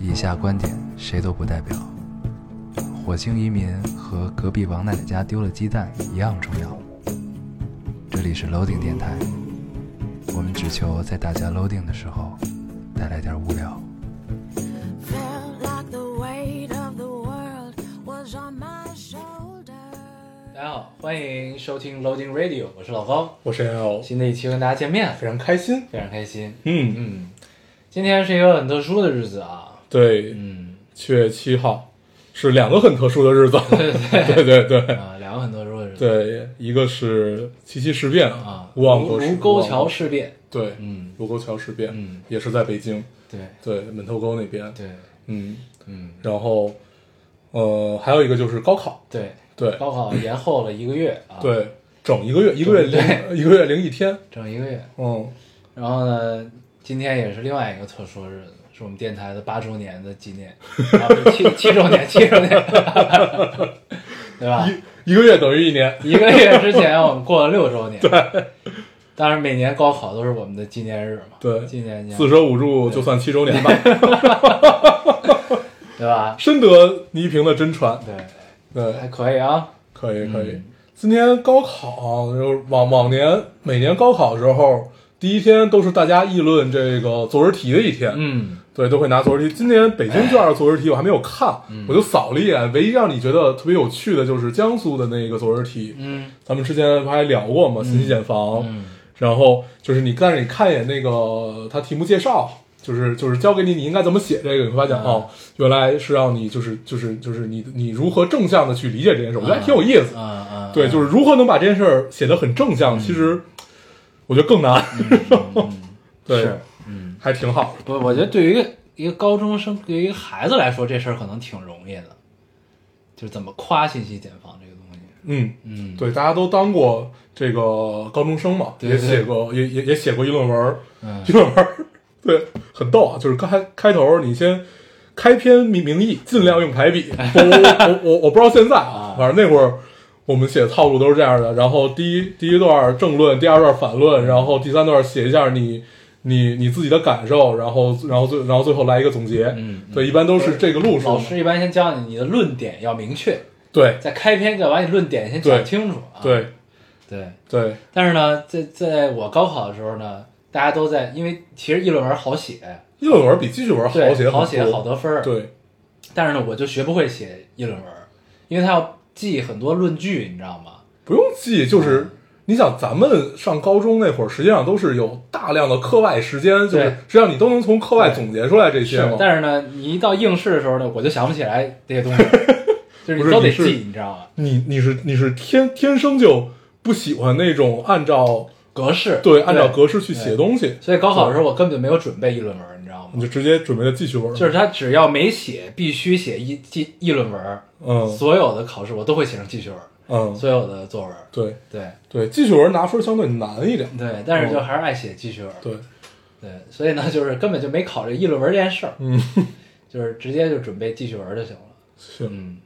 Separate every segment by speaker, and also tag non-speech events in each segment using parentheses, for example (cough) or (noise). Speaker 1: 以下观点谁都不代表。火星移民和隔壁王奶奶家丢了鸡蛋一样重要。这里是 Loading 电台，我们只求在大家 Loading 的时候带来点无聊。
Speaker 2: Felt like the weight of the world was on my shoulders.
Speaker 3: 大家好，欢迎收听 Loading Radio，我是老高。
Speaker 4: 我是 L，
Speaker 3: 新的一期跟大家见面，
Speaker 4: 非常开心。
Speaker 3: 非常开心。
Speaker 4: 嗯，
Speaker 3: 嗯，今天是一个很特殊的日子啊。
Speaker 4: 对，
Speaker 3: 嗯，
Speaker 4: 七月七号是两个很特殊的日
Speaker 3: (laughs)
Speaker 4: 子。对 (laughs) 对对
Speaker 3: 啊，两个很特殊的日子
Speaker 4: 对，一个是七七事变
Speaker 3: 啊，
Speaker 4: 勿忘
Speaker 3: 卢
Speaker 4: 国
Speaker 3: 卢沟桥事变。
Speaker 4: 对，
Speaker 3: 嗯，
Speaker 4: 卢沟桥事变，
Speaker 3: 嗯
Speaker 4: 也是在北京，
Speaker 3: 对
Speaker 4: 对，门头沟那边，
Speaker 3: 对，
Speaker 4: 嗯，
Speaker 3: 嗯
Speaker 4: 然后呃，还有一个就是高考，
Speaker 3: 对，
Speaker 4: 对
Speaker 3: 高考延后了一个月啊，，
Speaker 4: 对，整一个月，一个月零一个月零一天，
Speaker 3: 整一个月。
Speaker 4: 嗯，
Speaker 3: 然后呢，今天也是另外一个特殊的日子，是我们电台的八周年的纪念，啊，不是七 (laughs) 七周年，七周年，对吧？
Speaker 4: 一一个月等于一年，
Speaker 3: 一个月之前我们过了六周年，对，当然每年高考都是我们的纪念日嘛，
Speaker 4: 对
Speaker 3: 纪念年，
Speaker 4: 四舍五入就算七周
Speaker 3: (laughs)
Speaker 4: 年吧，
Speaker 3: 对吧？
Speaker 4: 深得倪萍的真传，
Speaker 3: 对，
Speaker 4: 对，
Speaker 3: 还可以啊，
Speaker 4: 可以可以
Speaker 3: 嗯。
Speaker 4: 今年高考，就是往往年每年高考的时候，第一天都是大家议论这个作文题的一天，
Speaker 3: 嗯，
Speaker 4: 对，都会拿作文题。今年北京卷的作文题我还没有看，
Speaker 3: 嗯
Speaker 4: 我就扫了一眼。唯一让你觉得特别有趣的就是江苏的那个作文题，
Speaker 3: 嗯
Speaker 4: 咱们之前不还聊过吗？信息茧房，
Speaker 3: 嗯
Speaker 4: 然后就是你，但是你看一眼那个它题目介绍，就是就是教给你你应该怎么写这个，你会发现、
Speaker 3: 嗯
Speaker 4: 哦，原来是让你就是就是就是你你如何正向的去理解这件事，我觉得还挺有意思。
Speaker 3: 啊啊，
Speaker 4: 对，就是如何能把这件事儿写得很正
Speaker 3: 嗯
Speaker 4: 向，其实我觉得更难。对 (laughs)
Speaker 3: 是，，嗯，
Speaker 4: 还挺好的。
Speaker 3: 我我觉得对于一个一个高中生，对于一个孩子来说，这事儿可能挺容易的，就是怎么夸信息茧房这个东西，
Speaker 4: 嗯，
Speaker 3: 嗯，
Speaker 4: 对，大家都当过这个高中生嘛，
Speaker 3: 对
Speaker 4: 也
Speaker 3: 对
Speaker 4: 写过，也也也写过议论文儿，
Speaker 3: 嗯
Speaker 4: 议论文儿，对，很逗啊。就是刚开开头你先。开篇名名义尽量用排比，我我我我我不知道现在
Speaker 3: 啊，
Speaker 4: 啊反正那会儿我们写套路都是这样的。然后第一第一段正论，第二段反论，然后第三段写一下你你你自己的感受，然后然后最然后最后来一个总结。
Speaker 3: 嗯
Speaker 4: 对，一般都是这个路数
Speaker 3: 老。师一般先教你你的论点要明确，
Speaker 4: 对
Speaker 3: 在开篇就把你论点先
Speaker 4: 对
Speaker 3: 讲清楚啊，
Speaker 4: 对
Speaker 3: 对。
Speaker 4: 对，
Speaker 3: 但是呢，在在我高考的时候呢，大家都在，因为其实议论文好写，
Speaker 4: 议论文比记叙文好
Speaker 3: 对，
Speaker 4: 写
Speaker 3: 好
Speaker 4: 好
Speaker 3: 写好得分儿。，
Speaker 4: 对
Speaker 3: 但是呢，我就学不会写议论文，因为他要记很多论据，你知道吗？
Speaker 4: 不用记，
Speaker 3: 嗯
Speaker 4: 就是你想咱们上高中那会儿，实际上都是有大量的课外时间，就是
Speaker 3: 对
Speaker 4: 实际上你都能从课外总结出来这些嘛。
Speaker 3: 但是呢，你一到应试的时候呢，我就想不起来这些东西，
Speaker 4: (laughs)
Speaker 3: 就是
Speaker 4: 不是
Speaker 3: 你都得
Speaker 4: 你是
Speaker 3: 记，你知道吗？
Speaker 4: 你你是你是天天生就不喜欢那种按照
Speaker 3: 格式
Speaker 4: 对按照格式去写东西，
Speaker 3: 所以高考的时候我根本就没有准备议论文，你知道
Speaker 4: 你
Speaker 3: 吗？
Speaker 4: 就直接准备了记叙文。
Speaker 3: 就是他只要没写，必须写议记议论文，
Speaker 4: 嗯
Speaker 3: 所有的考试我都会写成记叙文，
Speaker 4: 嗯，
Speaker 3: 所有的作文，
Speaker 4: 对
Speaker 3: 对
Speaker 4: 对，记叙文拿分相对难一点。
Speaker 3: 对，但是就还是爱写记叙文，
Speaker 4: 嗯对，
Speaker 3: 对，所以呢，就是根本就没考虑议论文这件事儿，
Speaker 4: 嗯，
Speaker 3: (laughs) 就是直接就准备记叙文就行了。
Speaker 4: 行，
Speaker 3: 嗯，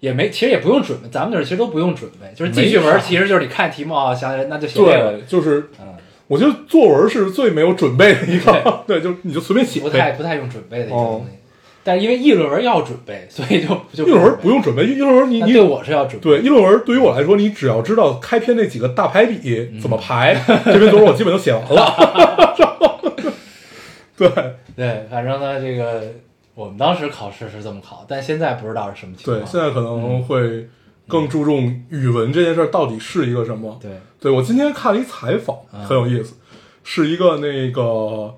Speaker 3: 也没，其实也不用准备，咱们那儿其实都不用准备，就是记叙文，其实就是你看题目啊，想起来那就写这个，
Speaker 4: 对，就是
Speaker 3: 嗯，
Speaker 4: 我觉得作文是最没有准备的一个， (laughs) 对，就你就随便写
Speaker 3: 不
Speaker 4: 呗
Speaker 3: 太。不太用准备的一个
Speaker 4: 哦
Speaker 3: 东西。但是因为议论文要准备，所以就就
Speaker 4: 议论文不用准备，议论文你
Speaker 3: 那
Speaker 4: 你
Speaker 3: 啊对我是要准备，
Speaker 4: 对议论文对于我来说，你只要知道开篇那几个大排比怎么排，这篇作文我基本都写完了。对
Speaker 3: 对，反正呢，这个我们当时考试是这么考，但现在不知道是什么情
Speaker 4: 对，
Speaker 3: 况。
Speaker 4: 现在可能会更注重语文这件事儿到底是一个什么。
Speaker 3: 对，
Speaker 4: 对我今天看了一采访，很有意思，是一个那个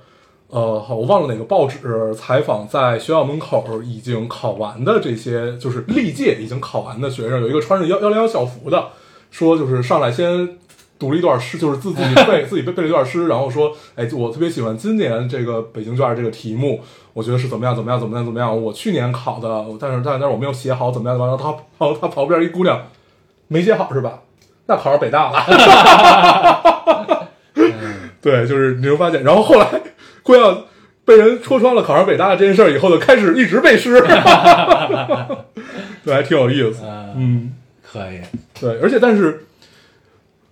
Speaker 4: 呃，好，我忘了哪个报纸采访在学校门口已经考完的这些，就是历届已经考完的学生，有一个穿着幺幺零幺校服的，说就是上来先。读了一段诗，就是自自己背自己背背了一段诗，然后说，哎，我特别喜欢今年这个北京卷儿这个题目，我觉得是怎么样怎么样怎么样怎么样。我去年考的，但是但是但是我没有写好，怎么样怎么样。然后他然后他旁边一姑娘没写好是吧？那考上北大了。对，就是你会发现，然后后来 (laughs) 姑娘被人戳穿了考上北大这件事儿以后，就开始一直背诗，对，还挺有意思。
Speaker 3: 嗯，
Speaker 4: 嗯，
Speaker 3: 可以，
Speaker 4: 对，而且但是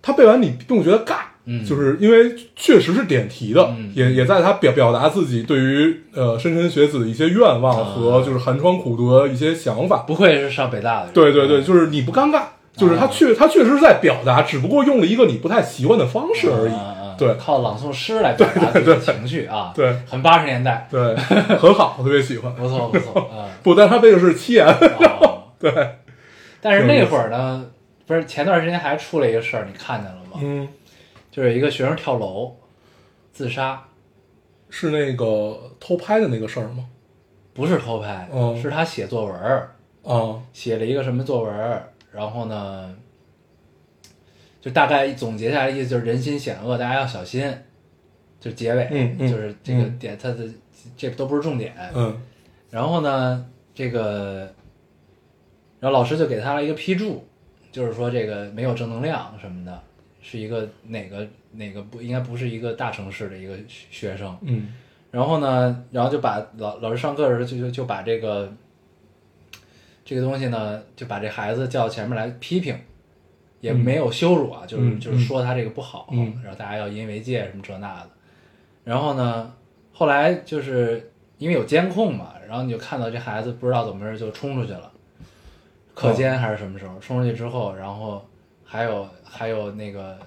Speaker 4: 他背完你并不觉得尬，
Speaker 3: 嗯，
Speaker 4: 就是因为确实是点题的，
Speaker 3: 嗯
Speaker 4: 也也在他表表达自己对于呃莘莘学子的一些愿
Speaker 3: 啊
Speaker 4: 望和就是寒窗苦读的一些想法。
Speaker 3: 不愧是上北大的人，嗯
Speaker 4: 对对对，就是你不尴尬，就是
Speaker 3: 啊
Speaker 4: 他确他确实是在表达，只不过用了一个你不太习惯的方式而
Speaker 3: 啊啊啊
Speaker 4: 已。对
Speaker 3: 靠朗诵诗来表达自己的情绪啊，
Speaker 4: 对对
Speaker 3: 很八十年代，
Speaker 4: 对，很好，我特别喜欢。
Speaker 3: 不错不
Speaker 4: (laughs)
Speaker 3: 错，嗯。
Speaker 4: 不，但他背的是七言，
Speaker 3: 哦
Speaker 4: 对，
Speaker 3: (laughs) 但是那会儿呢，不是前段时间还出了一个事儿，你看见了吗？
Speaker 4: 嗯，
Speaker 3: 就是有一个学生跳楼自杀，
Speaker 4: (laughs) 是那个偷拍的那个事儿吗？
Speaker 3: 不是偷拍，
Speaker 4: 哦
Speaker 3: 是他写作文儿，
Speaker 4: 啊，
Speaker 3: 写了一个什么作文儿，然后呢，就大概总结下来意思就是人心险恶，大家要小心。就结尾，
Speaker 4: 嗯嗯
Speaker 3: 就是这个
Speaker 4: 嗯
Speaker 3: 点，他的这都不是重点。
Speaker 4: 嗯
Speaker 3: 然后呢，这个，然后老师就给他了一个批注，就是说这个没有正能量什么的，是一个哪个哪个不应该不是一个大城市的一个学学生。
Speaker 4: 嗯
Speaker 3: 然后呢，然后就把老老师上课的时候就就就把这个这个东西呢，就把这孩子叫到前面来批评，也没有羞辱啊，就是、
Speaker 4: 嗯
Speaker 3: 就是说他这个不好，
Speaker 4: 嗯
Speaker 3: 然后大家要引以为戒什么这那的。然后呢，后来就是因为有监控嘛，然后你就看到这孩子不知道怎么着就冲出去了，
Speaker 4: 哦
Speaker 3: 课间还是什么时候、冲出去之后，然后还有还有那个，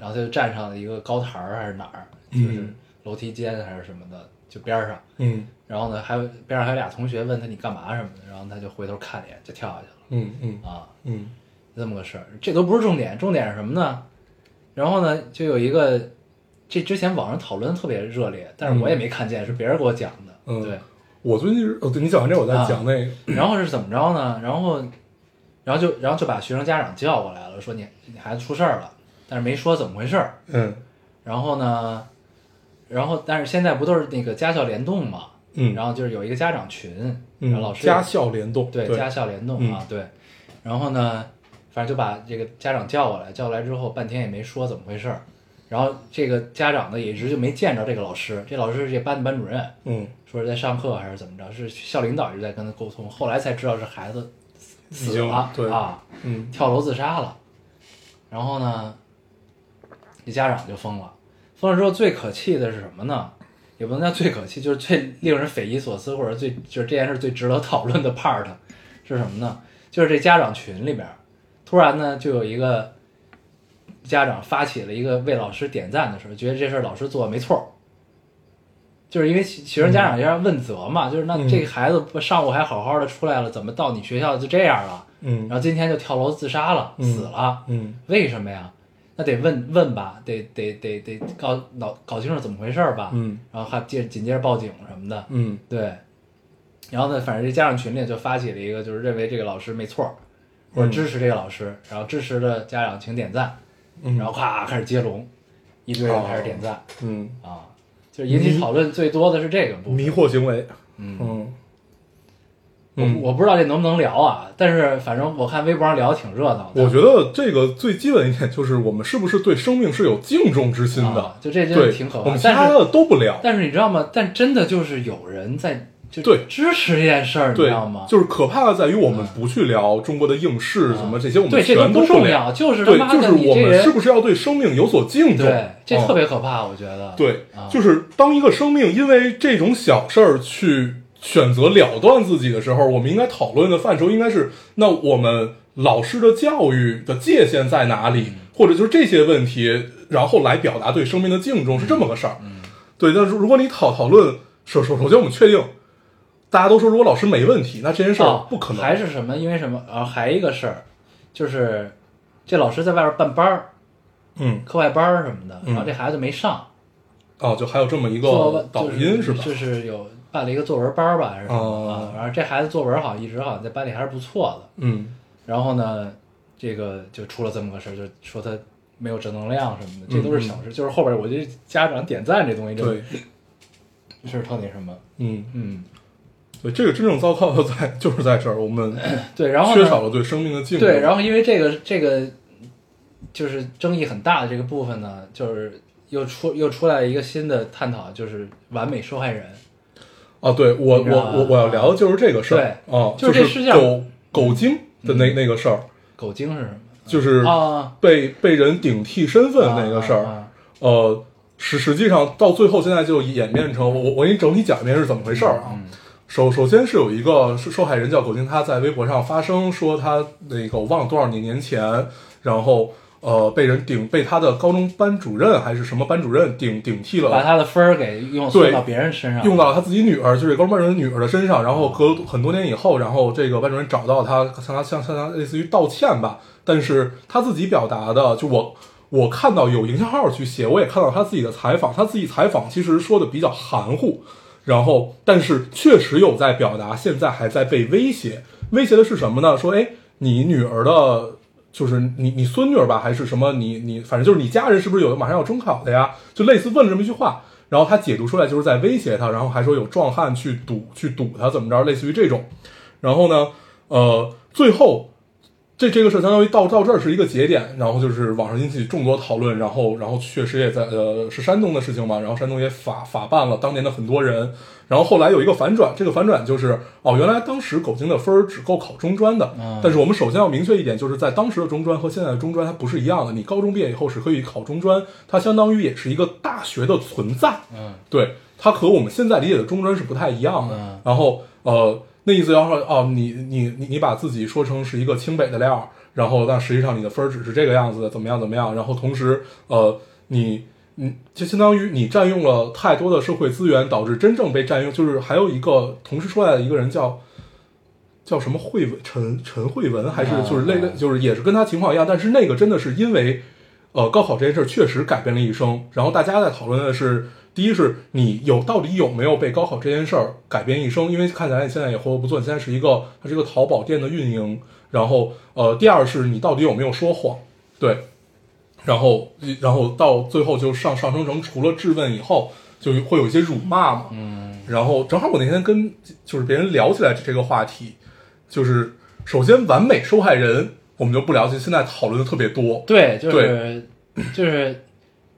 Speaker 3: 然后他就站上了一个高台儿还是哪儿，就是
Speaker 4: 嗯
Speaker 3: 楼梯间还是什么的，就边儿上。
Speaker 4: 嗯
Speaker 3: 然后呢，还有边上还有俩同学问他你干嘛什么的，然后他就回头看了一眼就跳下去了
Speaker 4: 嗯嗯
Speaker 3: 啊，
Speaker 4: 嗯
Speaker 3: 就这么个事儿。这都不是重点，重点是什么呢？然后呢，就有一个，这之前网上讨论特别热烈，但是我也没看见，是别人给我讲的。
Speaker 4: 嗯
Speaker 3: 对，
Speaker 4: 我最近是，哦，对你讲完这，我再
Speaker 3: 啊
Speaker 4: 讲那个，
Speaker 3: 然后是怎么着呢？然后，然后就然后就把学生家长叫过来了，说你你孩子出事儿了，但是没说怎么回事儿。
Speaker 4: 嗯
Speaker 3: 然后呢，然后但是现在不都是那个家校联动嘛？
Speaker 4: 嗯，
Speaker 3: 然后就是有一个家长群，然后
Speaker 4: 嗯，
Speaker 3: 老师也
Speaker 4: 家校联动，
Speaker 3: 对，
Speaker 4: 对，嗯
Speaker 3: 家校联动啊，对。然后呢，反正就把这个家长叫过来，叫过来之后半天也没说怎么回事儿。然后这个家长呢，也一直就没见着这个老师，这老师是这班的班主任，
Speaker 4: 嗯
Speaker 3: 说是在上课还是怎么着，是校领导一直在跟他沟通，后来才知道是孩子
Speaker 4: 已
Speaker 3: 死
Speaker 4: 经
Speaker 3: 了
Speaker 4: 对
Speaker 3: 啊，
Speaker 4: 嗯
Speaker 3: 跳楼自杀了。然后呢，这家长就疯了，疯了之后最可气的是什么呢？也不能叫最可气，就是最令人匪夷所思，或者最就是这件事最值得讨论的 part 是什么呢？就是这家长群里边儿，突然呢就有一个家长发起了一个为老师点赞的时候，觉得这事儿老师做的没错儿，就是因为学学生家长要让问责嘛，就是那
Speaker 4: 嗯
Speaker 3: 这个孩子不上午还好好的出来了，怎么到你学校就这样了？然
Speaker 4: 嗯
Speaker 3: 后今天就跳楼自杀了，
Speaker 4: 嗯
Speaker 3: 死了，
Speaker 4: 嗯
Speaker 3: 为什么呀？那得问问吧，得得得得搞脑搞清楚怎么回事儿吧。
Speaker 4: 嗯
Speaker 3: 然后还接紧接着报警什么的，
Speaker 4: 嗯
Speaker 3: 对。然后呢，反正这家长群里就发起了一个，就是认为这个老师没错儿，或者
Speaker 4: 嗯
Speaker 3: 支持这个老师，然后支持的家长请点赞，
Speaker 4: 嗯，
Speaker 3: 然后咵开始接龙，一堆人开始点赞、
Speaker 4: 嗯，
Speaker 3: 啊，就是引起讨论最多的是这个部分。
Speaker 4: 迷惑行为，
Speaker 3: 嗯，
Speaker 4: 嗯
Speaker 3: 我
Speaker 4: 嗯，
Speaker 3: 我不知道这能不能聊啊，但是反正我看微博上聊挺热闹的。
Speaker 4: 我觉得这个最基本一点就是我们是不是对生命是有敬重之心
Speaker 3: 啊
Speaker 4: 的，
Speaker 3: 就这真的
Speaker 4: 对，
Speaker 3: 挺可
Speaker 4: 我
Speaker 3: 怕
Speaker 4: 们。其他
Speaker 3: 但是
Speaker 4: 的都不聊，
Speaker 3: 但是你知道吗？但真的就是有人在就
Speaker 4: 对
Speaker 3: 支持这件事儿，你知
Speaker 4: 对
Speaker 3: 道吗，？
Speaker 4: 就是可怕的在于我们不去聊中国的应试
Speaker 3: 啊
Speaker 4: 什么这些，我们
Speaker 3: 对这都
Speaker 4: 全
Speaker 3: 不
Speaker 4: 不
Speaker 3: 重
Speaker 4: 聊。
Speaker 3: 要，就是他
Speaker 4: 对，
Speaker 3: 妈
Speaker 4: 就
Speaker 3: 的
Speaker 4: 是
Speaker 3: 你
Speaker 4: 我
Speaker 3: 这
Speaker 4: 们
Speaker 3: 人
Speaker 4: 是不是要对生命有所敬重？
Speaker 3: 对，这
Speaker 4: 嗯
Speaker 3: 特别可怕，我觉得。
Speaker 4: 对
Speaker 3: 啊，
Speaker 4: 就是当一个生命因为这种小事儿去选择了断自己的时候，我们应该讨论的范畴应该是，那我们老师的教育的界限在哪
Speaker 3: 嗯
Speaker 4: 里，或者就是这些问题，然后来表达对生命的敬重，是这么个事儿。
Speaker 3: 嗯
Speaker 4: 对，但是如果你讨讨论，首首首先我们确定，大家都说如果老师没问题，那这件事儿
Speaker 3: 哦
Speaker 4: 不可能。
Speaker 3: 还是什么？因为什么？然后还一个事儿，就是这老师在外边办班儿、
Speaker 4: 嗯，
Speaker 3: 课外班儿什么的，
Speaker 4: 嗯
Speaker 3: 然后这孩子没上，
Speaker 4: 哦，就还有这么一
Speaker 3: 做
Speaker 4: 个
Speaker 3: 了
Speaker 4: 导音
Speaker 3: 就是
Speaker 4: 吧？
Speaker 3: 就是有办了一个作文班儿吧，还是什么
Speaker 4: 哦
Speaker 3: 啊？然后这孩子作文好像一直好像在班里还是不错的，
Speaker 4: 嗯
Speaker 3: 然后呢，这个就出了这么个事儿，就是说他没有正能量什么的，这都是
Speaker 4: 嗯
Speaker 3: 小事。就是后边我觉得家长点赞这东西，
Speaker 4: 对，，
Speaker 3: 是特那什么，
Speaker 4: 嗯，
Speaker 3: 嗯，
Speaker 4: 对，这个真正糟糕的在就是在这儿，
Speaker 3: (laughs)
Speaker 4: 我们
Speaker 3: 对，然后呢
Speaker 4: 缺少了对生命的敬重。
Speaker 3: 对，然后因为这个这个就是争议很大的这个部分呢，就是又出又出来一个新的探讨，就是完美受害人，
Speaker 4: 啊，对我
Speaker 3: 你
Speaker 4: 我
Speaker 3: 知道吧
Speaker 4: 我我要聊的就是这个事儿，啊，
Speaker 3: 就是这世
Speaker 4: 是
Speaker 3: 界上嗯
Speaker 4: 狗狗精的那那个事儿，
Speaker 3: 狗精是什么？
Speaker 4: 就是
Speaker 3: 啊，
Speaker 4: 被被人顶替身份那个事
Speaker 3: 啊啊
Speaker 4: 儿，
Speaker 3: 啊
Speaker 4: 呃，实实际上到最后现在就演变成我我我给你整体讲一遍是怎么回事儿啊。
Speaker 3: 嗯
Speaker 4: 首首先是有一个受受害人叫狗精，他在微博上发声说他那个我忘了多少年年前，然后呃被人顶被他的高中班主任还是什么班主任顶顶替了
Speaker 3: 把他的分儿给用
Speaker 4: 对
Speaker 3: 送到别人身上，
Speaker 4: 用到他自己女儿，就是高中班主任女儿的身上，然后隔很多年以后，然后这个班主任找到他，向他向向他类似于道歉吧，但是他自己表达的，就我我看到有营销号去写，我也看到他自己的采访，他自己采访其实说的比较含糊，然后但是确实有在表达，现在还在被威胁，威胁的是什么呢？说哎，你女儿的。就是你，你孙女儿吧，还是什么？你你，反正就是你家人是不是有马上要中考的呀？就类似问了这么一句话，然后他解读出来就是在威胁他，然后还说有壮汉去堵去堵他怎么着，类似于这种。然后呢，呃，最后这这个事儿相当于到到这儿是一个节点，然后就是网上引起众多讨论，然后然后确实也在呃是山东的事情嘛，然后山东也法法办了当年的很多人，然后后来有一个反转，这个反转就是哦，原来当时狗精的分儿只够考中专的，但是我们首先要明确一点，就是在当时的中专和现在的中专它不是一样的，你高中毕业以后是可以考中专，它相当于也是一个大学的存在，
Speaker 3: 嗯，
Speaker 4: 对，它和我们现在理解的中专是不太一样的。
Speaker 3: 嗯
Speaker 4: 然后呃，那意思要说哦，你你你你把自己说成是一个清北的料儿，然后但实际上你的分儿只是这个样子的，怎么样怎么样，然后同时呃，你你就相当于你占用了太多的社会资源，导致真正被占用，就是还有一个同时出来的一个人叫。叫什么慧文陈陈慧文还是
Speaker 3: 啊
Speaker 4: 就是类类
Speaker 3: 啊
Speaker 4: 就是也是跟他情况一样，但是那个真的是因为呃，高考这件事儿确实改变了一生。然后大家在讨论的是，第一是你有到底有没有被高考这件事儿改变一生？因为看起来你现在也活得不错，你现在是一个它是一个淘宝店的运营。然后呃，第二是你到底有没有说谎？对，然后呃然后到最后就上上升成除了质问以后，就会有一些辱骂嘛。嗯，然后正好我那天跟就是别人聊起来这个话题，就是首先完美受害人。我们就不聊，就现在讨论的特别多。
Speaker 3: 对，就是就是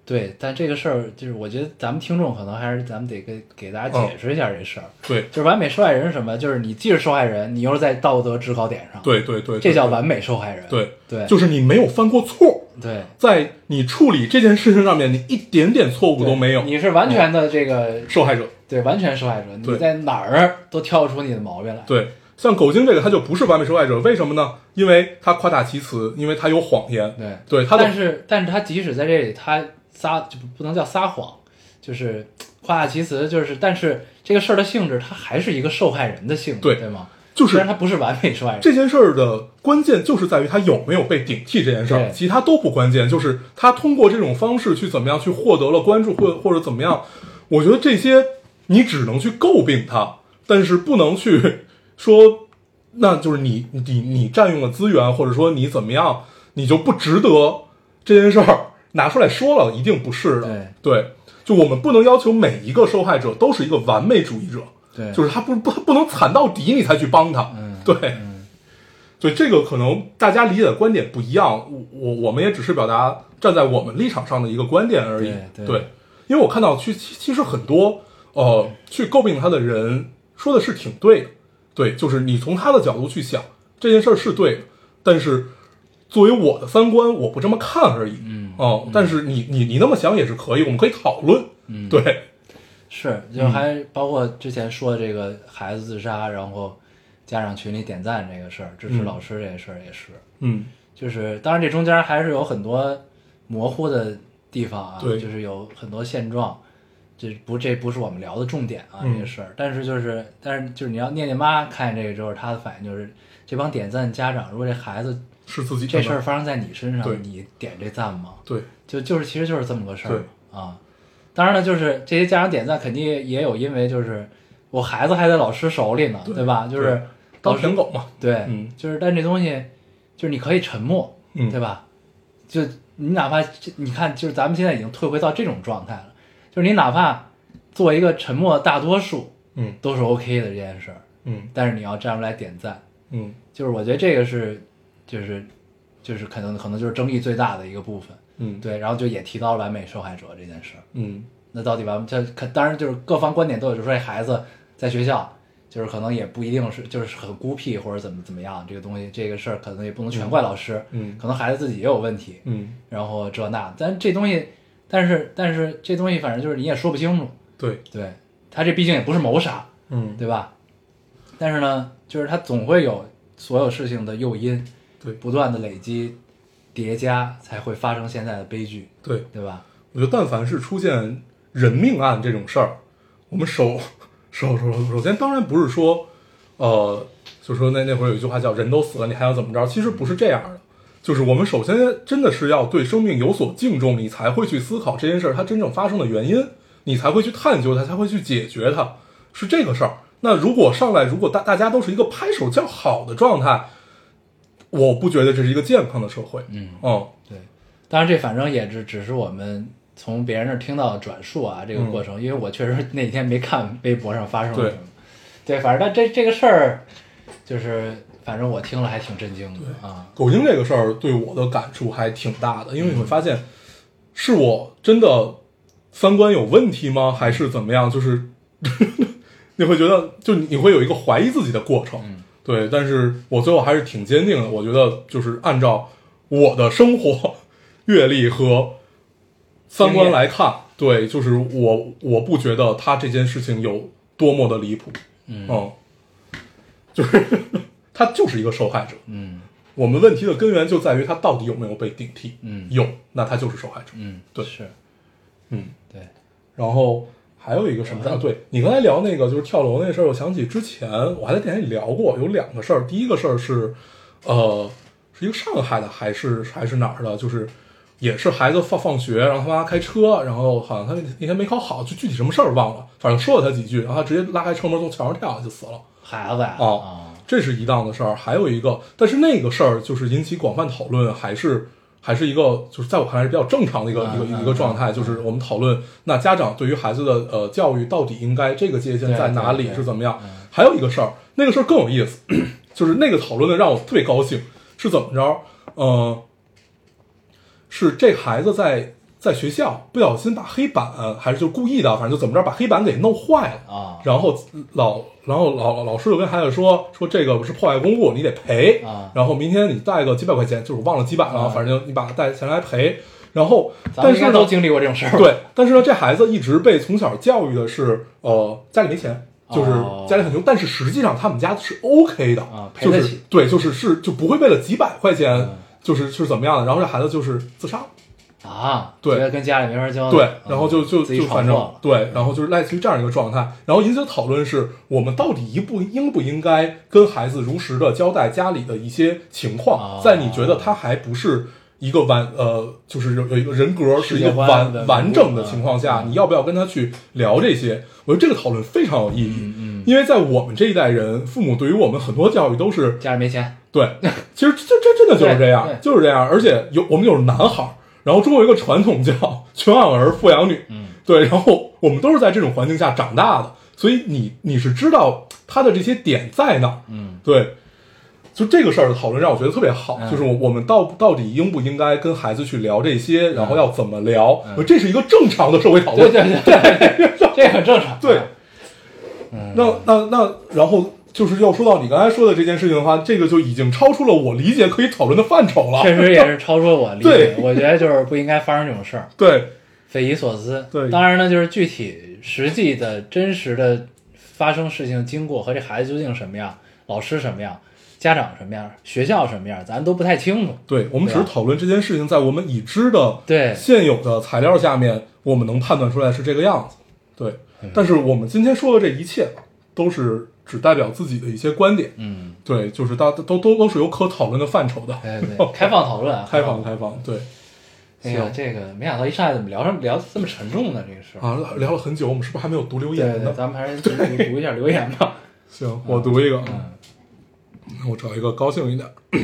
Speaker 3: 对，但这个事儿就是我觉得咱们听众可能还是咱们得给给大
Speaker 4: 哦
Speaker 3: 家解释一下这事儿，
Speaker 4: 对，
Speaker 3: 就是完美受害人是什么？就是你既是受害人，你又是在道德制高点上，，
Speaker 4: 对对对，
Speaker 3: 这
Speaker 4: 对
Speaker 3: 叫完美受害人，
Speaker 4: 对
Speaker 3: 对
Speaker 4: 就是你没有犯过错，
Speaker 3: 对，
Speaker 4: 在你处理这件事情上面，你一点点错误
Speaker 3: 对
Speaker 4: 都没有，
Speaker 3: 你是完全的这个
Speaker 4: 受害者。
Speaker 3: 对完全受害者，你
Speaker 4: 对
Speaker 3: 在哪儿都挑不出你的毛病来，
Speaker 4: 对，像狗精这个他就不是完美受害者，为什么呢？因为他夸大其词，因为他有谎言。
Speaker 3: 对
Speaker 4: 对他的
Speaker 3: 但是但是他即使在这里，他撒就不不能叫撒谎，就是夸大其词，就是但是这个事儿的性质，它还是一个受害人的性质，对
Speaker 4: 对
Speaker 3: 吗？
Speaker 4: 就
Speaker 3: 虽然
Speaker 4: 是
Speaker 3: 他不是完美受害人，
Speaker 4: 这件事儿的关键就是在于他有没有被顶替这件事儿，
Speaker 3: 对
Speaker 4: 其他都不关键。就是他通过这种方式去怎么样去获得了关注，或或者怎么样，我觉得这些你只能去诟病他，但是不能去说，那就是你你你占用了资源，或者说你怎么样，你就不值得这件事儿拿出来说了，一定不是的。对，就我们不能要求每一个受害者都是一个完美主义者。
Speaker 3: 对，
Speaker 4: 就是他不不他不能惨到底你才去帮他，
Speaker 3: 嗯
Speaker 4: 对，所以这个可能大家理解的观点不一样，我我我们也只是表达站在我们立场上的一个观点而已，
Speaker 3: 对对
Speaker 4: 因为我看到去其其实很多呃去诟病他的人说的是挺对的，对，就是你从他的角度去想这件事儿是对的，但是作为我的三观，我不这么看而已，嗯，哦、但是你你你那么想也是可以，我们可以讨论，嗯，对，
Speaker 3: 是，就还包括之前说这个孩子自杀，然后家长群里点赞这个事儿，支持
Speaker 4: 嗯
Speaker 3: 老师这个事儿也是，
Speaker 4: 嗯，
Speaker 3: 就是当然这中间还是有很多模糊的地方啊，
Speaker 4: 对
Speaker 3: 就是有很多现状，这不这不是我们聊的重点啊，
Speaker 4: 嗯
Speaker 3: 这个事儿。但是就是但是就是你要念念妈看见这个之后，她的反应就是这帮点赞家长，如果这孩子
Speaker 4: 是自己
Speaker 3: 这
Speaker 4: 看到
Speaker 3: 事儿发生在你身
Speaker 4: 对
Speaker 3: 上，你点这赞吗？
Speaker 4: 对。
Speaker 3: 就就是其实就是这么个事儿
Speaker 4: 对
Speaker 3: 啊。当然了，就是这些家长点赞肯定也有因为就是我孩子还在老师手里呢，对吧？就是
Speaker 4: 对
Speaker 3: 老
Speaker 4: 当
Speaker 3: 师
Speaker 4: 舔狗嘛，
Speaker 3: 对，
Speaker 4: 嗯
Speaker 3: 就是但这东西就是你可以沉默，
Speaker 4: 嗯
Speaker 3: 对吧？就你哪怕这你看，就是咱们现在已经退回到这种状态了，就是你哪怕做一个沉默大多数
Speaker 4: 嗯
Speaker 3: 都是 OK 的这件事儿，
Speaker 4: 嗯
Speaker 3: 但是你要站出来点赞，
Speaker 4: 嗯
Speaker 3: 就是我觉得这个是就是就是可能可能就是争议最大的一个部分，
Speaker 4: 嗯，
Speaker 3: 对，然后就也提到了完美受害者这件事儿，
Speaker 4: 嗯
Speaker 3: 那到底完这可当然就是各方观点都有，就是说这孩子在学校就是可能也不一定是就是很孤僻或者怎么怎么样，这个东西这个事儿可能也不能全怪老师，
Speaker 4: 嗯
Speaker 3: 可能孩子自己也有问题，
Speaker 4: 嗯
Speaker 3: 然后这那，但这东西但是但是这东西反正就是你也说不清楚，
Speaker 4: 对，
Speaker 3: 对他这毕竟也不是谋杀，
Speaker 4: 嗯，
Speaker 3: 对吧？但是呢，就是他总会有所有事情的诱因，
Speaker 4: 对
Speaker 3: 不断的累积叠加，才会发生现在的悲剧，
Speaker 4: 对，
Speaker 3: 对吧？
Speaker 4: 我觉得但凡是出现人命案这种事儿，我们首首首首先当然不是说，呃，就说那那会儿有一句话叫“人都死了，你还要怎么着”，其实不是这样的。就是我们首先真的是要对生命有所敬重，你才会去思考这件事儿它真正发生的原因，你才会去探究它，才会去解决它，是这个事儿。那如果上来，如果大大家都是一个拍手叫好的状态，我不觉得这是一个健康的社会。
Speaker 3: 嗯
Speaker 4: 嗯，
Speaker 3: 对，当然这反正也只只是我们从别人那儿听到的转述啊，这个过程，因为我确实那天没看微博上发生了
Speaker 4: 嗯对
Speaker 3: 什么，对，反正但这这个事儿，就是反正我听了还挺震惊的啊，
Speaker 4: 狗精这个事儿对我的感触还挺大的，因为你会发现，是我真的三观有问题吗？还是怎么样？就是 (laughs) 你会觉得，就你会有一个怀疑自己的过程。对，但是我最后还是挺坚定的。我觉得就是按照我的生活阅历和三观来看，对，就是我我不觉得他这件事情有多么的离谱。嗯，就是他就是一个受害者。
Speaker 3: 嗯
Speaker 4: 我们问题的根源就在于他到底有没有被顶替。
Speaker 3: 嗯
Speaker 4: 有，那他就是受害者。
Speaker 3: 嗯，
Speaker 4: 对
Speaker 3: 是，
Speaker 4: 嗯，
Speaker 3: 对，
Speaker 4: 然后还有一个什么事儿？啊对你刚才聊那个就是跳楼那事儿，我想起之前我还在电台里聊过，有两个事儿。第一个事儿是，呃，是一个上海的还是还是哪儿的，就是也是孩子放放学，然后他妈开车，然后好像他那天没考好，就具体什么事儿忘了，反正说了他几句，然后他直接拉开车门从桥上跳下去死了。
Speaker 3: 孩子呀，啊
Speaker 4: 哦，这是一档的事儿，还有一个，但是那个事儿就是引起广泛讨论，还是还是一个，就是在我看来是比较正常的一个、
Speaker 3: 嗯
Speaker 4: 一个、
Speaker 3: 嗯
Speaker 4: 一个状态，就是我们讨论那家长对于孩子的呃教育到底应该这个界限
Speaker 3: 对
Speaker 4: 在哪
Speaker 3: 对
Speaker 4: 里
Speaker 3: 对嗯
Speaker 4: 是怎么样？还有一个事儿，那个事儿更有意思，就是那个讨论的让我特别高兴，是怎么着？呃，是这孩子在在学校不小心把黑板还是就故意的，反正就怎么着把黑板给弄坏了
Speaker 3: 啊
Speaker 4: 然后老，然后老老师就跟孩子说说这个是破坏公物，你得赔
Speaker 3: 啊
Speaker 4: 然后明天你带个几百块钱，就是我忘了几百了，
Speaker 3: 啊
Speaker 4: 反正就你把它带钱来赔。然后，
Speaker 3: 咱们
Speaker 4: 但
Speaker 3: 应
Speaker 4: 是
Speaker 3: 该
Speaker 4: 呢
Speaker 3: 都，经历过这种事儿，，
Speaker 4: 对，但是呢，这孩子一直被从小教育的是，呃，家里没钱，就是
Speaker 3: 哦
Speaker 4: 家里很穷，但是实际上他们家是 OK 的，
Speaker 3: 啊赔
Speaker 4: 就
Speaker 3: 得
Speaker 4: 是
Speaker 3: 起嗯
Speaker 4: 对，就是是就不会为了几百块钱，就是是怎么样的。然后这孩子就是自杀了。
Speaker 3: 啊，
Speaker 4: 对
Speaker 3: 觉得跟家里没法交代，
Speaker 4: 对
Speaker 3: 嗯，
Speaker 4: 然后就就
Speaker 3: 自己
Speaker 4: 就
Speaker 3: 闯
Speaker 4: 反
Speaker 3: 祸
Speaker 4: 正
Speaker 3: 了，
Speaker 4: 对，然后就是类似于这样一个状态，然后引起的讨论是我们到底应不应不应该跟孩子如实的交代家里的一些情
Speaker 3: 哦
Speaker 4: 况，在你觉得他还不是。一个完呃，就是有有一个人格
Speaker 3: 世
Speaker 4: 是
Speaker 3: 界
Speaker 4: 一个
Speaker 3: 观
Speaker 4: 完
Speaker 3: 的
Speaker 4: 完整的情况
Speaker 3: 嗯
Speaker 4: 下，
Speaker 3: 嗯
Speaker 4: 你要不要跟他去聊这些？我觉得这个讨论非常有意义，
Speaker 3: 嗯嗯，
Speaker 4: 因为在我们这一代人，父母对于我们很多教育都是
Speaker 3: 家里没钱，
Speaker 4: 对， (laughs) 其实这这真的就是这样
Speaker 3: 对对，
Speaker 4: 就是这样。而且有我们有男孩儿，然后中国有一个传统叫“穷养儿，富养女”，
Speaker 3: 嗯，
Speaker 4: 对。然后我们都是在这种环境下长大的，所以你你是知道他的这些点在哪儿，
Speaker 3: 嗯，
Speaker 4: 对。就这个事儿的讨论让我觉得特别好，
Speaker 3: 嗯
Speaker 4: 就是我我们到到底应不应该跟孩子去聊这些，然后要怎么聊，
Speaker 3: 嗯
Speaker 4: 这是一个正常的社会讨论
Speaker 3: 对，对对
Speaker 4: (laughs)
Speaker 3: 对，这很正常，啊
Speaker 4: 对，那那那，然后就是要说到你刚才说的这件事情的话，这个就已经超出了我理解可以讨论的范畴了。
Speaker 3: 确实也是超出我理解
Speaker 4: 对，
Speaker 3: 我觉得就是不应该发生这种事儿，
Speaker 4: (laughs) 对
Speaker 3: 匪夷所思。
Speaker 4: 对
Speaker 3: 当然呢，就是具体实际的真实的发生事情经过和这孩子究竟什么样，老师什么样，家长什么样，学校什么样，咱都不太清楚。
Speaker 4: 对，我们只是
Speaker 3: 对啊
Speaker 4: 讨论这件事情，在我们已知的
Speaker 3: 对
Speaker 4: 现有的材料下面，我们能判断出来是这个样子。对，
Speaker 3: 嗯
Speaker 4: 但是我们今天说的这一切，都是只代表自己的一些观点。
Speaker 3: 嗯，
Speaker 4: 对，就是大都都都是有可讨论的范畴的。
Speaker 3: 对对，
Speaker 4: (laughs)
Speaker 3: 开放讨论啊，
Speaker 4: 开放开放，对
Speaker 3: 哎呀，
Speaker 4: 行
Speaker 3: 这个没想到一上来怎么聊上聊这么沉重呢？这个事儿。
Speaker 4: 啊，聊了很久，我们是不是还没有读留
Speaker 3: 对对
Speaker 4: 言
Speaker 3: 对，
Speaker 4: 呢？
Speaker 3: 咱们还是读读读一下留言吧。
Speaker 4: 行，我读一个。啊
Speaker 3: 嗯
Speaker 4: 我找一个高兴一点 (clears throat) 儿。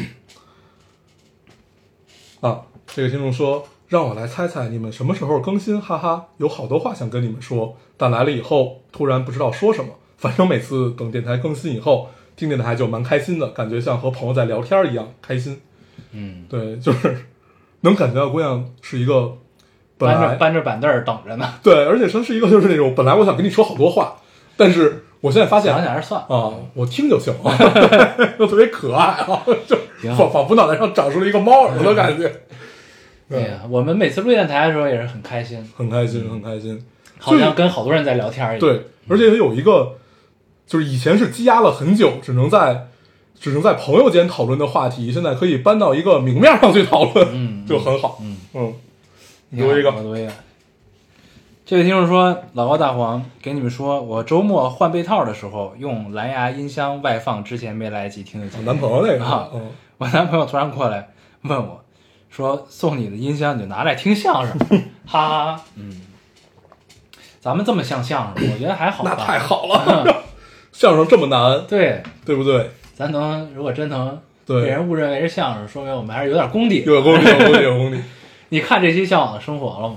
Speaker 4: 啊，这个听众说，让我来猜猜你们什么时候更新，哈哈，有好多话想跟你们说，但来了以后突然不知道说什么。反正每次等电台更新以后，听电台就蛮开心的，感觉像和朋友在聊天一样开心。
Speaker 3: 嗯，
Speaker 4: 对，就是 (laughs) 能感觉到姑娘是一个 (laughs) 本
Speaker 3: 搬
Speaker 4: 来
Speaker 3: 着搬着板凳儿等着
Speaker 4: (laughs)
Speaker 3: 呢，
Speaker 4: 对，而且她是一个就是那种本来我想跟你说好多话，但是我现在发现
Speaker 3: 想想还是算了。
Speaker 4: 啊，我听 (laughs) 就行，就特别可爱啊，就
Speaker 3: 挺好
Speaker 4: 仿仿佛脑袋上长出了一个猫耳朵的感觉。
Speaker 3: 对哎呀，我们每次录电台的时候也是很开心，
Speaker 4: 很开心，很开心。
Speaker 3: 好像跟好多人在聊天一样。
Speaker 4: 对，而且有一个，就是以前是积压了很久，只能在只能在朋友间讨论的话题，现在可以搬到一个明面上去讨论，
Speaker 3: 嗯
Speaker 4: 就很好。
Speaker 3: 嗯
Speaker 4: 嗯，
Speaker 3: 你看
Speaker 4: 读一个
Speaker 3: 我读一个。这位听众说：“老高大黄，给你们说，我周末换被套的时候，用蓝牙音箱外放之前没来得及听的节
Speaker 4: 我
Speaker 3: 目。
Speaker 4: 男朋友那个，
Speaker 3: 啊
Speaker 4: 嗯，
Speaker 3: 我男朋友突然过来问我，说送你的音箱你就拿来听相声，
Speaker 4: (laughs)
Speaker 3: 哈哈哈。嗯，咱们这么像相声，我觉得还好吧。嗯
Speaker 4: 那太好了。相声这么难，
Speaker 3: 对，
Speaker 4: 对不 (laughs) 对？
Speaker 3: 咱能如果真能被
Speaker 4: 对，
Speaker 3: 人误认为是相声，说明我们还是有点功底。
Speaker 4: 有功底，有功底，有功底。
Speaker 3: 你看这期《向往的生活》了吗？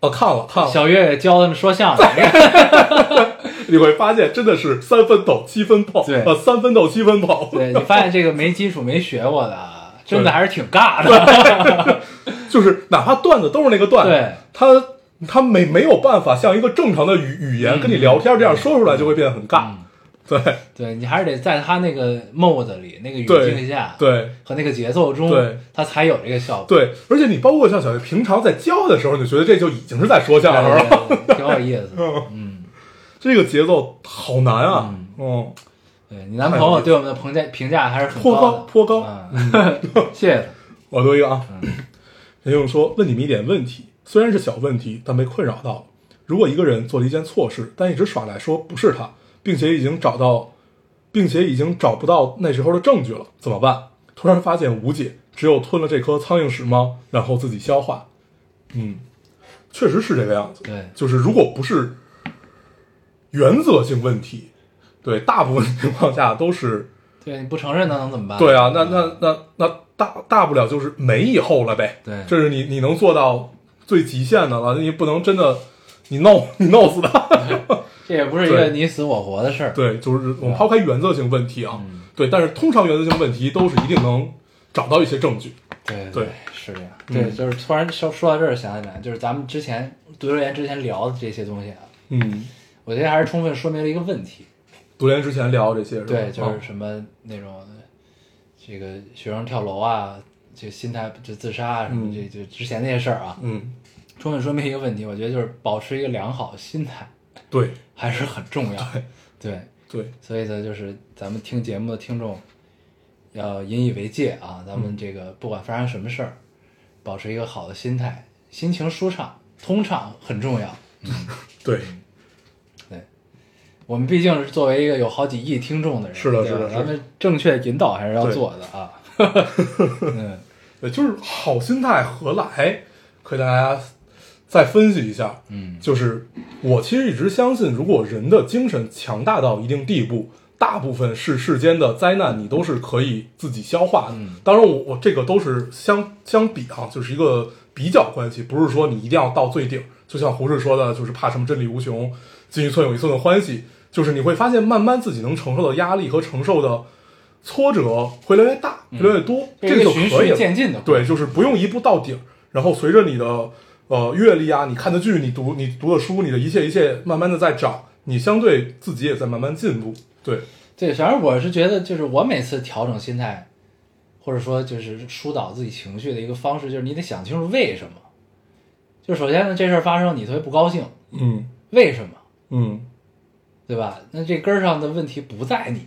Speaker 4: 哦，看了看了，
Speaker 3: 小月月教他们说相声，你
Speaker 4: (laughs)
Speaker 3: 看
Speaker 4: 你会发现真的是三分抖七分跑，
Speaker 3: 对
Speaker 4: 呃，三分抖七分跑，
Speaker 3: 对你发现这个没基础、没学过的啊，真的还是挺尬的。
Speaker 4: 就是哪怕段子都是那 (laughs) 个段，
Speaker 3: 对，
Speaker 4: 他他没没有办法像一个正常的语语言跟你聊天这样说出来，就会变得很尬。
Speaker 3: 嗯
Speaker 4: 对
Speaker 3: 对你还是得在他那个 mode 里、那个语
Speaker 4: 对
Speaker 3: 境下
Speaker 4: 对
Speaker 3: 和那个节奏中
Speaker 4: 对，
Speaker 3: 他才有这个效果。
Speaker 4: 对，而且你包括像小月平常在教的时候，你就觉得这就已经是在说相声了，
Speaker 3: 对对对挺有意思。嗯，
Speaker 4: 这个节奏好难啊。嗯，
Speaker 3: 对你男朋友对我们的评价评价还是很
Speaker 4: 颇
Speaker 3: 高
Speaker 4: 高
Speaker 3: 的，
Speaker 4: 颇高。
Speaker 3: 嗯，谢谢
Speaker 4: 我读一个啊，陈勇说：“问你们一点问题，虽然是小问题，但被困扰到了。如果一个人做了一件错事，但一直耍赖说不是他，并且已经找到，并且已经找不到那时候的证据了，怎么办？突然发现无解，只有吞了这颗苍蝇屎猫，然后自己消化。嗯，确实是这个样子。
Speaker 3: 他。对，
Speaker 4: 就是如果不是原则性问题，对，大部分情况下都是
Speaker 3: 对，你不承认那能怎么办？
Speaker 4: 对啊，那那那那大大不了就是没以后了呗。
Speaker 3: 对
Speaker 4: 这是你你能做到最极限的了，你不能真的你弄你弄死他。 (laughs)
Speaker 3: 这也不是一个
Speaker 4: 对
Speaker 3: 你死我活的事儿。
Speaker 4: 对，就是我们抛开原则性问题啊，
Speaker 3: 嗯
Speaker 4: 对，但是通常原则性问题都是一定能找到一些证据。
Speaker 3: 对
Speaker 4: 对，嗯
Speaker 3: 是这样。对，就是突然说说到这儿想起来，就是咱们之前读留言之前聊的这些东西啊，
Speaker 4: 嗯，
Speaker 3: 我觉得还是充分说明了一个问题。
Speaker 4: 读研之前聊这些是吧？
Speaker 3: 对，就
Speaker 4: 啊
Speaker 3: 是什么那种这个学生跳楼啊，这心态就自杀啊什么，
Speaker 4: 嗯
Speaker 3: 这就之前那些事儿啊，
Speaker 4: 嗯，
Speaker 3: 充分说明一个问题。我觉得就是保持一个良好的心态
Speaker 4: 对
Speaker 3: 还是很重要。对，
Speaker 4: 对，
Speaker 3: 所以呢，就是咱们听节目的听众要引以为戒啊，咱们这个不管发生什么事儿，保持一个好的心态，心情舒畅、通畅很重要。
Speaker 4: 对，
Speaker 3: 我们毕竟是作为一个有好几亿听众的人，
Speaker 4: 是的
Speaker 3: 对吧
Speaker 4: 是的是的
Speaker 3: 咱们正确引导还是要做的
Speaker 4: (laughs)
Speaker 3: 啊。嗯，
Speaker 4: 对，就是好心态何来？可以大家再分析一下。
Speaker 3: 嗯，
Speaker 4: 就是我其实一直相信，如果人的精神强大到一定地步，大部分世世间的灾难你都是可以自己消化的。
Speaker 3: 嗯
Speaker 4: 当然我，我这个都是相相比啊，就是一个比较关系，不是说你一定要到最顶。就像胡适说的，就是怕什么真理无穷，进一寸有一寸的欢喜。就是你会发现，慢慢自己能承受的压力和承受的挫折会越来越大，越来越多，
Speaker 3: 这嗯
Speaker 4: 这
Speaker 3: 是一个
Speaker 4: 个就
Speaker 3: 循
Speaker 4: 可以
Speaker 3: 序
Speaker 4: 了。
Speaker 3: 渐进的，，
Speaker 4: 对，就是不用一步到顶，然后随着你的呃阅历啊，你看的剧，你读你读的书，你的一切一切，慢慢的在长，你相对自己也在慢慢进步。对，
Speaker 3: 对，反正我是觉得，就是我每次调整心态，或者说就是疏导自己情绪的一个方式，就是你得想清楚为什么。就首先呢，这事儿发生，你特别不高兴，
Speaker 4: 嗯
Speaker 3: 为什么？
Speaker 4: 嗯
Speaker 3: 对吧？那这根儿上的问题不在你，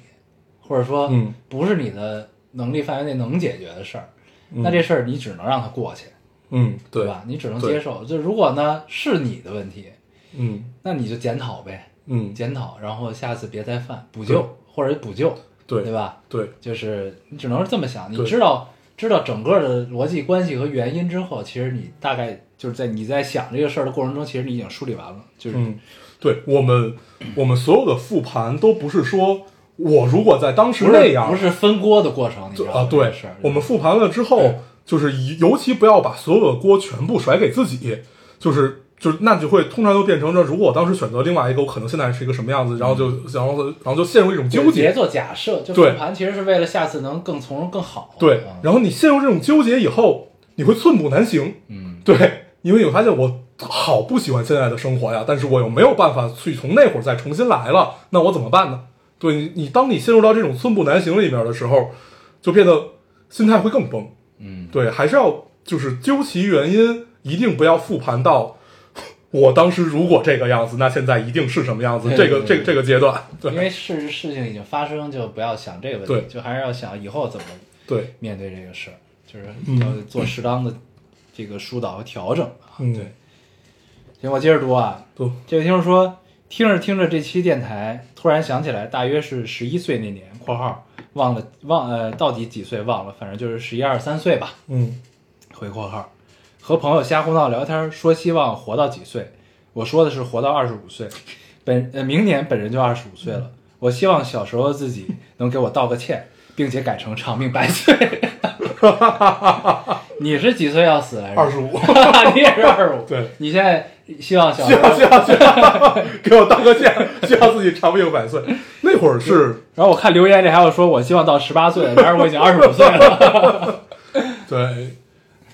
Speaker 3: 或者说
Speaker 4: 嗯
Speaker 3: 不是你的能力范围内能解决的事儿，
Speaker 4: 嗯
Speaker 3: 那这事儿你只能让它过去，
Speaker 4: 嗯，
Speaker 3: 对
Speaker 4: 对？
Speaker 3: 吧？你只能
Speaker 4: 对
Speaker 3: 接受。就如果呢是你的问题，
Speaker 4: 嗯
Speaker 3: 那你就检讨呗，
Speaker 4: 嗯，
Speaker 3: 检讨，然后下次别再犯，补
Speaker 4: 对
Speaker 3: 救或者补救，
Speaker 4: 对
Speaker 3: 对吧？
Speaker 4: 对
Speaker 3: 就是你只能是这么想，你
Speaker 4: 对
Speaker 3: 知道知道整个的逻辑关系和原因之后，其实你大概就是在你在想这个事儿的过程中，其实你已经梳理完了，就是、
Speaker 4: 嗯，对我们我们所有的复盘都不是说我如果在当时
Speaker 3: 不
Speaker 4: 那
Speaker 3: 是
Speaker 4: 样，
Speaker 3: 不是分锅的过程，你知
Speaker 4: 就
Speaker 3: 道吗？
Speaker 4: 啊，对
Speaker 3: 是，
Speaker 4: 我们复盘了之后
Speaker 3: 对，
Speaker 4: 就是以尤其不要把所有的锅全部甩给自己，就是就是那就会通常就变成这，如果我当时选择另外一个，我可能现在是一个什么样子，然后就然后然后就陷入一种纠
Speaker 3: 别
Speaker 4: 结，
Speaker 3: 做假设，就复
Speaker 4: 对
Speaker 3: 盘其实是为了下次能更从容更好。
Speaker 4: 对
Speaker 3: 嗯，
Speaker 4: 然后你陷入这种纠结以后，你会寸步难行，
Speaker 3: 嗯，
Speaker 4: 对，因为你会发现我好不喜欢现在的生活呀，但是我又没有办法去从那会儿再重新来了，那我怎么办呢？对你，你当你陷入到这种寸步难行里面的时候，就变得心态会更崩。
Speaker 3: 嗯，
Speaker 4: 对，还是要就是究其原因，一定不要复盘到我当时如果这个样子，那现在一定是什么样子，
Speaker 3: 对
Speaker 4: 这个
Speaker 3: 对
Speaker 4: 这个这个阶段，
Speaker 3: 因
Speaker 4: 对
Speaker 3: 为事事情已经发生，就不要想这个问
Speaker 4: 对
Speaker 3: 题，就还是要想以后怎么
Speaker 4: 对，
Speaker 3: 面对这个事儿，就是
Speaker 4: 嗯
Speaker 3: 要做适当的这个疏导和调整啊。
Speaker 4: 嗯
Speaker 3: 对，行，我接着读啊。
Speaker 4: 对，
Speaker 3: 这位听众说，听着听着这期电台，突然想起来，大约是十一岁那年（括号忘了忘呃到底几岁忘了，反正就是十一二三岁吧）。
Speaker 4: 嗯
Speaker 3: 回括号，和朋友瞎胡闹聊天，说希望活到几岁，我说的是活到二十五岁，本呃明年本人就二十五岁了，我希望小时候自己能给我道个歉，并且改成长命百岁。 (laughs) 你是几岁要死来着？
Speaker 4: 二十五，
Speaker 3: (laughs) 你也是二十五。
Speaker 4: 对，
Speaker 3: 你现在希望小
Speaker 4: 需
Speaker 3: 时
Speaker 4: 要需
Speaker 3: 候，
Speaker 4: 要需要， (laughs) 给我道个歉，需要自己长命百岁。那会儿是
Speaker 3: 然后我看留言里还有说我希望到十八岁，然而我已经二十五岁了。 (laughs)
Speaker 4: 对，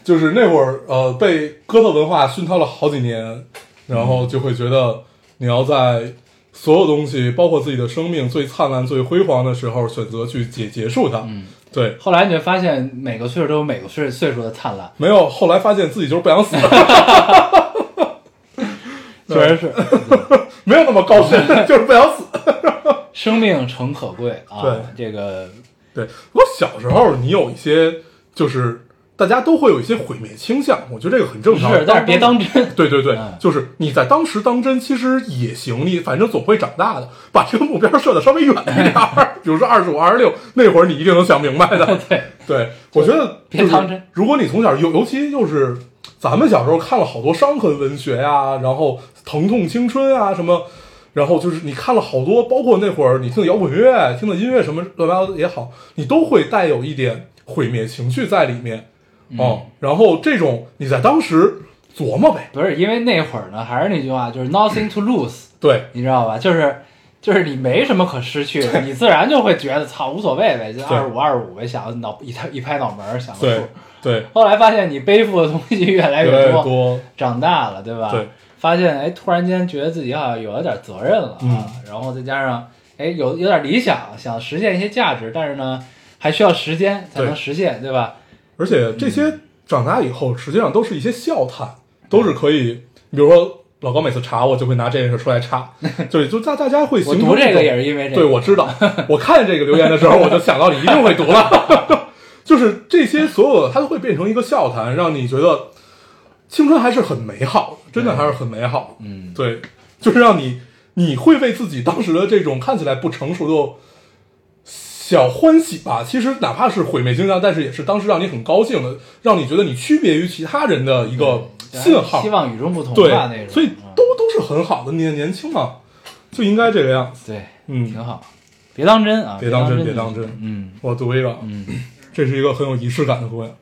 Speaker 4: 就是那会儿呃被哥特文化熏陶了好几年，然后就会觉得你要在所有东西，包括自己的生命最灿烂、最辉煌的时候，选择去结结束它。嗯，对，
Speaker 3: 后来你就发现每个岁数都有每个岁岁数的灿烂，
Speaker 4: 没有，后来发现自己就是不想
Speaker 3: (laughs)
Speaker 4: 死，
Speaker 3: 确实是。
Speaker 4: 没有那么高深，就是
Speaker 3: (laughs)
Speaker 4: 不想死。
Speaker 3: 生命诚可贵啊！
Speaker 4: 对
Speaker 3: 这个
Speaker 4: 对我小时候，你有一些就是大家都会有一些毁灭倾向，我觉得这个很正常。
Speaker 3: 是，但是别当真。 (laughs)
Speaker 4: 对对对
Speaker 3: 嗯，
Speaker 4: 就是你在当时当真其实也行，你反正总会长大的，把这个目标设的稍微远一
Speaker 3: 哎
Speaker 4: 点儿，比如说二十五、二十六那会儿，你一定能想明白的。
Speaker 3: 哦对，
Speaker 4: 对，我觉得
Speaker 3: 别
Speaker 4: 就是
Speaker 3: 当真
Speaker 4: 如果你从小尤尤其又是咱们小时候看了好多伤痕文学啊，然后疼痛青春啊什么，然后就是你看了好多，包括那会儿你听的摇滚乐、听的音乐什么乱七八糟也好，你都会带有一点毁灭情绪在里面。
Speaker 3: 嗯
Speaker 4: 哦，然后这种你在当时琢磨呗，
Speaker 3: 不是因为那会儿呢，还是那句话，就是 nothing to
Speaker 4: (laughs)
Speaker 3: lose，
Speaker 4: 对，
Speaker 3: 你知道吧？就是就是你没什么可失去的，你自然就会觉得操无所谓呗，就
Speaker 4: 对
Speaker 3: 二十五二十五呗，想脑一拍一拍脑门儿想个
Speaker 4: 对
Speaker 3: 数。
Speaker 4: 对，
Speaker 3: 后来发现你背负的东西越来
Speaker 4: 越
Speaker 3: 越
Speaker 4: 来越多，
Speaker 3: 长大了，对吧？
Speaker 4: 对，
Speaker 3: 发现哎，突然间觉得自己好像有了点责任了啊，
Speaker 4: 嗯
Speaker 3: 然后再加上哎有有点理想，想实现一些价值，但是呢还需要时间才能
Speaker 4: 对
Speaker 3: 实现，对吧？
Speaker 4: 而且这
Speaker 3: 嗯
Speaker 4: 些长大以后，实际上都是一些笑谈，都是可以，比如说老高每次查我就会拿这件事出来
Speaker 3: (laughs)
Speaker 4: 查，对，就大大家会
Speaker 3: 我
Speaker 4: 形成
Speaker 3: 读这个
Speaker 4: 种
Speaker 3: 也是因为这个，
Speaker 4: 对，
Speaker 3: (laughs)
Speaker 4: 我知道，我看这个留言的时候，我就想到你一定会读了， (laughs) 就是这些所有的，它都会变成一个笑谈，让你觉得青春还是很美好的，真的还是很美好的，
Speaker 3: 嗯，
Speaker 4: 对，就是让你你会为自己当时的这种看起来不成熟的小欢喜吧，其实哪怕是毁灭倾向，但是也是当时让你很高兴的，让你觉得你区别于其他人的一个信号
Speaker 3: 希，望与众不同
Speaker 4: 对
Speaker 3: 吧那种，，
Speaker 4: 所以
Speaker 3: 嗯
Speaker 4: 都都是很好的，你年轻嘛，就应该这个样子。
Speaker 3: 对，
Speaker 4: 嗯
Speaker 3: 挺好，别当真啊，
Speaker 4: 别当
Speaker 3: 当
Speaker 4: 真
Speaker 3: 别
Speaker 4: 别当
Speaker 3: 真
Speaker 4: 真
Speaker 3: 嗯
Speaker 4: 我读一个啊，
Speaker 3: 嗯，
Speaker 4: 这是一个很有仪式感的姑娘。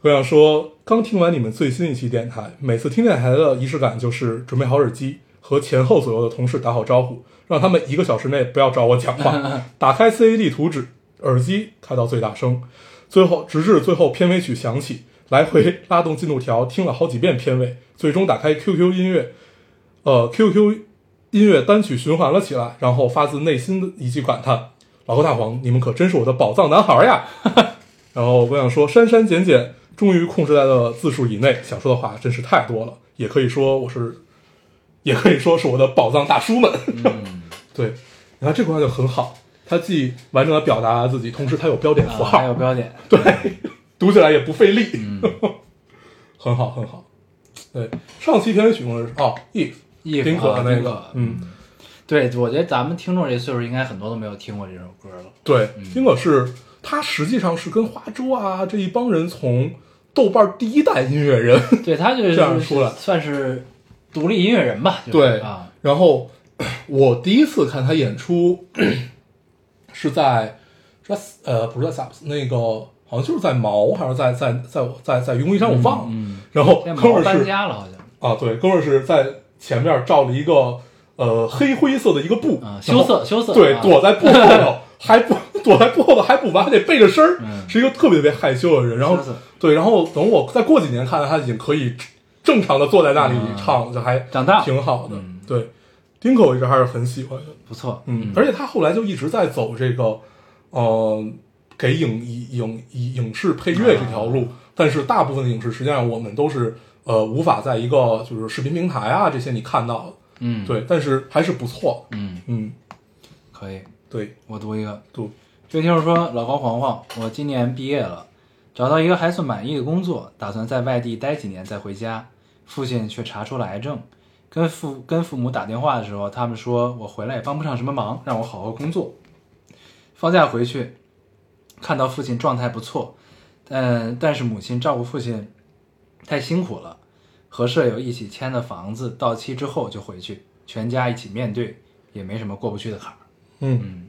Speaker 4: 姑娘说，刚听完你们最新一期电台，每次听电台的仪式感就是准备好耳机，和前后左右的同事打好招呼，让他们一个小时内不要找我讲话。打开 CAD 图纸，耳机开到最大声，最后直至最后片尾曲响起，来回拉动进度条，听了好几遍片尾，最终打开 QQ 音乐，呃 QQ 音乐单曲循环了起来，然后发自内心的一句感叹：“老高大黄，你们可真是我的宝藏男孩呀！” (laughs) 然后我想说，删删减减，终于控制在了字数以内，想说的话真是太多了，也可以说我是，也可以说是我的宝藏大叔们。
Speaker 3: 嗯
Speaker 4: (laughs) 对，你看这块就很好，它既完整的表达自己，同时它有标点符
Speaker 3: 啊
Speaker 4: 号，
Speaker 3: 还有标点，
Speaker 4: 对，读起来也不费力， (laughs) 很好很好。对，上期片尾曲目是哦，if
Speaker 3: 一
Speaker 4: 丁可的那
Speaker 3: 那
Speaker 4: 个，，嗯，
Speaker 3: 对，我觉得咱们听众这岁数应该很多都没有听过这首歌了，
Speaker 4: 对，丁可是他实际上是跟花粥啊这一帮人从豆瓣第一代音乐人，
Speaker 3: 对他就是
Speaker 4: 这样出来
Speaker 3: 算是独立音乐人吧，就是
Speaker 4: 对
Speaker 3: 啊，
Speaker 4: 然后我第一次看他演出是在，是在呃不是在萨普斯那个，好像就是在毛还是在在在我在在云贵山我忘了。然后
Speaker 3: 现在
Speaker 4: 哥
Speaker 3: 毛
Speaker 4: 们儿
Speaker 3: 搬
Speaker 4: 是
Speaker 3: 家了好像。
Speaker 4: 啊，对，哥们儿是在前面罩了一个呃黑灰色的一个布，
Speaker 3: 啊，
Speaker 4: 然
Speaker 3: 羞
Speaker 4: 后
Speaker 3: 涩羞涩，
Speaker 4: 对，
Speaker 3: 啊 (laughs)
Speaker 4: 躲在布后头，还不躲在布后头还不完，还得背着身儿，
Speaker 3: 嗯
Speaker 4: 是一个特别特别害羞的人。然后
Speaker 3: 羞涩
Speaker 4: 对，然后等我再过几年看到他已经可以正常的坐在那里唱，就还
Speaker 3: 啊长大了
Speaker 4: 挺好的
Speaker 3: 嗯。
Speaker 4: 对，丁克我一直还是很喜欢的，
Speaker 3: 不错，
Speaker 4: 嗯，而且他后来就一直在走这个，呃，给影影影影视配乐这条路，但是大部分的影视实际上我们都是呃无法在一个就是视频平台啊这些你看到的，
Speaker 3: 嗯，，
Speaker 4: 对，但是还是不错，
Speaker 3: 嗯，
Speaker 4: 嗯，
Speaker 3: 可以，
Speaker 4: 对，
Speaker 3: 我读一个。
Speaker 4: 就
Speaker 3: 这位听众说：“老高黄黄，我今年毕业了，找到一个还算满意的工作，打算在外地待几年再回家。父亲却查出了癌症，跟父跟父母打电话的时候，他们说我回来也帮不上什么忙，让我好好工作。放假回去，看到父亲状态不错，呃但但是母亲照顾父亲太辛苦了。和舍友一起签的房子到期之后就回去，全家一起面对，也没什么过不去的坎儿。”
Speaker 4: 嗯，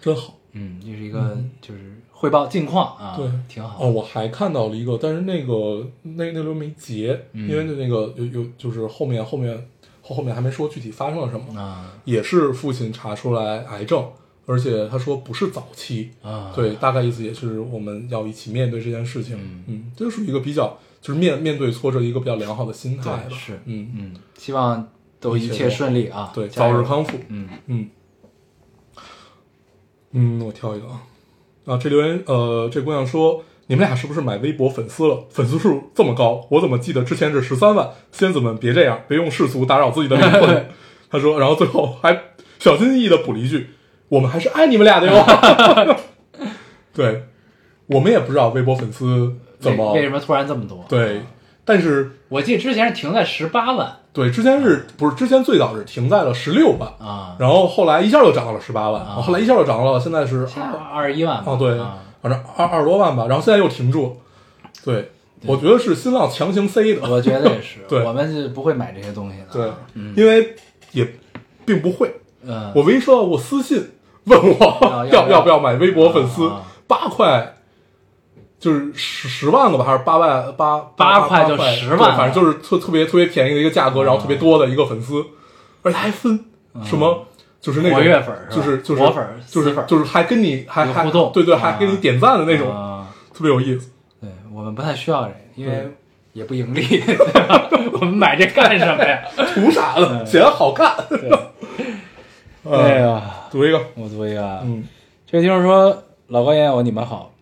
Speaker 4: 真好。
Speaker 3: 嗯，这是一个就是汇报近况啊，
Speaker 4: 对，
Speaker 3: 挺好。
Speaker 4: 哦，我还看到了一个，但是那个那那轮没截，
Speaker 3: 嗯
Speaker 4: 因为那个有有就是后面后面后后面还没说具体发生了什么，
Speaker 3: 啊
Speaker 4: 也是父亲查出来癌症，而且他说不是早期，
Speaker 3: 啊，
Speaker 4: 对，大概意思也是我们要一起面对这件事情，
Speaker 3: 嗯
Speaker 4: 嗯，这属于一个比较就是面面对挫折一个比较良好的心态吧，
Speaker 3: 对是
Speaker 4: 嗯
Speaker 3: 嗯，希望都一切顺利啊，
Speaker 4: 对，
Speaker 3: 加
Speaker 4: 早
Speaker 3: 油
Speaker 4: 日康复，
Speaker 3: 嗯
Speaker 4: 嗯，嗯，我挑一个啊，啊，这留言，呃，这姑娘说，你们俩是不是买微博粉丝了？粉丝数这么高，我怎么记得之前是十三万？仙子们别这样，别用世俗打扰自己的灵魂。
Speaker 3: (laughs)
Speaker 4: 她说，然后最后还小心翼翼的补了一句，我们还是爱你们俩的哟。
Speaker 3: (laughs)
Speaker 4: 对，我们也不知道微博粉丝怎么
Speaker 3: 为为什么突然这么多？，
Speaker 4: 对，但是
Speaker 3: 我记得之前是停在十八万
Speaker 4: 对，之前是不是之前最早是停在了十六万
Speaker 3: 啊，
Speaker 4: 然后后来一下就涨到了十八万，
Speaker 3: 啊
Speaker 4: 后来一下就涨到了现在是
Speaker 3: 下
Speaker 4: 二
Speaker 3: 二十一万吧
Speaker 4: 哦对
Speaker 3: 啊，
Speaker 4: 反正二二十多万吧，然后现在又停住，对，我觉得是新浪强行塞的，，
Speaker 3: 我觉得也是
Speaker 4: (laughs) 对
Speaker 3: 我们是不会买这些东西的，啊
Speaker 4: 对，，因为也并不会，
Speaker 3: 嗯，
Speaker 4: 我唯一收到过私信问我 (laughs)
Speaker 3: 啊要
Speaker 4: 要
Speaker 3: 不要
Speaker 4: 不要买微博粉丝
Speaker 3: 啊啊
Speaker 4: 八块。就是十十万个吧，还是八万八
Speaker 3: 八
Speaker 4: 块
Speaker 3: 块就10万了
Speaker 4: 对
Speaker 3: 啊
Speaker 4: 反正就是特特别特别便宜的一个价格，然后特别多的一个粉丝，而且还分什么，就是那种
Speaker 3: 活跃粉儿是吧
Speaker 4: 就是就是
Speaker 3: 活粉儿
Speaker 4: 就是
Speaker 3: 死粉儿
Speaker 4: 就是还跟你还
Speaker 3: 有
Speaker 4: 还
Speaker 3: 互动
Speaker 4: 对对，
Speaker 3: 啊
Speaker 4: 还给你点赞的那种，
Speaker 3: 啊，
Speaker 4: 特别有意思。
Speaker 3: 对我们不太需要这个，因为
Speaker 4: 对
Speaker 3: 也不盈利， (laughs) 对吧我们买这干什么
Speaker 4: (laughs)
Speaker 3: 呀？
Speaker 4: 图啥呢？显得好看。 (laughs)
Speaker 3: 对
Speaker 4: 哎，
Speaker 3: 呀，
Speaker 4: 读一个，
Speaker 3: 我读一个啊，
Speaker 4: 嗯
Speaker 3: 这位听众说：“老高烟友，你们好。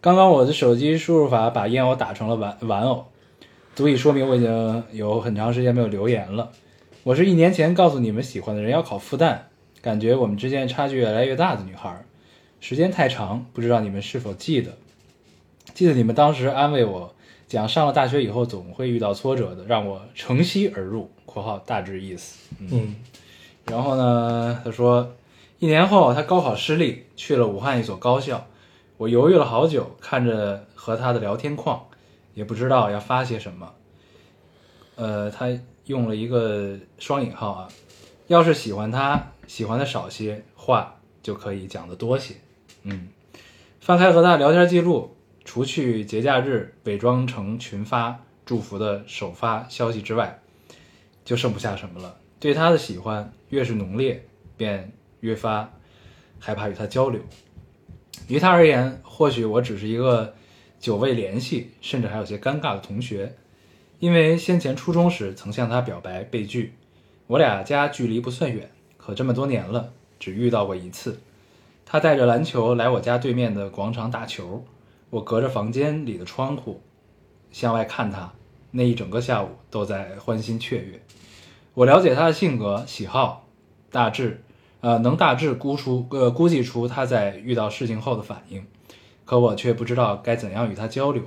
Speaker 3: 刚刚我的手机输入法把烟偶打成了玩玩偶，足以说明我已经有很长时间没有留言了。我是一年前告诉你们喜欢的人要考复旦，感觉我们之间差距越来越大的女孩，时间太长，不知道你们是否记得？记得你们当时安慰我，讲上了大学以后总会遇到挫折的，让我乘虚而入（括号大致意思）。
Speaker 4: 嗯
Speaker 3: 然后呢，他说，一年后啊他高考失利，去了武汉一所高校。我犹豫了好久，看着和他的聊天框，也不知道要发些什么。呃，他用了一个双引号啊，要是喜欢他，喜欢的少些话，就可以讲的多些。嗯，翻开和他聊天记录，除去节假日伪装成群发祝福的首发消息之外，就剩不下什么了。对他的喜欢越是浓烈，便越发害怕与他交流。于他而言，或许我只是一个久未联系，甚至还有些尴尬的同学，因为先前初中时曾向他表白被拒。我俩家距离不算远，可这么多年了，只遇到过一次。他带着篮球来我家对面的广场打球，我隔着房间里的窗户向外看他，那一整个下午都在欢欣雀跃。我了解他的性格、喜好，大致，呃，能大致估出，呃，估计出他在遇到事情后的反应，可我却不知道该怎样与他交流。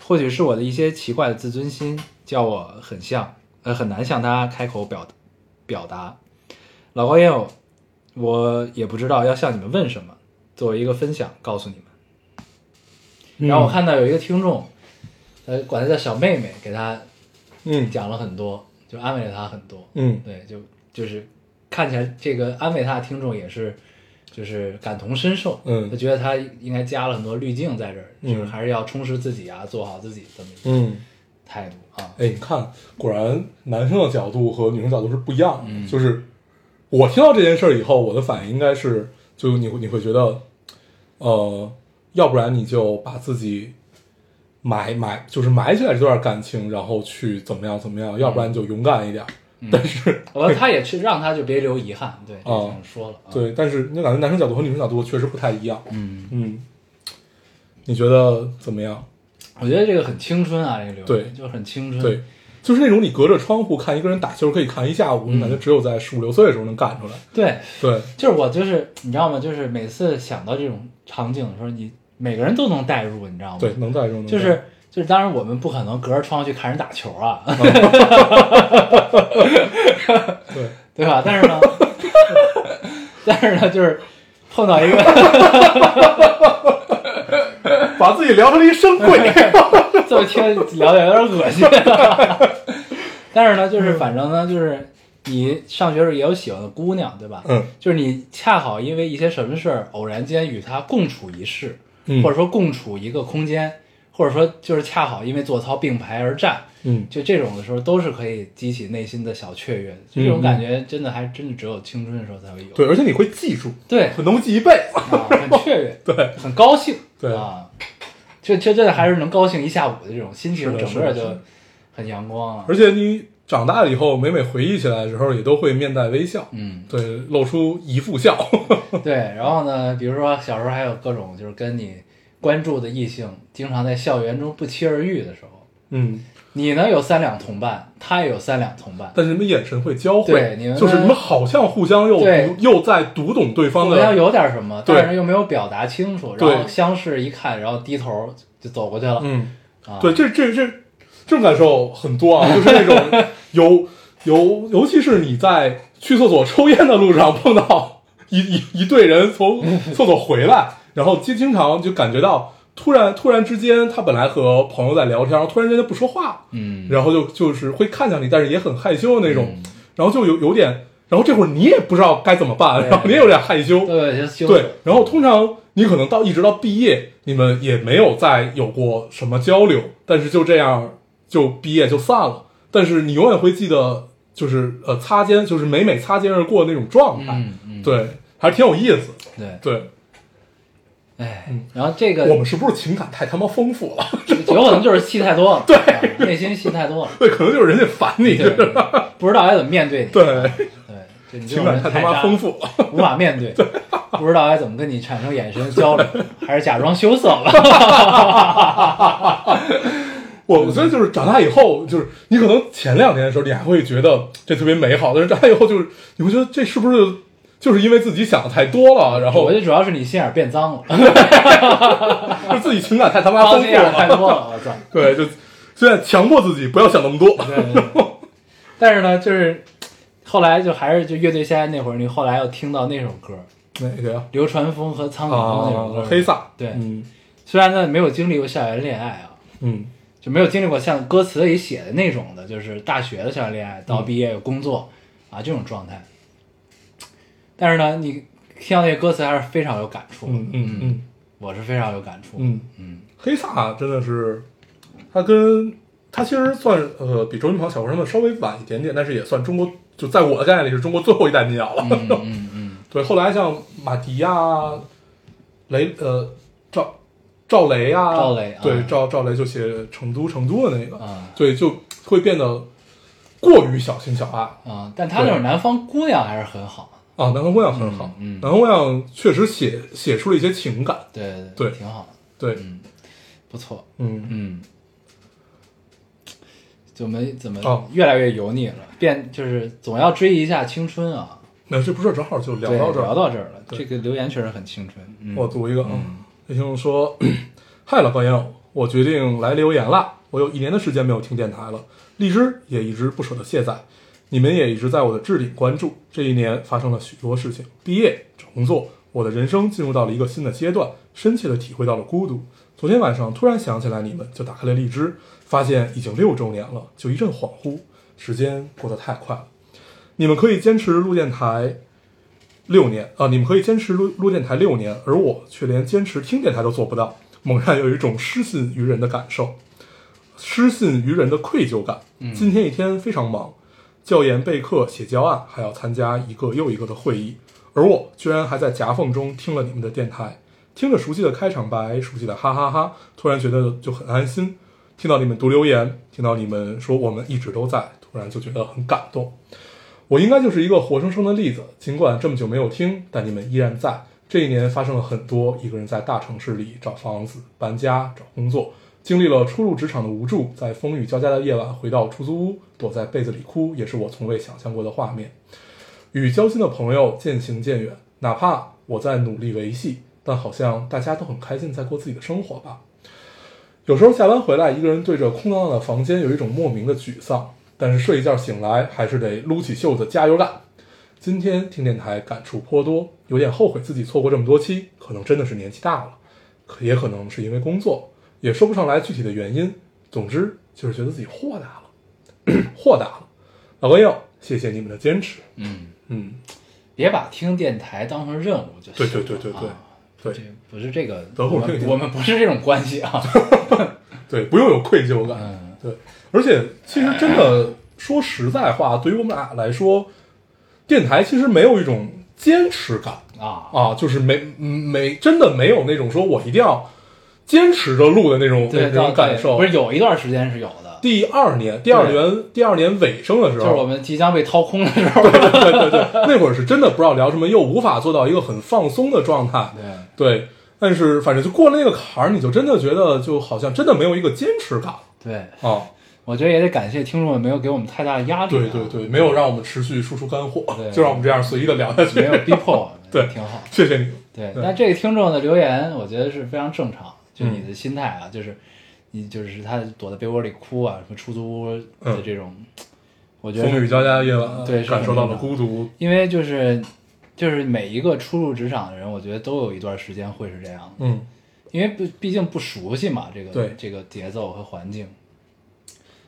Speaker 3: 或许是我的一些奇怪的自尊心，叫我很像，呃，很难向他开口表表达。老高也有，我也不知道要向你们问什么，作为一个分享，告诉你们。
Speaker 4: 嗯
Speaker 3: 然后我看到有一个听众，呃，管她叫小妹妹，给她
Speaker 4: 嗯
Speaker 3: 讲了很多，就安慰了她很多。
Speaker 4: 嗯，
Speaker 3: 对，就就是看起来这个安慰他的听众也是，就是感同身受，
Speaker 4: 嗯
Speaker 3: 就觉得他应该加了很多滤镜在这儿，
Speaker 4: 嗯
Speaker 3: 就是还是要充实自己啊，做好自己这么一个
Speaker 4: 嗯，
Speaker 3: 态度
Speaker 4: (laughs)
Speaker 3: 啊，
Speaker 4: 哎，你看，果然男生的角度和女生角度是不一样的。就是我听到这件事儿以后，我的反应应该是，就你会你会觉得，呃，要不然你就把自己埋埋，就是埋起来这段感情，然后去怎么样怎么样，要不然你就勇敢一点儿。但是，
Speaker 3: 我他也去让他就别留遗憾，对，这已
Speaker 4: 哦
Speaker 3: 经说了，啊，
Speaker 4: 对，但是你感觉男生角度和女生角度确实不太一样。
Speaker 3: 嗯，
Speaker 4: 嗯，你觉得怎么样？
Speaker 3: 我觉得这个很青春啊，这个留言
Speaker 4: 对
Speaker 3: 就很青春。
Speaker 4: 对，就是那种你隔着窗户看一个人打球可以看一下午，你感觉只有在十五六岁的时候能干出来。
Speaker 3: 对，
Speaker 4: 对，
Speaker 3: 就是我就是你知道吗？就是每次想到这种场景的时候，你每个人都能代入，你知道吗？
Speaker 4: 对，能带这种能带，
Speaker 3: 就是就是，当然我们不可能隔着窗户去看人打球啊， (laughs)
Speaker 4: 对，
Speaker 3: 对吧？但
Speaker 4: (laughs)
Speaker 3: 是呢，但是呢，就是碰到一
Speaker 4: (laughs)
Speaker 3: 个
Speaker 4: 把自己聊成了一生鬼。
Speaker 3: 这么听聊的有点恶
Speaker 4: (laughs)
Speaker 3: 心了，但是呢，就是
Speaker 4: 嗯
Speaker 3: 反正呢，就是你上学时候也有喜欢的姑娘，对吧？
Speaker 4: 嗯，
Speaker 3: 就是你恰好因为一些什么事儿，偶然间与她共处一室，
Speaker 4: 嗯
Speaker 3: 或者说共处一个空间，或者说就是恰好因为做操并排而战， (laughs)
Speaker 4: 嗯，
Speaker 3: 就这种的时候，都是可以激起内心的小雀跃的。就这种感觉，真的还真的只有青春的时候才会有。
Speaker 4: 嗯对，而且你会记住，
Speaker 3: 对
Speaker 4: 能记一辈子。
Speaker 3: 啊，很雀跃，
Speaker 4: 对，
Speaker 3: (laughs) 很高兴，
Speaker 4: 对
Speaker 3: 啊，就就真的还是能高兴一下午的这种心
Speaker 4: 是
Speaker 3: 情，
Speaker 4: 的
Speaker 3: 整
Speaker 4: 是的
Speaker 3: 个
Speaker 4: 是的
Speaker 3: 就很阳光啊。
Speaker 4: 而且你长大了以后，每每回忆起来的时候，也都会面带微笑，
Speaker 3: 嗯，
Speaker 4: 对，露出一副笑。 (laughs)
Speaker 3: 对。然后呢，比如说小时候还有各种就是跟你关注的异性，经常在校园中不期而遇的时候，
Speaker 4: 嗯，
Speaker 3: 你呢有三两同伴，他也有三两同伴，
Speaker 4: 但是你们眼神会交
Speaker 3: 对
Speaker 4: 汇
Speaker 3: 你们，
Speaker 4: 就是你们好像互相又
Speaker 3: 对
Speaker 4: 读又在读懂对方
Speaker 3: 我们要
Speaker 4: 的，
Speaker 3: 有点什么，
Speaker 4: 对
Speaker 3: 但是又没有表达清楚，然
Speaker 4: 对
Speaker 3: 后相视一看，然后低头就走过去了。
Speaker 4: 嗯，
Speaker 3: 啊，
Speaker 4: 对，这这这这种感受很多啊，就是
Speaker 3: (laughs)
Speaker 4: 那种尤尤尤其是你在去厕所抽烟的路上碰到一一一队人从厕所回来，然后经经常就感觉到突然突然之间，他本来和朋友在聊天，然后突然之间就不说话了，
Speaker 3: 嗯，
Speaker 4: 然后就就是会看向你，但是也很害羞的那种，然后就有有点，然后这会儿你也不知道该怎么办，
Speaker 3: 对
Speaker 4: 然后你也有点害羞，
Speaker 3: 都有些羞
Speaker 4: 对，然后通常你可能到一直到毕业，你们也没有再有过什么交流，但是就这样就毕业就散了。但是你永远会记得，就是呃擦肩，就是每每擦肩而过的那种状态，
Speaker 3: 嗯嗯
Speaker 4: 对，还是挺有意思。
Speaker 3: 对，
Speaker 4: 对
Speaker 3: 哎
Speaker 4: 嗯，
Speaker 3: 然后这个
Speaker 4: 我们是不是情感太他妈丰富了？ (laughs)
Speaker 3: 有可能就是戏太多了，对，内心戏太多了，
Speaker 4: 对，可能就是人家烦你，
Speaker 3: 对
Speaker 4: 就，是
Speaker 3: (laughs) 不知道该怎么面对你，对，
Speaker 4: (laughs) 对，
Speaker 3: 就你这
Speaker 4: 情
Speaker 3: 种
Speaker 4: 感
Speaker 3: 人
Speaker 4: 太
Speaker 3: 太
Speaker 4: 他妈
Speaker 3: 渣
Speaker 4: 丰，富了。
Speaker 3: 无法面
Speaker 4: (laughs)
Speaker 3: 对，不知道该怎么跟你产生眼神交流，还是假装羞涩
Speaker 4: (laughs)
Speaker 3: 吧。
Speaker 4: 我觉得就是长大以后，就是你可能前两年的时候，你还会觉得这特别美好，但是长大以后就是你会觉得这是不是就是因为自己想的太多了，然后
Speaker 3: 我觉得主要是你心眼儿变脏了，
Speaker 4: 就自己情感太他
Speaker 3: (laughs)
Speaker 4: 妈
Speaker 3: 脏
Speaker 4: 丰
Speaker 3: 心
Speaker 4: 富
Speaker 3: 眼儿太
Speaker 4: 了。
Speaker 3: 多了，我
Speaker 4: (laughs)
Speaker 3: 操！
Speaker 4: 对，就现在强迫自己不要想那么多。 (laughs)
Speaker 3: 对对对，但是呢，就是后来就还是就乐队夏天那会儿，你后来又听到那首歌，
Speaker 4: 哪个哎呀？
Speaker 3: 流川枫和苍井空那首歌，
Speaker 4: 啊，黑撒。
Speaker 3: 哦对
Speaker 4: 嗯
Speaker 3: 虽然呢没有经历过校园恋爱啊，
Speaker 4: 嗯
Speaker 3: 就没有经历过像歌词里写的那种的，就是大学的校园恋爱到毕业有工作、啊这种状态。但是呢，你听到那个歌词还是非常有感触的，
Speaker 4: 嗯嗯嗯
Speaker 3: 我是非常有感触的，
Speaker 4: 嗯，
Speaker 3: 嗯
Speaker 4: 黑撒真的是，他跟他其实算呃比周云鹏、小辉他们稍微晚一点点，但是也算中国就在我的概念里是中国最后一代民谣了。
Speaker 3: 嗯嗯嗯，
Speaker 4: (laughs) 对，后来像马迪呀、雷呃赵赵雷啊，
Speaker 3: 赵雷啊
Speaker 4: 对赵赵雷就写成都成都的那个，
Speaker 3: 啊
Speaker 4: 对，就会变得过于小情小爱。
Speaker 3: 啊，但他那种南方姑娘还是很好，
Speaker 4: 啊，南方姑娘很好，
Speaker 3: 嗯嗯
Speaker 4: 南方姑娘确实写写出了一些情感，
Speaker 3: 对对
Speaker 4: 对
Speaker 3: 挺好的，
Speaker 4: 对，
Speaker 3: 嗯，不错，
Speaker 4: 嗯，
Speaker 3: 嗯，怎么怎么、
Speaker 4: 哦
Speaker 3: 越来越油腻了，变就是总要追忆一下青春啊。
Speaker 4: 那这不是正好就聊
Speaker 3: 对
Speaker 4: 到这
Speaker 3: 聊
Speaker 4: 儿，
Speaker 3: 到这儿了，
Speaker 4: 对
Speaker 3: 这个留言确实很青春。嗯、
Speaker 4: 我读一个啊，有听众说，嗨，老高烟友，我决定来留言了，我有一年的时间没有听电台了，荔枝也一直不舍得卸载，你们也一直在我的置顶关注，这一年发生了许多事情，毕业、找工作，我的人生进入到了一个新的阶段，深切的体会到了孤独。昨天晚上突然想起来你们，就打开了荔枝，发现已经六周年了，就一阵恍惚，时间过得太快了。你们可以坚持录电台六年啊、你们可以坚持录录电台六年，而我却连坚持听电台都做不到，猛然有一种失信于人的感受，失信于人的愧疚感。今天一天非常忙，教研备课、写教案，还要参加一个又一个的会议，而我居然还在夹缝中听了你们的电台，听着熟悉的开场白，熟悉的哈哈哈，突然觉得就很安心。听到你们读留言，听到你们说我们一直都在，突然就觉得很感动。我应该就是一个活生生的例子。尽管这么久没有听，但你们依然在，这一年发生了很多一个人在大城市里找房子、搬家、找工作，经历了初入职场的无助，在风雨交加的夜晚回到出租屋，躲在被子里哭，也是我从未想象过的画面。与交心的朋友渐行渐远，哪怕我在努力维系，但好像大家都很开心在过自己的生活吧。有时候下班回来，一个人对着空荡荡的房间有一种莫名的沮丧，但是睡一觉醒来还是得撸起袖子加油干。今天听电台感触颇多，有点后悔自己错过这么多期，可能真的是年纪大了，可也可能是因为工作，也说不上来具体的原因。总之就是觉得自己豁达了， (laughs) 豁达了。老朋友，谢谢你们的坚持。
Speaker 3: 嗯，
Speaker 4: 嗯，
Speaker 3: 别把听电台当成任务就行
Speaker 4: 对
Speaker 3: 了。
Speaker 4: 对对对对
Speaker 3: 啊
Speaker 4: 对
Speaker 3: 这不是这个，
Speaker 4: 得
Speaker 3: 我
Speaker 4: 过
Speaker 3: 们
Speaker 4: 且过
Speaker 3: 我们不是这种关系
Speaker 4: (laughs)
Speaker 3: 啊。
Speaker 4: 对，不用有愧疚感。
Speaker 3: 嗯
Speaker 4: 对，而且其实真的说实在话，对于我们俩来说，电台其实没有一种坚持感
Speaker 3: 啊，
Speaker 4: 啊，就是没没真的没有那种说我一定要坚持着录的那种
Speaker 3: 对，
Speaker 4: 那种
Speaker 3: 到
Speaker 4: 感
Speaker 3: 对
Speaker 4: 受。
Speaker 3: 不是有一段时间是有的，
Speaker 4: 第二年，第二年，第二年尾声的时
Speaker 3: 就
Speaker 4: 候，
Speaker 3: 是我们即将被掏空的时候。
Speaker 4: (laughs) 对对对，那会儿是真的不知道聊什么，又无法做到一个很放松的状态。
Speaker 3: 对，
Speaker 4: 对，但是反正就过了那个坎儿，你就真的觉得就好像真的没有一个坚持感
Speaker 3: 对，
Speaker 4: 啊。
Speaker 3: 我觉得也得感谢听众们没有给我们太大的压力、啊，
Speaker 4: 对对对，没有让我们持续输出干货
Speaker 3: 对，
Speaker 4: 就让我们这样随意的聊下去。
Speaker 3: 没有逼迫我们，
Speaker 4: 对
Speaker 3: 挺好。
Speaker 4: 谢谢你，
Speaker 3: 对，
Speaker 4: 对
Speaker 3: 那这个听众的留言，我觉得是非常正常，就你
Speaker 4: 嗯
Speaker 3: 的心态啊，就是你就是他躲在被窝里哭啊，什么出租屋的这种，我觉得
Speaker 4: 嗯风雨交加的夜晚，啊
Speaker 3: 对是
Speaker 4: 感受到了
Speaker 3: 很正
Speaker 4: 孤独。
Speaker 3: 因为就是就是每一个初入职场的人，我觉得都有一段时间会是这样的，
Speaker 4: 嗯，
Speaker 3: 因为不毕竟不熟悉嘛，这个
Speaker 4: 对
Speaker 3: 这个节奏和环境，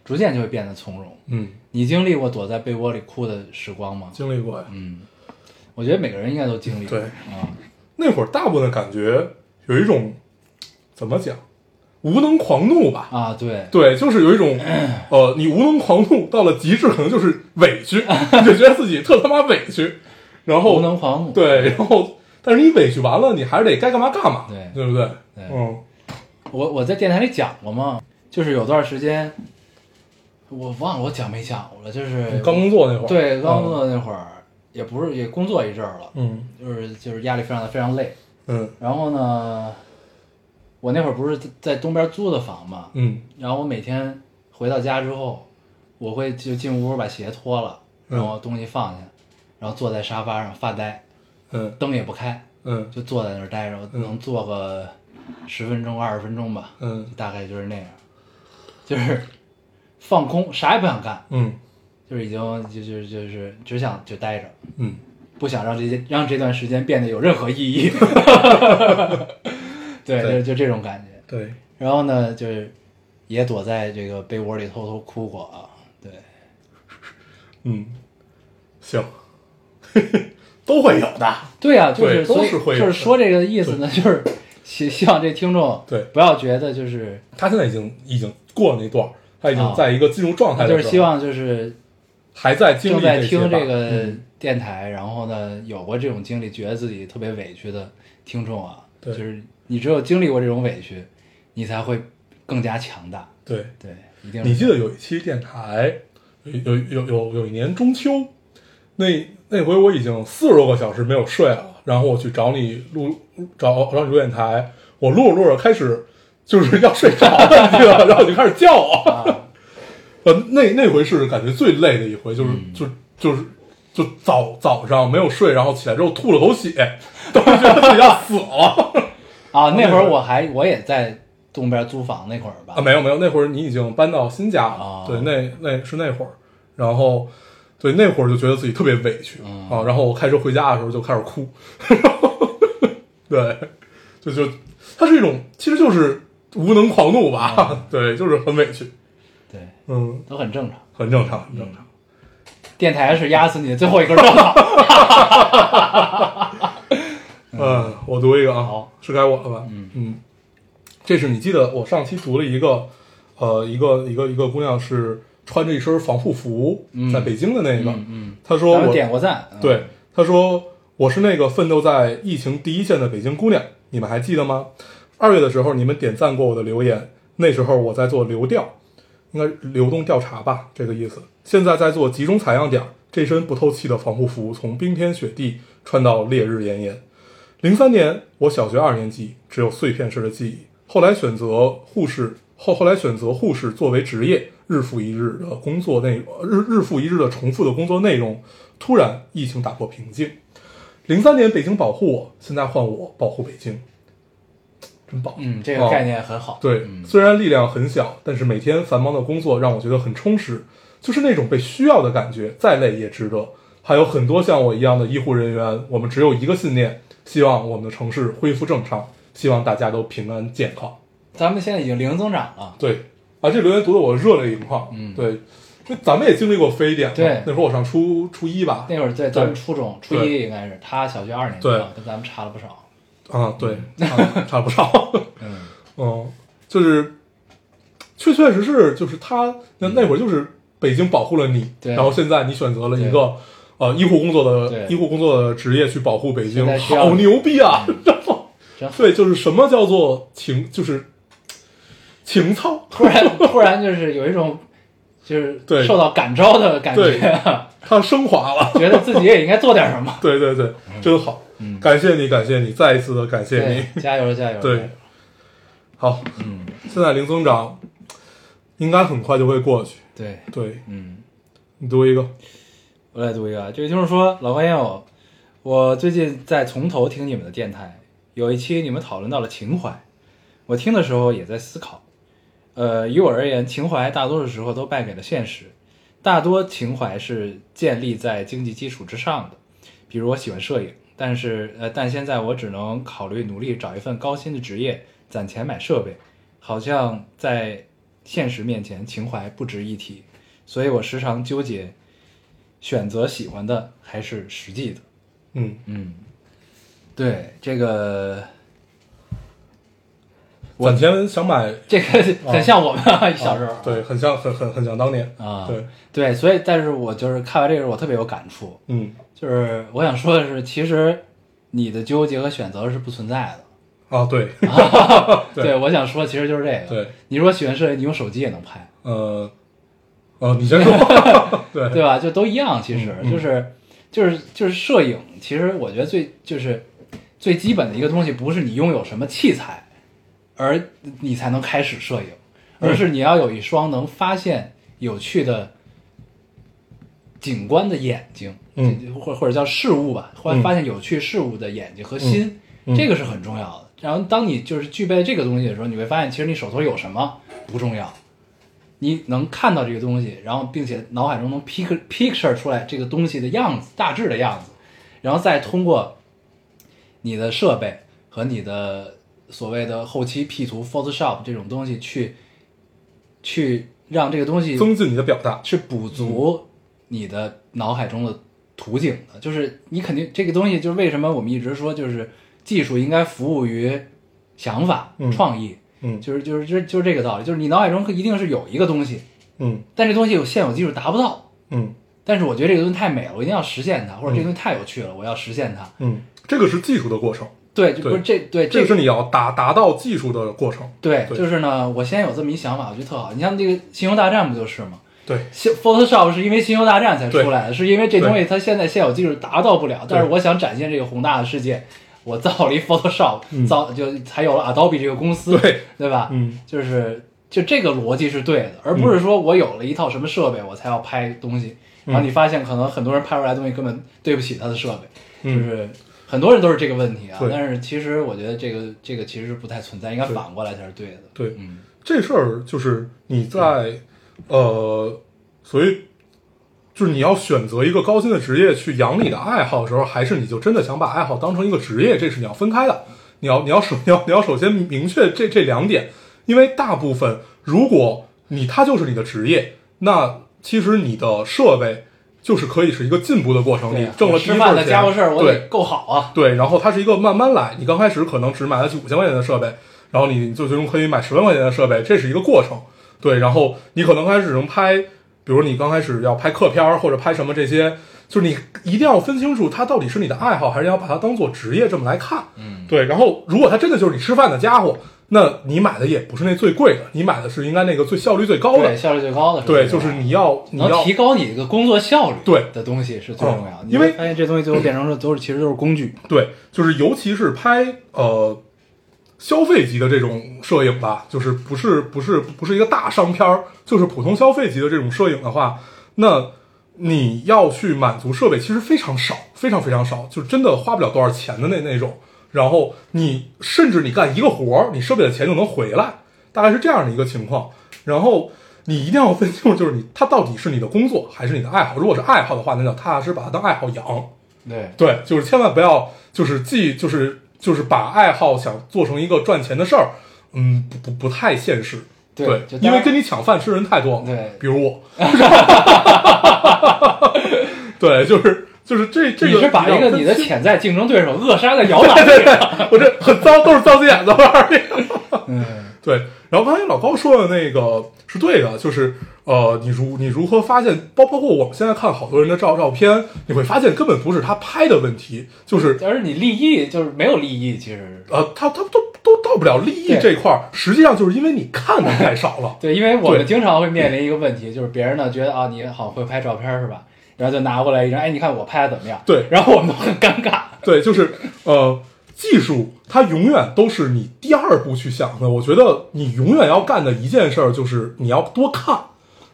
Speaker 3: 逐渐就会变得从容。
Speaker 4: 嗯，
Speaker 3: 你经历过躲在被窝里哭的时光吗？
Speaker 4: 经历过呀。
Speaker 3: 嗯，我觉得每个人应该都经历过。
Speaker 4: 对
Speaker 3: 啊，
Speaker 4: 那会儿大部分的感觉有一种怎么讲，无能狂怒吧。
Speaker 3: 啊，对，
Speaker 4: 对，就是有一种，呃，你无能狂怒到了极致，可能就是委屈， (laughs) 你就觉得自己特他妈委屈，然后
Speaker 3: 无能狂怒。
Speaker 4: 对，然后但是你委屈完了，你还是得该干嘛干嘛，
Speaker 3: 对
Speaker 4: 不对？
Speaker 3: 对
Speaker 4: 嗯
Speaker 3: 我我在电台里讲过吗？就是有段时间，我忘了我讲没讲过了，就是
Speaker 4: 刚嗯工作那会儿，
Speaker 3: 对刚工
Speaker 4: 作，
Speaker 3: 作那会儿，也不是也工作一阵儿了，
Speaker 4: 嗯
Speaker 3: 就是就是压力非常大，非常累。
Speaker 4: 嗯
Speaker 3: 然后呢，我那会儿不是在东边租的房嘛，
Speaker 4: 嗯
Speaker 3: 然后我每天回到家之后，我会就进屋把鞋脱了，然后东西放下，然后坐在沙发上发呆，
Speaker 4: 嗯
Speaker 3: 灯也不开，
Speaker 4: 嗯
Speaker 3: 就坐在那儿待着，
Speaker 4: 嗯
Speaker 3: 能坐个十分钟二十分钟吧，
Speaker 4: 嗯
Speaker 3: 大概就是那样，就是放空，啥也不想干，
Speaker 4: 嗯
Speaker 3: 就是已经就就就是只想就待着，
Speaker 4: 嗯，
Speaker 3: 不想让这些让这段时间变得有任何意义。 (laughs) 对，
Speaker 4: 对
Speaker 3: 就就这种感觉。
Speaker 4: 对，
Speaker 3: 然后呢，就是也躲在这个被窝里偷偷哭过啊。对，
Speaker 4: 嗯，行，都会有的，
Speaker 3: 对呀、就
Speaker 4: 对
Speaker 3: 是
Speaker 4: 都
Speaker 3: 所以
Speaker 4: 是会有
Speaker 3: 就
Speaker 4: 的
Speaker 3: 是说这个意思呢，就是希希望这听众
Speaker 4: 对
Speaker 3: 不要觉得就是
Speaker 4: 他现在已经已经过了那段儿，他已
Speaker 3: 啊
Speaker 4: 经在一个进入状态的时
Speaker 3: 就
Speaker 4: 候，
Speaker 3: 是希望就是
Speaker 4: 还在经
Speaker 3: 正
Speaker 4: 历
Speaker 3: 在
Speaker 4: 些
Speaker 3: 听
Speaker 4: 吧
Speaker 3: 这个
Speaker 4: 嗯
Speaker 3: 电台，然后呢有过这种经历，觉得自己特别委屈的听众啊，就
Speaker 4: 对
Speaker 3: 是你只有经历过这种委屈，你才会更加强大。
Speaker 4: 对。
Speaker 3: 对，一定是
Speaker 4: 你记得有一期电台，有有有有有一年中秋，那那回我已经四十多个小时没有睡了，然后我去找你录找找你录电台，我录着录着开始就是要睡着了，你记得吗？然后你就开始叫我，
Speaker 3: 啊，
Speaker 4: 呃，那那回是感觉最累的一回，就是、
Speaker 3: 嗯
Speaker 4: 就就是。就早早上没有睡，然后起来之后吐了口血，都觉得自己要死了
Speaker 3: 啊，那会儿我还我也在东边租房那会儿吧
Speaker 4: 啊！，没有没有，那会儿你已经搬到新家了，
Speaker 3: 啊
Speaker 4: 对，那那是那会儿，然后对那会儿就觉得自己特别委屈、
Speaker 3: 嗯
Speaker 4: 啊，然后我开车回家的时候就开始哭， (laughs) 对，就就它是一种，其实就是无能狂怒吧，
Speaker 3: 嗯
Speaker 4: (laughs) 对，就是很委屈，
Speaker 3: 对，
Speaker 4: 嗯，
Speaker 3: 都很正常。
Speaker 4: 很正常，很正常，
Speaker 3: 电台是压死你的最后一根稻草。
Speaker 4: 嗯，我读一个啊，
Speaker 3: 好
Speaker 4: 是该我了吧？嗯这是你记得我上期读了一个，呃，一个一个一个姑娘是穿着一身防护服，在北京的那个，
Speaker 3: 嗯嗯，
Speaker 4: 她 (laughs) 说
Speaker 3: 咱们
Speaker 4: 我
Speaker 3: 点过赞。嗯，
Speaker 4: 对，他说我是那个奋斗在疫情第一线的北京姑娘，你们还记得吗？二月的时候，你们点赞过我的留言，那时候我在做流调，应该是流动调查吧，这个意思。现在在做集中采样点儿，这身不透气的防护服从冰天雪地穿到烈日炎炎，零三年，我小学二年级，只有碎片式的记忆。后来选择护士，后后来选择护士作为职业，日复一日的工作内日日复一日的重复的工作内容。突然，疫情打破平静。零三年北京保护我，现在换我保护北京，真棒。
Speaker 3: 嗯，这个
Speaker 4: 啊
Speaker 3: 概念很好。
Speaker 4: 对，
Speaker 3: 嗯
Speaker 4: 虽然力量很小，但是每天繁忙的工作让我觉得很充实，就是那种被需要的感觉，再累也值得。还有很多像我一样的医护人员，我们只有一个信念：希望我们的城市恢复正常，希望大家都平安健康。
Speaker 3: 咱们现在已经零增长了。
Speaker 4: 对，啊，这留言读的我热泪盈眶。
Speaker 3: 嗯
Speaker 4: 对，就咱们也经历过非典嘛，
Speaker 3: 对
Speaker 4: 那时候我上初初一吧，
Speaker 3: 那会儿对咱们
Speaker 4: 对
Speaker 3: 初中初
Speaker 4: 对
Speaker 3: 一应该是他小学二年级
Speaker 4: 对
Speaker 3: 啊，跟咱们差了不少。
Speaker 4: 啊，对，啊、差不少。
Speaker 3: 嗯，
Speaker 4: 嗯，就是确确实实就是他那那会儿就是北京保护了你，
Speaker 3: 嗯对
Speaker 4: 然后现在你选择了一个呃医护工作
Speaker 3: 对
Speaker 4: 的医护工作的职业去保护北京
Speaker 3: 现在，需要嗯啊
Speaker 4: 好牛逼啊！ (laughs) 然后
Speaker 3: 真好。
Speaker 4: 对，就是什么叫做情，就是情操，
Speaker 3: 突然 (laughs) 突然就是有一种就是
Speaker 4: 对
Speaker 3: 受到感召的感觉啊
Speaker 4: 对，它升华了。
Speaker 3: (laughs) 觉得自己也应该做点什么。
Speaker 4: 对对对，真好，
Speaker 3: 嗯
Speaker 4: 感谢你，感谢你，再一次的感谢你
Speaker 3: 对。，加油加油！
Speaker 4: 对
Speaker 3: 加油，
Speaker 4: 好，
Speaker 3: 嗯，
Speaker 4: 现在零增长应该很快就会过去。
Speaker 3: 对，
Speaker 4: 对
Speaker 3: 嗯，
Speaker 4: 你读一个，
Speaker 3: 我来读一个啊，这个听众说，老关烟友，我最近在从头听你们的电台，有一期你们讨论到了情怀，我听的时候也在思考。呃，于我而言，情怀大多数时候都败给了现实，大多情怀是建立在经济基础之上的。比如我喜欢摄影，但是呃，但现在我只能考虑努力找一份高薪的职业，攒钱买设备，好像在现实面前情怀不值一提，所以我时常纠结，选择喜欢的还是实际的。
Speaker 4: 嗯。
Speaker 3: 嗯，对这个
Speaker 4: 攒钱想买，
Speaker 3: 这个
Speaker 4: 哦
Speaker 3: 很像我们、啊、小时候啊、
Speaker 4: 对，很像，很很很像当年
Speaker 3: 啊
Speaker 4: 对，
Speaker 3: 对，所以但是我就是看完这个我特别有感触，
Speaker 4: 嗯
Speaker 3: 就是我想说的是，其实你的纠结和选择是不存在的。
Speaker 4: 啊，对，对
Speaker 3: 我想说其实就是这个。
Speaker 4: 对，
Speaker 3: 你如果喜欢摄影，你用手机也能
Speaker 4: (laughs)
Speaker 3: 拍，
Speaker 4: 呃，哦，你先说，对，
Speaker 3: 对吧？就都一样，其实、
Speaker 4: 嗯嗯
Speaker 3: 就是就是就是摄影，其实我觉得最就是最基本的一个东西，不是你拥有什么器材，而你才能开始摄影，而
Speaker 4: 嗯
Speaker 3: 是你要有一双能发现有趣的景观的眼睛，
Speaker 4: 嗯，
Speaker 3: 或或者叫事物吧，或者
Speaker 4: 嗯
Speaker 3: 发现有趣事物的眼睛和心，
Speaker 4: 嗯嗯
Speaker 3: 这个是很重要的。然后，当你就是具备这个东西的时候，你会发现，其实你手头有什么不重要，你能看到这个东西，然后并且脑海中能 pic picture 出来这个东西的样子，大致的样子，然后再通过你的设备和你的所谓的后期 P 图 Photoshop 这种东西去去让这个东西
Speaker 4: 增进你的表达，
Speaker 3: 是补足你的脑海中的图景的，就是你肯定这个东西，就是为什么我们一直说，就是技术应该服务于想法、
Speaker 4: 嗯
Speaker 3: 创意，
Speaker 4: 嗯
Speaker 3: 就是就是就是就是这个道理，就是你脑海中一定是有一个东西，
Speaker 4: 嗯
Speaker 3: 但这东西有现有技术达不到，
Speaker 4: 嗯
Speaker 3: 但是我觉得这个东西太美了，我一定要实现它，或者这个东西太有趣了，我要实现它。
Speaker 4: 嗯，这个是技术的过程，
Speaker 3: 对，就不是这对这
Speaker 4: 这个是你要达达到技术的过程，
Speaker 3: 对，
Speaker 4: 对
Speaker 3: 就是呢，我先有这么一想法，我觉得特好。你像那个《星球大战》不就是吗？
Speaker 4: 对，
Speaker 3: 星 Photoshop 是因为《星球大战》才出来的，是因为这东西
Speaker 4: 对
Speaker 3: 它现在现有技术达到不了，但是
Speaker 4: 对
Speaker 3: 我想展现这个宏大的世界，我造了一 Photoshop，、
Speaker 4: 嗯
Speaker 3: 造就才有了 Adobe 这个公司，
Speaker 4: 对
Speaker 3: 对吧？
Speaker 4: 嗯
Speaker 3: 就是就这个逻辑是对的，而不是说我有了一套什么设备我才要拍东西，
Speaker 4: 嗯
Speaker 3: 然后你发现可能很多人拍出来的东西根本对不起他的设备，就
Speaker 4: 嗯
Speaker 3: 是很多人都是这个问题啊
Speaker 4: 对。
Speaker 3: 但是其实我觉得这个这个其实不太存在，应该反过来才是对的。
Speaker 4: 对，
Speaker 3: 嗯，
Speaker 4: 这事儿就是你在呃，所以就是你要选择一个高薪的职业去养你的爱好的时候，还是你就真的想把爱好当成一个职业，这是你要分开的。你要你要首你要你要首先明确这这两点，因为大部分如果你它就是你的职业，那其实你的设备就是可以是一个进步的过程。
Speaker 3: 对
Speaker 4: 你
Speaker 3: 啊
Speaker 4: 挣了
Speaker 3: 我
Speaker 4: 第一
Speaker 3: 吃
Speaker 4: 份
Speaker 3: 饭的
Speaker 4: 钱
Speaker 3: 家务事儿，我
Speaker 4: 对
Speaker 3: 得够好啊。
Speaker 4: 对，然后它是一个慢慢来，你刚开始可能只买得起五千块钱的设备，然后你就最终可以买十万块钱的设备，这是一个过程。对，然后你可能刚开始能拍，比如你刚开始要拍客片儿或者拍什么这些，就是你一定要分清楚它到底是你的爱好，还是要把它当做职业这么来看。嗯，对。然后如果它真的就是你吃饭的家伙，那你买的也不是那最贵的，你买的是应该那个最效率最高
Speaker 3: 对，
Speaker 4: 的。
Speaker 3: 效率最高的是
Speaker 4: 对，
Speaker 3: 这个啊
Speaker 4: 就是你要你
Speaker 3: 能
Speaker 4: 要
Speaker 3: 提高你的工作效率，
Speaker 4: 对
Speaker 3: 的东西是最重要的。
Speaker 4: 嗯因为
Speaker 3: 你会发现这东西最后变成了都是其实都是工具，
Speaker 4: 对，就是尤其是拍呃消费级的这种摄影吧，就是不是不是不是一个大商片儿，就是普通消费级的这种摄影的话，那你要去满足设备其实非常少，非常非常少，就真的花不了多少钱的那那种。然后你甚至你干一个活儿，你设备的钱就能回来，大概是这样的一个情况。然后你一定要分清楚，就是你它到底是你的工作还是你的爱好。如果是爱好的话，那叫踏踏实实把它当爱好养。
Speaker 3: 对，
Speaker 4: 对，就是千万不要，就是既就是就是把爱好想做成一个赚钱的事儿，嗯，不不不太现实。
Speaker 3: 对
Speaker 4: 对
Speaker 3: 就，当
Speaker 4: 因为
Speaker 3: 然
Speaker 4: 跟你抢饭吃的人太多了。
Speaker 3: 对
Speaker 4: 比
Speaker 3: (laughs)
Speaker 4: 如我。对，就是就是这这个
Speaker 3: 你是把一
Speaker 4: 要
Speaker 3: 个
Speaker 4: 分
Speaker 3: 你的
Speaker 4: 清
Speaker 3: 潜在竞争对手扼杀在摇篮
Speaker 4: (laughs) 对对
Speaker 3: 里，
Speaker 4: 对，我这很糟，都是糟心眼子玩儿。
Speaker 3: 嗯，
Speaker 4: 对，然后刚才老高说的那个是对的，就是呃，你如你如何发现，包包括我们现在看好多人的照照片，你会发现根本不是他拍的问题，就是
Speaker 3: 而是你利益就是没有利益，其实
Speaker 4: 呃，他他都都到不了利益
Speaker 3: 对。
Speaker 4: 这块儿，实际上就是因为你看的太少了 (laughs)
Speaker 3: 对，因为我
Speaker 4: 对
Speaker 3: 们经常会面临一个问题，就是别人呢觉得啊你好会拍照片是吧？然后就拿过来一张，哎，你看我拍的怎么样？
Speaker 4: 对
Speaker 3: (laughs) 然后我们都很尴尬。
Speaker 4: 对，就是呃，技术它永远都是你第二步去想的。我觉得你永远要干的一件事儿就是你要多看。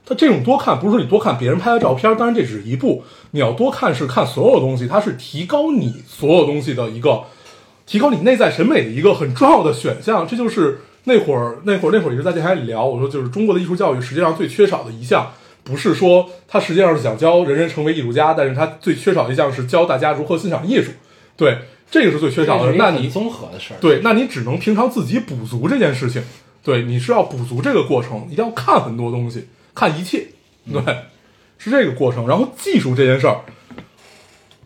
Speaker 4: 它这种多看不是说你多看别人拍的照片，当然这只是一步，你要多看是看所有东西，它是提高你所有东西的一个提高你内在审美的一个很重要的选项。这就是那会儿那会儿那会儿一直在电台里聊，我说就是中国的艺术教育实际上最缺少的一项，不是说它实际上是想教人人成为艺术家，但是它最缺少一项是教大家如何欣赏艺术。对，这个是最缺少
Speaker 3: 这
Speaker 4: 的
Speaker 3: 是。一个
Speaker 4: 那
Speaker 3: 很
Speaker 4: 你
Speaker 3: 综合的事儿，
Speaker 4: 对，那你只能平常自己补足这件事情。对，你是要补足这个过程，一定要看很多东西，看一切。对，
Speaker 3: 嗯
Speaker 4: 是这个过程。然后技术这件事儿，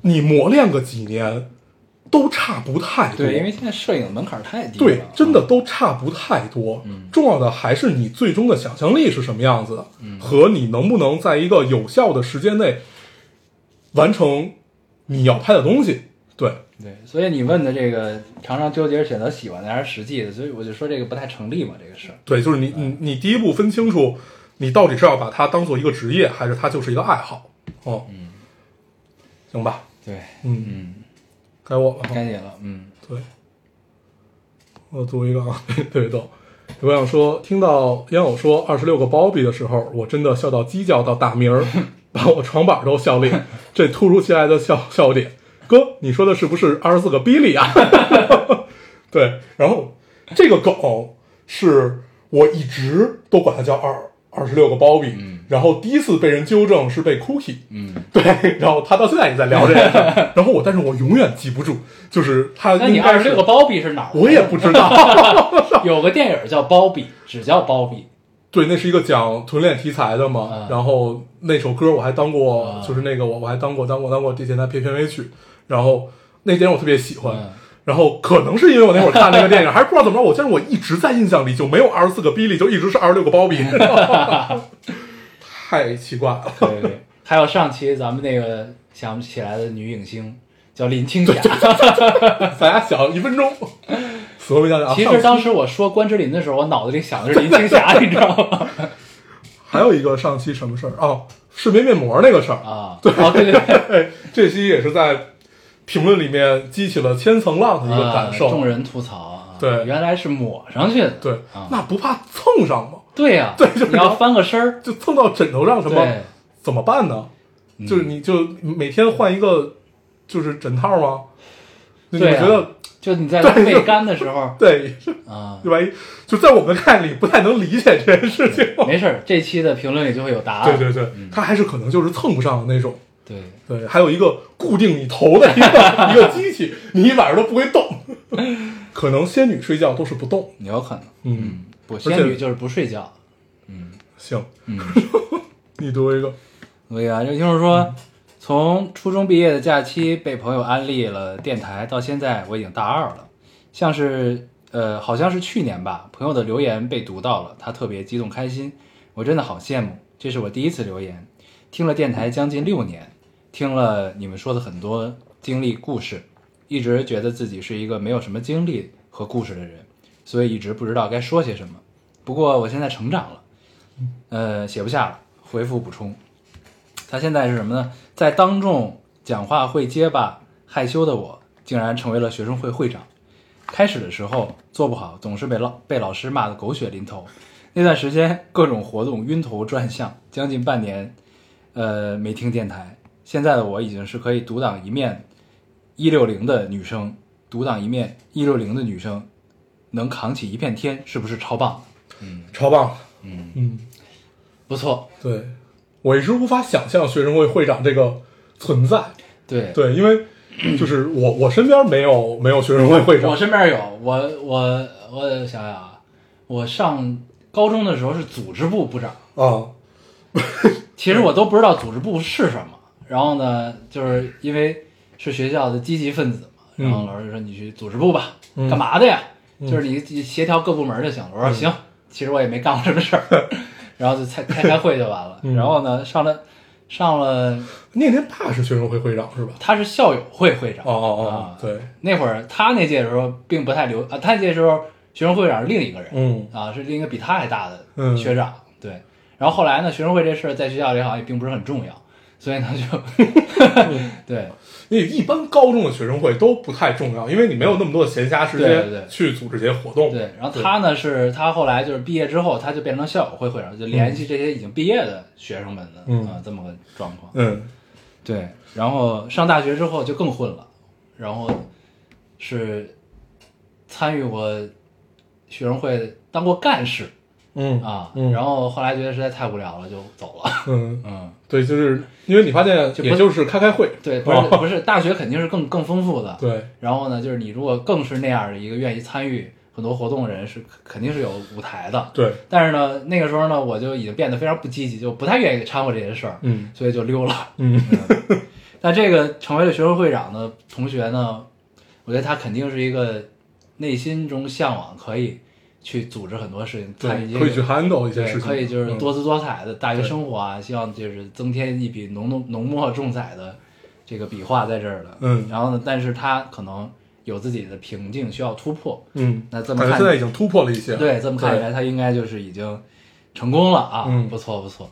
Speaker 4: 你磨练个几年，都差不太多。
Speaker 3: 对，因为嗯现在摄影的门槛儿太低了，啊
Speaker 4: 对，真的都差不太多。
Speaker 3: 嗯
Speaker 4: 重要的还是你最终的想象力是什么样子的，
Speaker 3: 嗯
Speaker 4: 和你能不能在一个有效的时间内完成你要拍的东西。对，
Speaker 3: 对，所以你问的这个常常纠结是选择喜欢的还是实际的，所以我就说这个不太成立嘛，这个事儿。
Speaker 4: 对，就是你你你第一步分清楚，你到底是要把它当做一个职业，还是它就是一个爱好。哦，嗯，行吧，
Speaker 3: 对，
Speaker 4: 嗯嗯，该我了哈。
Speaker 3: 该你了，嗯，
Speaker 4: 对，我读一个 (laughs) 啊，特别逗。我想说，听到烟友说二十六个包庇的时候，我真的笑到鸡叫到打鸣儿，把我床板都笑裂。这突如其来的笑笑点，哥，你说的是不是二十四个哔哩啊？ (laughs) 对，然后这个梗是我一直都管它叫二二十六个包庇，然后第一次被人纠正是被 Cookie，嗯， (laughs) 对，然后他到现在也在聊这个事儿，然后我但是我永远记不住，就是他
Speaker 3: 那你
Speaker 4: 应
Speaker 3: 二
Speaker 4: 该
Speaker 3: 十
Speaker 4: 是
Speaker 3: 六个包庇是哪儿？
Speaker 4: 我也不知道，
Speaker 3: (laughs) 有个电影叫包庇，只叫包庇，
Speaker 4: 对，那是一个讲臀恋题材的嘛，
Speaker 3: 嗯
Speaker 4: 然后那首歌我还当过，
Speaker 3: 嗯
Speaker 4: 就是那个我我还当过当过当过地铁台片片尾曲，然后那电影我特别喜欢。
Speaker 3: 嗯
Speaker 4: 然后可能是因为我那会儿看那个电影，还不知道怎么着，我但是我一直在印象里就没有二十四个比利，就一直是二十六个包比， (laughs) 太奇怪了。 (laughs)
Speaker 3: 对对。 (laughs) 还有上期咱们那个想不起来的女影星叫林青霞，
Speaker 4: 咱俩想一分
Speaker 3: (laughs)
Speaker 4: 钟，死活没想起来啊。
Speaker 3: 其
Speaker 4: 上
Speaker 3: 实
Speaker 4: 期
Speaker 3: 当时我说关之琳的时候，我脑子里想的是林青霞，你知道吗？
Speaker 4: 还有一个上期什么事儿哦，视频面膜那个事儿
Speaker 3: 啊， (laughs) 哦对对对，
Speaker 4: 哎，这期也是在评论里面激起了千层浪 (laughs) 的一个感受。
Speaker 3: 啊众人吐槽啊，
Speaker 4: 对
Speaker 3: 原来是抹上去的，
Speaker 4: 对，
Speaker 3: 啊
Speaker 4: 那不怕蹭上吗？
Speaker 3: 对呀，
Speaker 4: (laughs) 对就是
Speaker 3: 你要翻个身儿，
Speaker 4: 就蹭到枕头上什么
Speaker 3: 对，嗯
Speaker 4: 怎么办呢？就是你就每天换一个，就是枕套吗？你
Speaker 3: 对啊
Speaker 4: 觉得
Speaker 3: 就你在
Speaker 4: 对
Speaker 3: 未干的时候
Speaker 4: 对，
Speaker 3: 啊，
Speaker 4: 对吧？就在我们看里不太能理解这件事情。
Speaker 3: (laughs) 没事儿，这期的评论里就会有答
Speaker 4: 对
Speaker 3: 案。
Speaker 4: 对对，
Speaker 3: 嗯
Speaker 4: 他还是可能就是蹭不上的那种。
Speaker 3: 对
Speaker 4: 对，还有一个固定你头的一
Speaker 3: (laughs)
Speaker 4: 个一个机器，你一晚上都不会动。可能仙女睡觉都是不动。
Speaker 3: 有可能。
Speaker 4: 嗯，
Speaker 3: 不，
Speaker 4: 且
Speaker 3: 仙女就是不睡觉。
Speaker 4: 行，
Speaker 3: 嗯，
Speaker 4: (laughs) 你读一个。
Speaker 3: 所以啊，就就是说，从初中毕业的假期被朋友安利了电台，到现在我已经大二了，像是呃，好像是去年吧，朋友的留言被读到了，他特别激动开心，我真的好羡慕，这是我第一次留言，听了电台将近六年，听了你们说的很多经历故事，一直觉得自己是一个没有什么经历和故事的人，所以一直不知道该说些什么。不过我现在成长了，呃，写不下了，回复补充。他现在是什么呢？在当众讲话会结巴、害羞的我，竟然成为了学生会会长。开始的时候做不好，总是被老被老师骂得狗血淋头。那段时间各种活动晕头转向，将近半年，呃，没听电台。现在的我已经是可以独当一面一六零的女生，独当一面一六零的女生，能扛起一片天，是不是超棒？
Speaker 4: 超棒了，嗯嗯，
Speaker 3: 不错，
Speaker 4: 对我一直无法想象学生会会长这个存在，
Speaker 3: 对
Speaker 4: 对，因为就是我我身边没有没有学生会会
Speaker 3: 我
Speaker 4: 长，
Speaker 3: 身边有我我我想想啊，我上高中的时候是组织部部长，
Speaker 4: 啊，
Speaker 3: 其实我都不知道组织部是什么。然后呢，就是因为是学校的积极分子嘛，
Speaker 4: 嗯
Speaker 3: 然后老师说你去组织部吧，
Speaker 4: 嗯
Speaker 3: 干嘛的呀？就是你你协调各部门就行了。我说行，其实我也没干过什么事儿，
Speaker 4: (laughs)
Speaker 3: 然后就开开开会就完了。
Speaker 4: 嗯
Speaker 3: 然后呢，上了上了，
Speaker 4: 念念爸是学生会会长是吧？
Speaker 3: 他是校友会会长
Speaker 4: 哦哦
Speaker 3: 啊
Speaker 4: 哦，，对，
Speaker 3: 那会儿他那届的时候并不太流啊，他那届的时候学生会长是另一个人，
Speaker 4: 嗯
Speaker 3: 啊，是另一个比他还大的
Speaker 4: 嗯
Speaker 3: 学长，对。然后后来呢，学生会这事儿在学校里好像也并不是很重要，所以呢就，
Speaker 4: 嗯
Speaker 3: (laughs) 对
Speaker 4: 因为一般高中的学生会都不太重要，因为你没有那么多的闲暇时
Speaker 3: 对对对
Speaker 4: 间去组织这些活动。
Speaker 3: 对。然后他呢是他后来就是毕业之后，他就变成校友会会长，就联系这些已经毕业的学生们的啊、
Speaker 4: 嗯
Speaker 3: 这么个状况。
Speaker 4: 嗯，
Speaker 3: 对，然后上大学之后就更混了，然后是参与过学生会，当过干事
Speaker 4: 嗯
Speaker 3: 啊，
Speaker 4: 嗯
Speaker 3: 然后后来觉得实在太无聊了，就走了。
Speaker 4: 嗯，
Speaker 3: 嗯，
Speaker 4: 对，就是因为你发现
Speaker 3: 就不
Speaker 4: 也就是开开会，
Speaker 3: 对，不是
Speaker 4: 哦
Speaker 3: 不是，大学肯定是更更丰富的。
Speaker 4: 对，
Speaker 3: 然后呢，就是你如果更是那样的一个愿意参与很多活动的人，是肯定是有舞台的。
Speaker 4: 对，
Speaker 3: 但是呢，那个时候呢，我就已经变得非常不积极，就不太愿意掺和这些事儿，
Speaker 4: 嗯
Speaker 3: 所以就溜了。
Speaker 4: 嗯
Speaker 3: 那这个成为了学生会长的同学呢，我觉得他肯定是一个内心中向往可以去组织很多事情，参与
Speaker 4: 对，
Speaker 3: 这
Speaker 4: 可以去
Speaker 3: 个
Speaker 4: handle 一些
Speaker 3: 对
Speaker 4: 事情，
Speaker 3: 可以就是
Speaker 4: 嗯
Speaker 3: 多姿多彩的大学生活啊，希望就是增添一笔浓浓浓墨重彩的这个笔画在这儿的。
Speaker 4: 嗯
Speaker 3: 然后呢，但是他可能有自己的瓶颈需要突破。
Speaker 4: 嗯，
Speaker 3: 那这么
Speaker 4: 感觉
Speaker 3: 看，
Speaker 4: 现在已经突破了一些，哎
Speaker 3: 对，这么看起来，他应该就是已经成功了啊！
Speaker 4: 嗯
Speaker 3: 不错不错，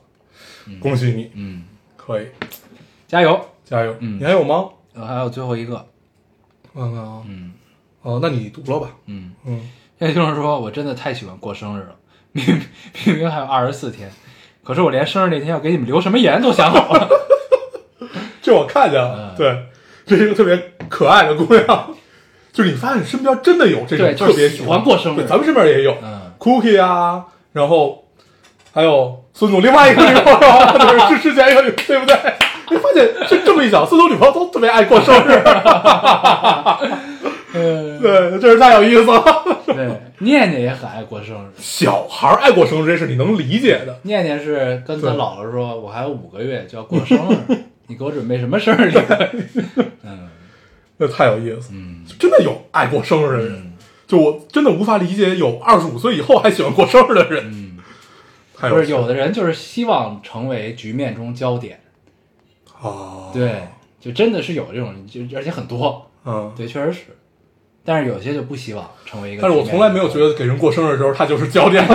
Speaker 4: 对恭喜你，
Speaker 3: 嗯，
Speaker 4: 可以
Speaker 3: 加油！
Speaker 4: 加油，
Speaker 3: 嗯
Speaker 4: 你还有吗？
Speaker 3: 呃还有最后一个，
Speaker 4: 看看啊，
Speaker 3: 嗯
Speaker 4: 哦，那你读了吧，
Speaker 3: 嗯，
Speaker 4: 嗯，
Speaker 3: 这就是说我真的太喜欢过生日了，明明明还有二十四天，可是我连生日那天要给你们留什么言都想好了。
Speaker 4: (laughs) 这我看见了，
Speaker 3: 嗯
Speaker 4: 对，这是一个特别可爱的姑娘，就是你发现身边真的有这
Speaker 3: 对，
Speaker 4: 种
Speaker 3: 就
Speaker 4: 特别
Speaker 3: 是喜欢过生
Speaker 4: 对，
Speaker 3: 日。
Speaker 4: 咱们这边也有
Speaker 3: 嗯
Speaker 4: ，Cookie 啊，然后还有孙总另外一个女朋友 (laughs) 啊，就是之之前一个女，对不对？你发现这这么一想，孙总女朋友都特别爱过生日，
Speaker 3: 嗯，
Speaker 4: 对，真是太有意思了。
Speaker 3: 对，念念也很爱过生日。
Speaker 4: 小孩儿爱过生日这事你能理解的，
Speaker 3: 念念是跟他
Speaker 4: 对
Speaker 3: 姥姥说，我还有五个月就要过生
Speaker 4: (laughs)
Speaker 3: 日，你给我准备什么生日礼物？嗯
Speaker 4: 那太有意思，
Speaker 3: 嗯，
Speaker 4: 真的有爱过生日的人，就我真的无法理解有二十五岁以后还喜欢过生日的人，
Speaker 3: 嗯，
Speaker 4: 太
Speaker 3: 不
Speaker 4: 有
Speaker 3: 是
Speaker 4: 趣了
Speaker 3: 有的人就是希望成为局面中焦点，
Speaker 4: 啊，，
Speaker 3: 对，就真的是有这种，就而且很多，
Speaker 4: 嗯。
Speaker 3: 对，确实是，但是有些就不希望成为一个，
Speaker 4: 但是我从来没有觉，得给人过生日的时候，他就是焦点，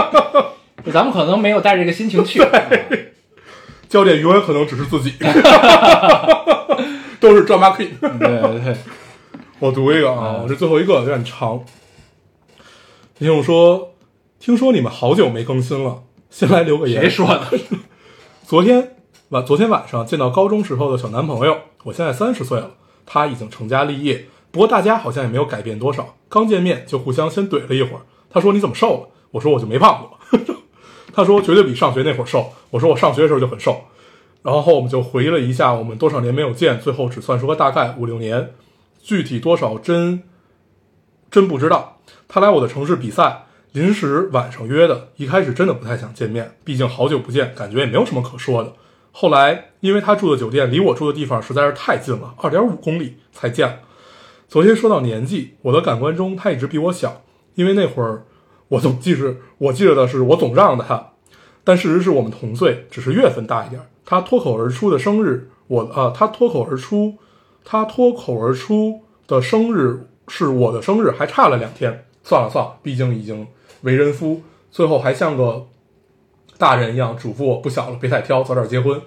Speaker 3: (laughs) 就咱们可能没有带这个心情去，
Speaker 4: 焦点永远可能只是自
Speaker 3: (laughs)
Speaker 4: 己，都是 drama queen。
Speaker 3: 嗯对对对，
Speaker 4: (laughs) 我读一个
Speaker 3: 嗯
Speaker 4: 啊，我这最后一个有点长。听众说，听说你们好久没更新了，先来留个言。
Speaker 3: 谁说的？
Speaker 4: 昨天晚昨天晚上见到高中时候的小男朋友，我现在三十岁了，他已经成家立业，不过大家好像也没有改变多少，刚见面就互相先怼了一会儿。他说你怎么瘦了？我说我就没胖过。 (laughs) 他说绝对比上学那会儿瘦，我说我上学的时候就很瘦。然后我们就回忆了一下我们多少年没有见，最后只算出个大概五六年，具体多少真真不知道。他来我的城市比赛，临时晚上约的，一开始真的不太想见面，毕竟好久不见，感觉也没有什么可说的。后来因为他住的酒店离我住的地方实在是太近了，二点五公里才见了。昨天说到年纪，我的感官中他一直比我小，因为那会儿我总记着，我记着的是我总让着他，但事实是我们同岁，只是月份大一点儿。他脱口而出的生日，我啊，他脱口而出，他脱口而出的生日是我的生日，还差了两天。算了算了，毕竟已经为人夫，最后还像个大人一样嘱咐我不小了，别太挑，早点结婚。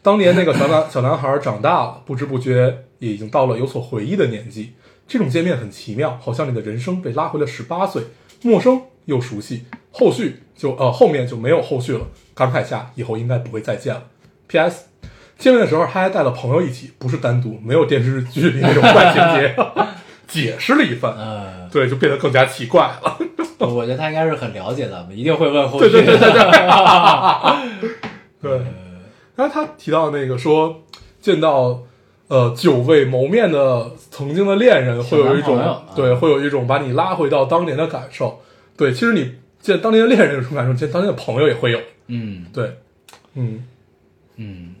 Speaker 4: 当年那个小男小男孩长大了，不知不觉也已经到了有所回忆的年纪。这种见面很奇妙，好像你的人生被拉回了十八岁，陌生又熟悉。后续就呃后面就没有后续了，感慨下以后应该不会再见了。P.S. 见面的时候他还带了朋友一起，不是单独，没有电视剧里那种 (laughs) 坏情节。解释了一番，
Speaker 3: 嗯，
Speaker 4: 对，就变得更加奇怪了。
Speaker 3: 我觉得他应该是很了解咱们，一定会问后续。
Speaker 4: 对对对对
Speaker 3: (laughs)
Speaker 4: 对，刚才他提到那个说见到呃久未谋面的曾经的恋人，会有一
Speaker 3: 小男朋友
Speaker 4: 种
Speaker 3: 啊
Speaker 4: 对，会有一种把你拉回到当年的感受。对，其实你见当年的恋人有什么感受，见当年的朋友也会有。
Speaker 3: 嗯
Speaker 4: 对，嗯，
Speaker 3: 嗯，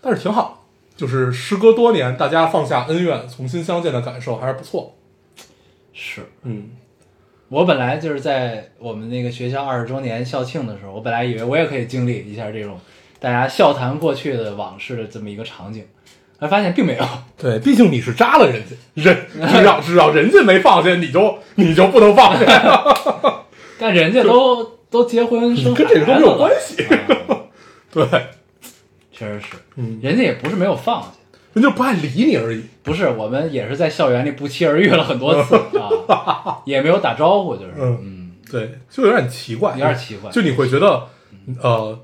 Speaker 4: 但是挺好，就是时隔多年，大家放下恩怨，重新相见的感受还是不错。
Speaker 3: 是
Speaker 4: 嗯，
Speaker 3: 我本来就是在我们那个学校二十周年校庆的时候，我本来以为我也可以经历一下这种大家笑谈过去的往事的这么一个场景，还发现并没有。 (laughs)
Speaker 4: 对，毕竟你是扎了人家，人至少至少人家没放下，你就你就不能放下，
Speaker 3: 但人家都都结婚生
Speaker 4: (laughs) 跟这个都没有关系。
Speaker 3: 孩子了，啊
Speaker 4: (laughs) 对，
Speaker 3: 确实是，
Speaker 4: 嗯，
Speaker 3: 人家也不是没有放下，
Speaker 4: 人就不爱理你而已。
Speaker 3: 不是我们也是在校园里不期而遇了很 (laughs) 多次啊，也没有打招呼，就是嗯
Speaker 4: 嗯对，就有点奇怪，
Speaker 3: 有点奇怪嗯
Speaker 4: 就你会觉得，呃，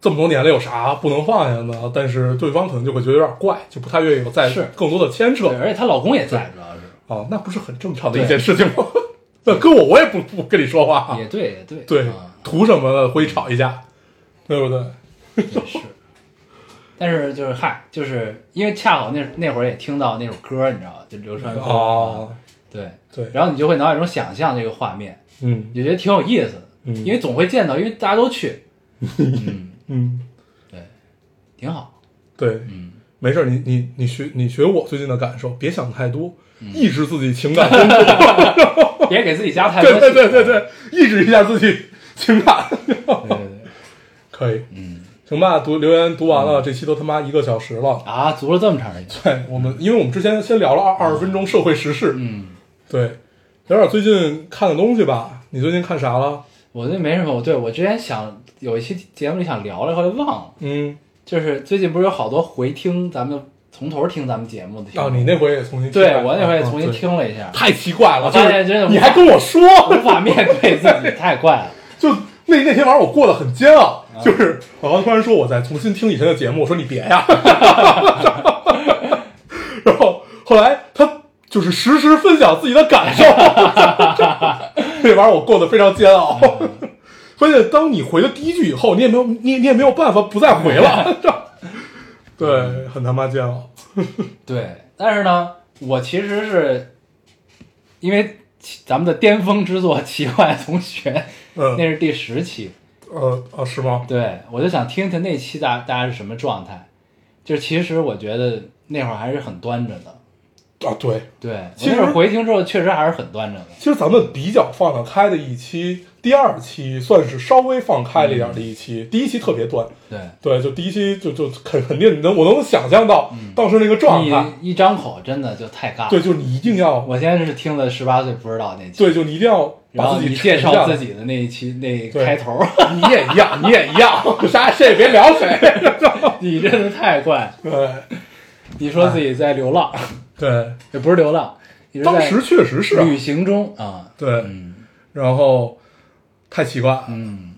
Speaker 4: 这么多年了，有啥不能放下呢？但是对方可能就会觉得有点怪，就不太愿意再
Speaker 3: 是
Speaker 4: 更多的牵扯
Speaker 3: 对，而且她老公也在，主要是
Speaker 4: 啊，那不是很正常的
Speaker 3: 对
Speaker 4: 一件事情吗？ (laughs) 那跟我我也不不跟你说话啊，
Speaker 3: 也对也对
Speaker 4: 对
Speaker 3: 啊，
Speaker 4: 图什么回去吵一架，对不对？
Speaker 3: 也是。但是就是嗨，就是因为恰好那那会儿也听到那首歌，你知道吧？就流川枫、
Speaker 4: 啊，
Speaker 3: 对，
Speaker 4: 对，
Speaker 3: 然后你就会脑海中想象这个画面，
Speaker 4: 嗯
Speaker 3: 也觉得挺有意思的，
Speaker 4: 嗯
Speaker 3: 因为总会见到，因为大家都去，嗯，
Speaker 4: 嗯，
Speaker 3: 挺好，
Speaker 4: 对，
Speaker 3: 嗯，
Speaker 4: 没事儿，你你你学你学我最近的感受，别想太多，
Speaker 3: 嗯
Speaker 4: 抑制自己情
Speaker 3: (laughs)
Speaker 4: 感丰富。
Speaker 3: 别给自己加太多
Speaker 4: 哦对
Speaker 3: 戏，
Speaker 4: 对对对对，抑制一下自己情感， (laughs)
Speaker 3: 对对对
Speaker 4: 可以，
Speaker 3: 嗯
Speaker 4: 行吧？读留言读完了，这期都他妈一个小时了。哎
Speaker 3: 啊，足了这么长时间，
Speaker 4: 对我们，因为我们之前先聊了二二十分钟社会时事，
Speaker 3: 嗯，
Speaker 4: 对，聊点最近看的东西吧。你最近看啥了？
Speaker 3: 我这没什么，我对我之前想有一期节目里想聊了，后来忘了，
Speaker 4: 嗯，
Speaker 3: 就是最近不是有好多回听咱们从头听咱们节目的听
Speaker 4: 啊，
Speaker 3: 众，
Speaker 4: 你那回也重新听
Speaker 3: 对
Speaker 4: 了
Speaker 3: 我那回也重新，
Speaker 4: 啊
Speaker 3: 听了一下
Speaker 4: 对，太奇怪了，
Speaker 3: 我
Speaker 4: 就
Speaker 3: 发现真
Speaker 4: 是
Speaker 3: 的
Speaker 4: 你还跟我说，
Speaker 3: 无法面对自己，太怪了。
Speaker 4: 就那那天晚上我过得很煎熬，就是老王突然说我在重新听以前的节目，我说你别呀， (laughs) 然后后来他就是实时分享自己的感受， (laughs) 那晚上我过得非常煎熬。关键当你回了第一句以后，你也没有你你也没有办法不再回了，对，很他妈煎熬。
Speaker 3: 对，但是呢，我其实是因为其咱们的巅峰之作《奇幻同学》，(laughs)
Speaker 4: 嗯
Speaker 3: 那是第十期，
Speaker 4: 呃啊是吗？
Speaker 3: 对我就想听听那期大大家是什么状态。就是其实我觉得那会儿还是很端着的，
Speaker 4: 啊对，
Speaker 3: 对，
Speaker 4: 其实
Speaker 3: 我那会儿回听之后确实还是很端着的。
Speaker 4: 其实咱们比较放得开的一期，第二期算是稍微放开了一点的一期，
Speaker 3: 嗯
Speaker 4: 第一期特别端，
Speaker 3: 对，
Speaker 4: 对，就第一期就就肯肯定能我能想象到当时那个状态，
Speaker 3: 嗯你一张口真的就太尬。
Speaker 4: 对，，就是你一定要，
Speaker 3: 我先是听了十八岁不知道那期，
Speaker 4: 对，就你一定要
Speaker 3: 然
Speaker 4: 把
Speaker 3: 后
Speaker 4: 自己
Speaker 3: 你介
Speaker 4: 沉下
Speaker 3: 绍
Speaker 4: 来
Speaker 3: 自，己的那一期那
Speaker 4: 对
Speaker 3: 开头，
Speaker 4: 你也一样，你也一样，啥谁也别聊谁，
Speaker 3: (laughs) 你真的太怪。
Speaker 4: 对
Speaker 3: 你
Speaker 4: 哎
Speaker 3: 说自己在流浪，
Speaker 4: 对，
Speaker 3: 也不是流浪，你是
Speaker 4: 当
Speaker 3: 在
Speaker 4: 时确实是啊，
Speaker 3: 旅行中啊，
Speaker 4: 对，
Speaker 3: 嗯
Speaker 4: 然后太奇怪，了，
Speaker 3: 嗯，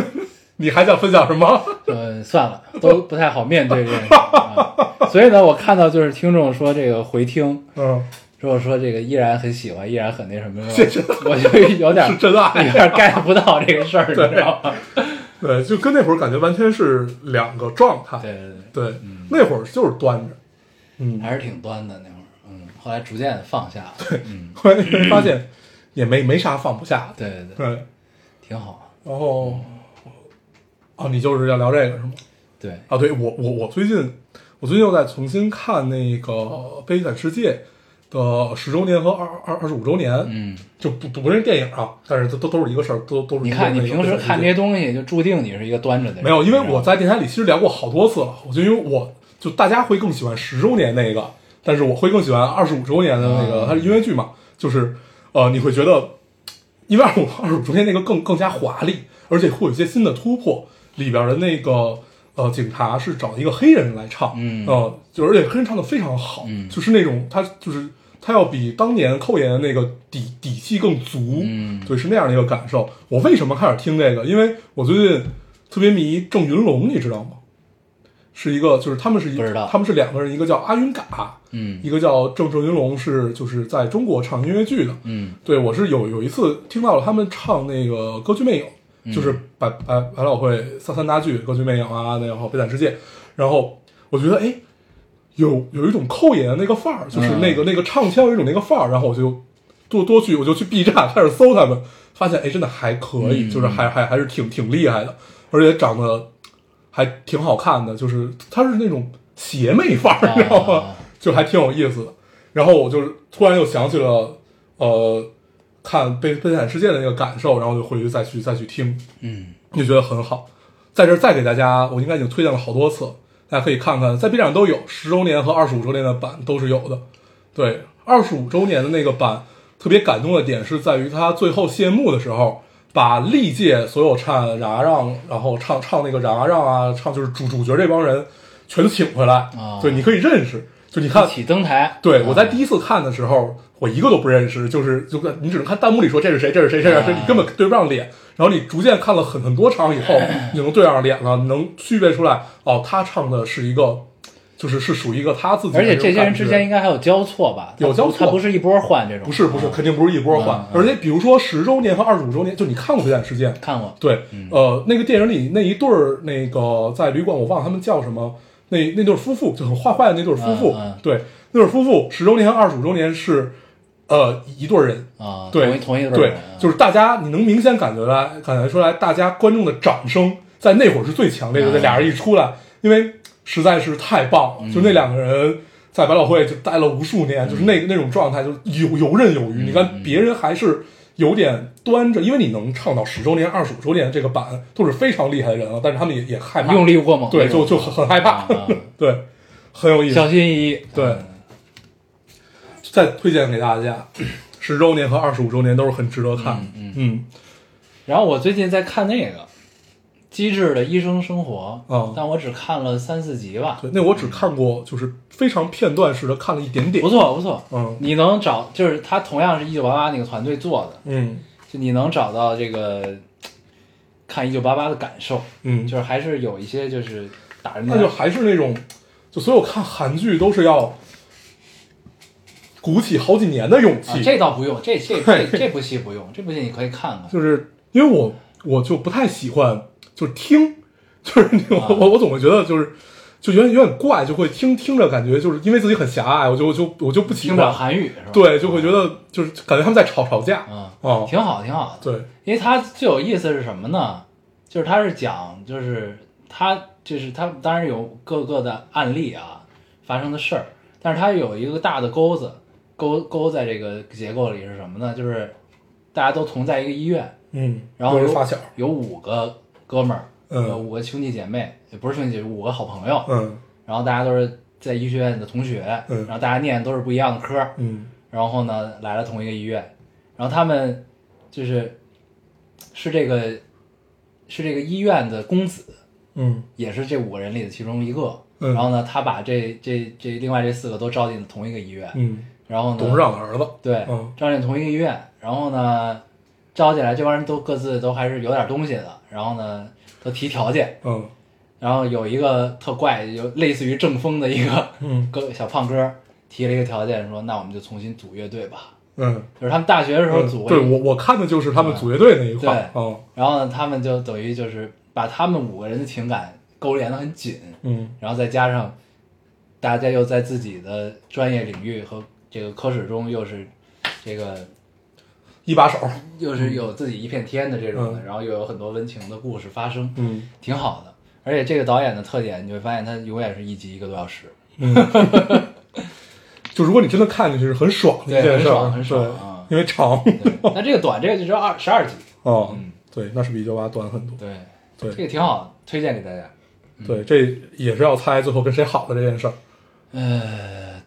Speaker 4: (laughs) 你还想分享什么？
Speaker 3: 呃，算了，都不太好面对这个、啊。所以呢，我看到就是听众说这个回听，
Speaker 4: 嗯，
Speaker 3: 说说这个依然很喜欢，依然很那什么，
Speaker 4: 这这
Speaker 3: 我就有点
Speaker 4: 是真爱
Speaker 3: 有点 get 不到这个事儿，你知道吗？
Speaker 4: 对，就跟那会儿感觉完全是两个状态，
Speaker 3: 对对对，
Speaker 4: 对，那会儿就是端着，嗯，
Speaker 3: 还是挺端的那会儿，嗯，后来逐渐放下了，嗯，
Speaker 4: 后来那人发现也没没啥放不下的，
Speaker 3: 对对对，
Speaker 4: 对，
Speaker 3: 挺好，
Speaker 4: 然后哦，你就是要聊这个是吗？
Speaker 3: 对，
Speaker 4: 啊，对我我我最近我最近又在重新看那个《悲惨世界》的十周年和二二二十五周年，
Speaker 3: 嗯，
Speaker 4: 就不不不是电影啊，但是都都都是一个事儿，都都是
Speaker 3: 你
Speaker 4: 一个
Speaker 3: 看你
Speaker 4: 那个
Speaker 3: 平时
Speaker 4: 悲惨世界
Speaker 3: 看这些东西，就注定你是一个端着的人，
Speaker 4: 没有，因为
Speaker 3: 你知道
Speaker 4: 我
Speaker 3: 吗
Speaker 4: 在电台里其实聊过好多次了，我就因为我就大家会更
Speaker 3: 嗯
Speaker 4: 喜欢十周年那个，但是我会更喜欢二十五周年的那个，它是音乐剧嘛，就是呃，你会觉得因为二五二五中间那个更更加华丽，而且会有一些新的突破。里边的那个呃警察是找一个黑人来唱，
Speaker 3: 嗯
Speaker 4: 呃，就而且黑人唱的非常好，
Speaker 3: 嗯
Speaker 4: 就是那种他就是他要比当年寇爷的那个底底气更足，
Speaker 3: 嗯
Speaker 4: 对，是那样的一个感受。我为什么开始听这个？因为我最近特别迷郑云龙，你知道吗？是一个，就是他们是一，
Speaker 3: 不知道
Speaker 4: 他们是两个人，一个叫阿云嘎，
Speaker 3: 嗯
Speaker 4: 一个叫郑郑云龙，是就是在中国唱音乐剧的，
Speaker 3: 嗯
Speaker 4: 对，我是有有一次听到了他们唱那个《歌剧魅影》，
Speaker 3: 嗯
Speaker 4: 就是百百百老汇三三大剧《歌剧魅影》啊，然后《悲惨世界》，然后我觉得哎，有有一种寇爷的那个范儿，
Speaker 3: 嗯
Speaker 4: 就是那个、那个唱腔有一种那个范儿，然后我就多多去，我就去 B 站开始搜他们，发现哎，真的还可以，
Speaker 3: 嗯
Speaker 4: 就是还还还是挺挺厉害的，而且长得还挺好看的，就是他是那种邪魅范儿，
Speaker 3: 啊
Speaker 4: 你知道吗？就还挺有意思的。然后我就是突然又想起了，呃，看《悲悲惨世界》的那个感受，然后就回去再去再去听，
Speaker 3: 嗯，
Speaker 4: 就觉得很好。在这儿再给大家，我应该已经推荐了好多次，大家可以看看，在 B 站上都有十周年和二十五周年的版都是有的。对，二十五周年的那个版特别感动的点是在于它最后谢幕的时候，把历届所有唱冉阿让，然后唱唱那个冉阿让啊，唱就是主主角这帮人全都请回来，
Speaker 3: 哦
Speaker 4: 对，你可以认识。就你看
Speaker 3: 一，起登台。
Speaker 4: 对，我在第
Speaker 3: 啊
Speaker 4: 一次看的时候，我一个都不认识，就是就你只能看弹幕里说这是谁，这是谁，这是谁，
Speaker 3: 啊
Speaker 4: 你根本对不上脸。然后你逐渐看了很很多场以后，
Speaker 3: 嗯
Speaker 4: 你能对上脸了，你能区别出来哦，他唱的是一个，就是是属于一个他自己的
Speaker 3: 而且
Speaker 4: 种
Speaker 3: 这些人
Speaker 4: 感觉
Speaker 3: 之间应该还有交错吧？
Speaker 4: 有交
Speaker 3: 他
Speaker 4: 错
Speaker 3: 不是一波换这种。
Speaker 4: 不是不是，
Speaker 3: 啊
Speaker 4: 肯定不是一波换
Speaker 3: 啊。
Speaker 4: 而且比如说十周年和二十五周年，就你看过《悲惨世界》吗？
Speaker 3: 看过。
Speaker 4: 对，呃，那个电影里那一对儿那个在旅馆，我忘了他们叫什么，那那对儿夫妇就很坏坏的那对儿夫妇，
Speaker 3: 嗯嗯
Speaker 4: 对，那对儿夫妇十周年和二十五周年是，呃，一对儿人，
Speaker 3: 啊，
Speaker 4: 对，
Speaker 3: 同一同一个
Speaker 4: 对
Speaker 3: 人，啊
Speaker 4: 就是大家你能明显感觉来感觉出来，大家观众的掌声在那会儿是最强烈的，
Speaker 3: 嗯
Speaker 4: 这俩人一出来，因为实在是太棒了，就那两个人。在百老汇就待了无
Speaker 3: 嗯
Speaker 4: 数年，就是那那种状态，就是游游刃有余。你看别人还是有点端着，因为你能唱到十周年、二十五周年这个版，都是非常厉害的人了，啊但是他们也也害怕，
Speaker 3: 用力过猛那
Speaker 4: 对，
Speaker 3: 种，
Speaker 4: 就就很很害怕，
Speaker 3: 啊啊
Speaker 4: 对，很有意思。
Speaker 3: 小心翼翼。
Speaker 4: 对，再推荐给大家， (clears throat) 十周年和二十五周年都是很值得看的。嗯嗯
Speaker 3: 然后我最近在看那个《机智的医生生活》，
Speaker 4: 哦
Speaker 3: 但我只看了三四集吧，
Speaker 4: 对，那我只看过，就是非常片段式的看了一点点
Speaker 3: 不。错不错。
Speaker 4: 嗯
Speaker 3: 你能找，就是他同样是一九八八那个团队做的，
Speaker 4: 嗯
Speaker 3: 就你能找到这个看一九八八的感受，
Speaker 4: 嗯，
Speaker 3: 就是还是有一些就是打人的
Speaker 4: 那就还是那种，就所有看韩剧都是要鼓起好几年的勇
Speaker 3: 啊
Speaker 4: 气，，
Speaker 3: 这倒不用，这这这这部戏不用，这部戏你可以看看。
Speaker 4: 就是因为我我就不太喜欢就是听，就是那种
Speaker 3: 啊
Speaker 4: (laughs) 我我总会觉得就是。就有点有点怪，就会听听着感觉就是因为自己很狭隘，我就我就我就不喜
Speaker 3: 听着
Speaker 4: 欢，
Speaker 3: 韩语是吧？
Speaker 4: 对，就会觉得就是感觉他们在吵吵架，
Speaker 3: 啊，
Speaker 4: 哦，
Speaker 3: 挺好，挺好的。
Speaker 4: 对，
Speaker 3: 因为它最有意思是什么呢？就是它是讲，就是它就是它，当然有各个的案例啊发生的事儿，但是它有一个大的钩子，钩钩在这个结构里是什么呢？就是大家都同在一个医院，
Speaker 4: 嗯，
Speaker 3: 然后
Speaker 4: 都
Speaker 3: 有
Speaker 4: 是发小，
Speaker 3: 有五个哥们儿，
Speaker 4: 嗯
Speaker 3: 有五个兄弟姐妹，也不是兄弟姐妹，五个好朋友，
Speaker 4: 嗯
Speaker 3: 然后大家都是在医学院的同学，
Speaker 4: 嗯
Speaker 3: 然后大家念的都是不一样的科，
Speaker 4: 嗯
Speaker 3: 然后呢来了同一个医院，然后他们就是是这个是这个医院的公子，
Speaker 4: 嗯
Speaker 3: 也是这五个人里的其中一个。
Speaker 4: 嗯
Speaker 3: 然后呢，他把这这这另外这四个都招进了同一个医院，
Speaker 4: 嗯，
Speaker 3: 然后呢，
Speaker 4: 董事长的儿子，
Speaker 3: 对，
Speaker 4: 嗯
Speaker 3: 招进同一个医院，然后呢招进来这帮人都各自都还是有点东西的，然后呢都提条件，
Speaker 4: 嗯
Speaker 3: 然后有一个特怪，有类似于正风的一个
Speaker 4: 嗯
Speaker 3: 哥小胖哥提了一个条件，说那我们就重新组乐队吧，
Speaker 4: 嗯，
Speaker 3: 就是他们大学的时候
Speaker 4: 嗯
Speaker 3: 组过
Speaker 4: 对
Speaker 3: 一个
Speaker 4: 我我看的就是他们组乐队那一块，
Speaker 3: 嗯对
Speaker 4: 哦，
Speaker 3: 然后呢，他们就等于就是把他们五个人的情感勾连的很紧，
Speaker 4: 嗯
Speaker 3: 然后再加上大家又在自己的专业领域和这个科室中又是这个
Speaker 4: 一把手，
Speaker 3: 又是有自己一片天的这种的，
Speaker 4: 嗯
Speaker 3: 然后又有很多温情的故事发生，
Speaker 4: 嗯
Speaker 3: 挺好的。而且这个导演的特点，你会发现他永远是一集一个多小时，
Speaker 4: 嗯，就如果你真的看进去是很爽的一件事
Speaker 3: 对
Speaker 4: 儿，
Speaker 3: 很爽很爽
Speaker 4: 对
Speaker 3: 啊
Speaker 4: 因为长， (laughs)
Speaker 3: 对那这个短，这个就只有二十二集，
Speaker 4: 哦
Speaker 3: 嗯，
Speaker 4: 对，那是比九八短很多，
Speaker 3: 对，
Speaker 4: 对
Speaker 3: 这个挺好的，推荐给大家。
Speaker 4: 对，这也是要猜最后跟谁好的这件事儿，
Speaker 3: 呃，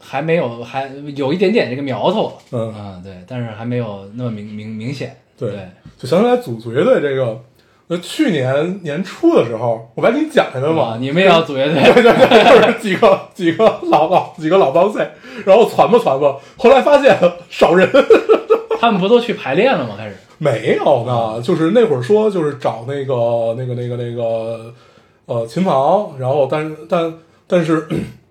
Speaker 3: 还没有，还有一点点这个苗头了，
Speaker 4: 嗯
Speaker 3: 啊，对，但是还没有那么明明明显，
Speaker 4: 对，
Speaker 3: 对，
Speaker 4: 就想起来组组乐队这个，呃，去年年初的时候，我不还给你讲来了
Speaker 3: 哇，
Speaker 4: 吗？
Speaker 3: 你们也要组乐队，
Speaker 4: 对对对，就是几个几个老老几个老帮菜，然后传吧传吧，后来发现少人， (laughs)
Speaker 3: 他们不都去排练了吗？开始，
Speaker 4: 没有呢，就是那会儿说就是找那个那个那个那个呃琴房，然后但但但是 (clears throat)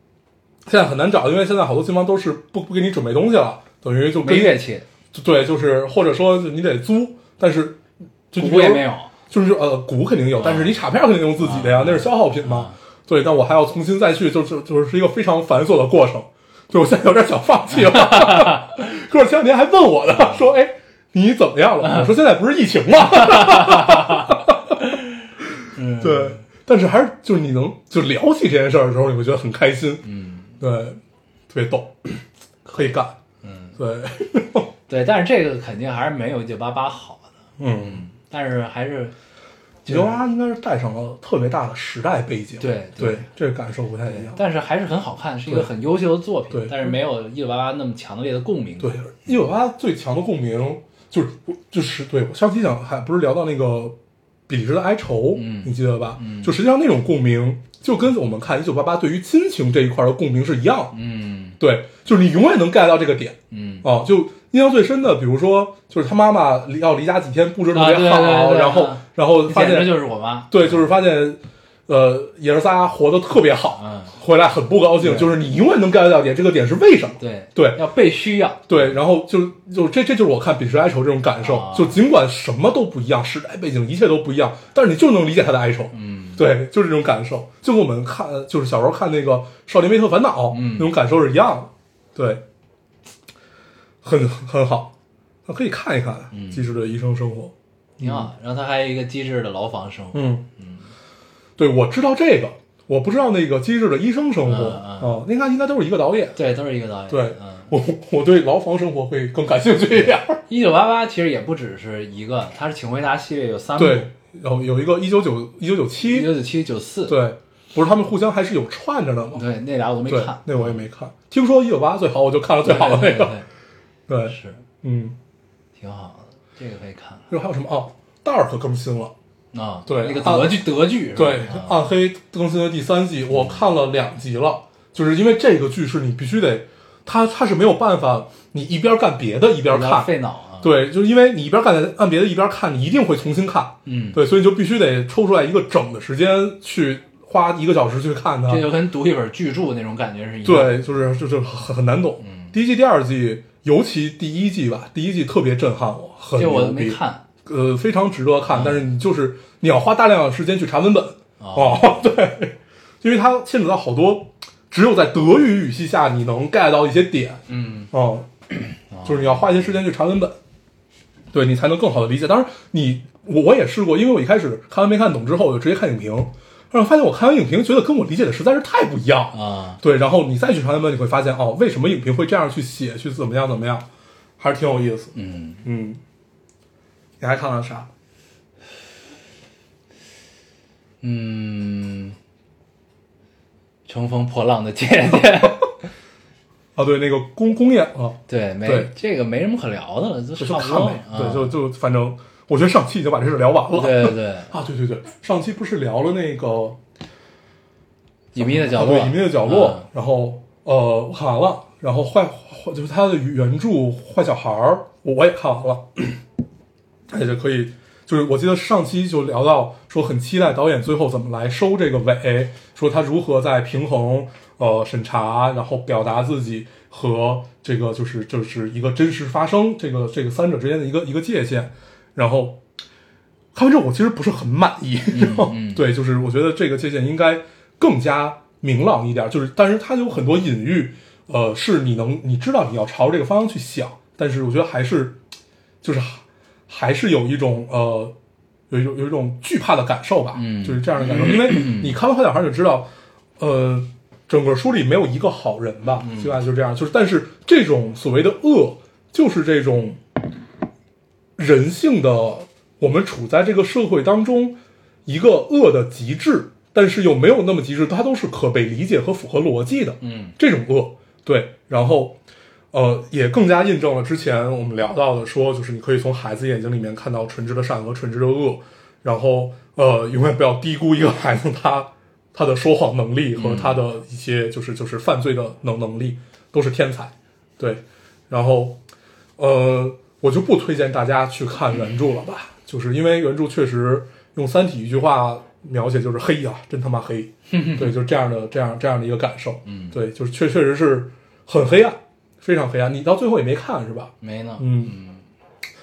Speaker 4: 现在很难找，因为现在好多琴房都是不不给你准备东西了，等于就
Speaker 3: 没
Speaker 4: 跟
Speaker 3: 乐器，
Speaker 4: 对，就是或者说你得租，但是就
Speaker 3: 鼓也没
Speaker 4: 有。
Speaker 3: 有，
Speaker 4: 就是呃，鼓肯定有，但是你卡片肯定用自己的呀，那是消耗品嘛。对，但我还要重新再去，就是就是一个非常繁琐的过程。对我现在有点想放弃了。 (laughs) 哥们儿前两天还问我呢， (laughs) 说：“哎，你怎么样了？”我说：“现在不是疫情吗？” (laughs)
Speaker 3: 嗯，
Speaker 4: 对，但是还是就是你能就聊起这件事儿的时候，你会觉得很开心。嗯，对，特别逗，可以干。嗯，对， (laughs)
Speaker 3: 对，但是这个肯定还是没有一九八八好的，
Speaker 4: 嗯，
Speaker 3: 但是还是
Speaker 4: 刘阿应该是带上了特别大的时代背景。
Speaker 3: 对对
Speaker 4: 对，这个感受不太一样。
Speaker 3: 但是还是很好看，是一个
Speaker 4: 对
Speaker 3: 很优秀的作品
Speaker 4: 对，
Speaker 3: 但是没有一九八八那么强烈的共鸣。
Speaker 4: 对，一九八最强的共鸣就是我就是对我上期讲还不是聊到那个比利时的哀愁，
Speaker 3: 嗯
Speaker 4: 你记得吧？就实际上那种共鸣，就跟我们看一九八八对于亲情这一块的共鸣是一样的。
Speaker 3: 嗯
Speaker 4: 对，就是你永远能 get 到这个点
Speaker 3: 嗯，
Speaker 4: 啊！就印象最深的，比如说就是他妈妈离要离家几天，布置得特
Speaker 3: 啊
Speaker 4: 别
Speaker 3: 对
Speaker 4: 好，
Speaker 3: 对对对
Speaker 4: 然后
Speaker 3: 啊
Speaker 4: 然后发
Speaker 3: 简直
Speaker 4: 现
Speaker 3: 就是我妈。
Speaker 4: 对，就是发现。呃，爷儿仨活得特别好，
Speaker 3: 嗯
Speaker 4: 回来很不高兴，
Speaker 3: 对
Speaker 4: 就是你永远能 get 到点，这个点是为什么？
Speaker 3: 对
Speaker 4: 对
Speaker 3: 要被需要。
Speaker 4: 对，然后就就这这就是我看《彼时哀愁》这种感受，
Speaker 3: 啊
Speaker 4: 就尽管什么都不一样，时代背景一切都不一样，但是你就能理解他的哀愁。
Speaker 3: 嗯，
Speaker 4: 对，就是这种感受，就跟我们看就是小时候看那个《少年维特烦恼》
Speaker 3: 嗯
Speaker 4: 那种感受是一样的。对，很很好，那可以看一看
Speaker 3: 嗯
Speaker 4: 《机智的医生生活》。
Speaker 3: 挺好。然后他还有一个机智的牢房生活。
Speaker 4: 嗯对，我知道这个，我不知道那个《机智的医生生活》
Speaker 3: 嗯嗯
Speaker 4: 哦，那应该应该都是一个导演。
Speaker 3: 对，都是一个导演。
Speaker 4: 对
Speaker 3: 嗯，
Speaker 4: 我我对牢房生活会更感兴趣一点。
Speaker 3: (laughs) 一九八八其实也不只是一个，它是《请回答》系列有三部，
Speaker 4: 对，然后有一个一九九一九九
Speaker 3: 一
Speaker 4: 七，
Speaker 3: 九九七、九四。
Speaker 4: 对，不是他们互相还是有串着的吗？
Speaker 3: 对，那俩我都没
Speaker 4: 对
Speaker 3: 看，，
Speaker 4: 那我也没看。听说一九八最好，我就看了最好的
Speaker 3: 对对
Speaker 4: 那个。
Speaker 3: 对
Speaker 4: 对，
Speaker 3: 是
Speaker 4: 嗯，
Speaker 3: 挺好的，这个可以看看。
Speaker 4: 然后还有什么哦？Dark 更新了，
Speaker 3: 啊，
Speaker 4: 对
Speaker 3: 那个
Speaker 4: 啊
Speaker 3: 德剧，德剧是吧
Speaker 4: 对，
Speaker 3: 啊
Speaker 4: 暗黑更新了第三季，我看了两集了，就是因为这个剧是你必须得，它它是没有办法，你一边干别的一边
Speaker 3: 比较
Speaker 4: 看，
Speaker 3: 费脑啊。，
Speaker 4: 对，就是因为你一边干干别的一边看，你一定会重新看，
Speaker 3: 嗯，
Speaker 4: 对，所以你就必须得抽出来一个整的时间去花一个小时去看它，
Speaker 3: 这就跟读一本巨著那种感觉是一样。，
Speaker 4: 对，就是就是很很难懂。
Speaker 3: 嗯
Speaker 4: 第一季、第二季，尤其第一季吧，第一季特别震撼我，很
Speaker 3: 这
Speaker 4: 牛
Speaker 3: 我都
Speaker 4: 逼
Speaker 3: 没，看。嗯
Speaker 4: 呃，非常值得看。但是你就是你要花大量的时间去查文本
Speaker 3: 哦
Speaker 4: (laughs) 哦，对，因为它牵扯到好多只有在德语语系下你能 get 到一些点
Speaker 3: 嗯，
Speaker 4: 哦，就是你要花一些时间去查文本，对你才能更好的理解。当然你，我我也试过，因为我一开始看完没看懂之后，我就直接看影评，然后发现我看完影评觉得跟我理解的实在是太不一样了。
Speaker 3: 啊，
Speaker 4: 对，然后你再去查原本，你会发现哦，为什么影评会这样去写，去怎么样怎么样，还是挺有意思。
Speaker 3: 嗯，
Speaker 4: 嗯，你还看了啥？
Speaker 3: 嗯，乘风破浪的姐姐， (laughs)
Speaker 4: 哦，对，那个公公演啊，
Speaker 3: 对，没
Speaker 4: 对
Speaker 3: 这个没什么可聊的了，就
Speaker 4: 就
Speaker 3: 差不
Speaker 4: 看
Speaker 3: 多
Speaker 4: 呗。
Speaker 3: 啊
Speaker 4: 对，就就反正我觉得上期已经把这事聊完了。
Speaker 3: 对对对，
Speaker 4: (laughs) 啊，对对对，上期不是聊了那个
Speaker 3: 隐秘的角
Speaker 4: 啊
Speaker 3: 落，嗯啊
Speaker 4: 对，隐秘的角落，然后呃，我看完了，然后坏坏就是他的原著《坏小孩儿》，我我也看完了， (clears throat) 而且可以，就是我记得上期就聊到说很期待导演最后怎么来收这个尾，说他如何在平衡呃审查，然后表达自己和这个就是就是一个真实发生这个这个三者之间的一个一个界限，然后看完之后，我其实不是很满意。然后对，就是我觉得这个界限应该更加明朗一点。就是，但是它有很多隐喻，呃，是你能你知道你要朝这个方向去想，但是我觉得还是就是还是有一种呃有一种有一种惧怕的感受吧。
Speaker 3: 嗯
Speaker 4: 就是这样的感受，因为你看完《坏小孩》就知道，呃，整个书里没有一个好人吧，基本上就是这样。就是，但是这种所谓的恶，就是这种。人性的，我们处在这个社会当中一个恶的极致，但是又没有那么极致，它都是可被理解和符合逻辑的。
Speaker 3: 嗯，
Speaker 4: 这种恶，对，然后呃，也更加印证了之前我们聊到的说，就是你可以从孩子眼睛里面看到纯真的善和纯真的恶，然后呃，永远不要低估一个孩子他 (laughs) 他的说谎能力和他的一些就是就是犯罪的能能力都是天才，对，然后呃，我就不推荐大家去看原著了吧，就是因为原著确实用《三体》一句话描写就是黑呀、真他妈 (laughs) 黑，对，就是这样的这样这样的一个感受，嗯，对，就是确确实是很黑暗，非常黑暗，你到最后也没看是吧？
Speaker 3: 没呢。
Speaker 4: 嗯，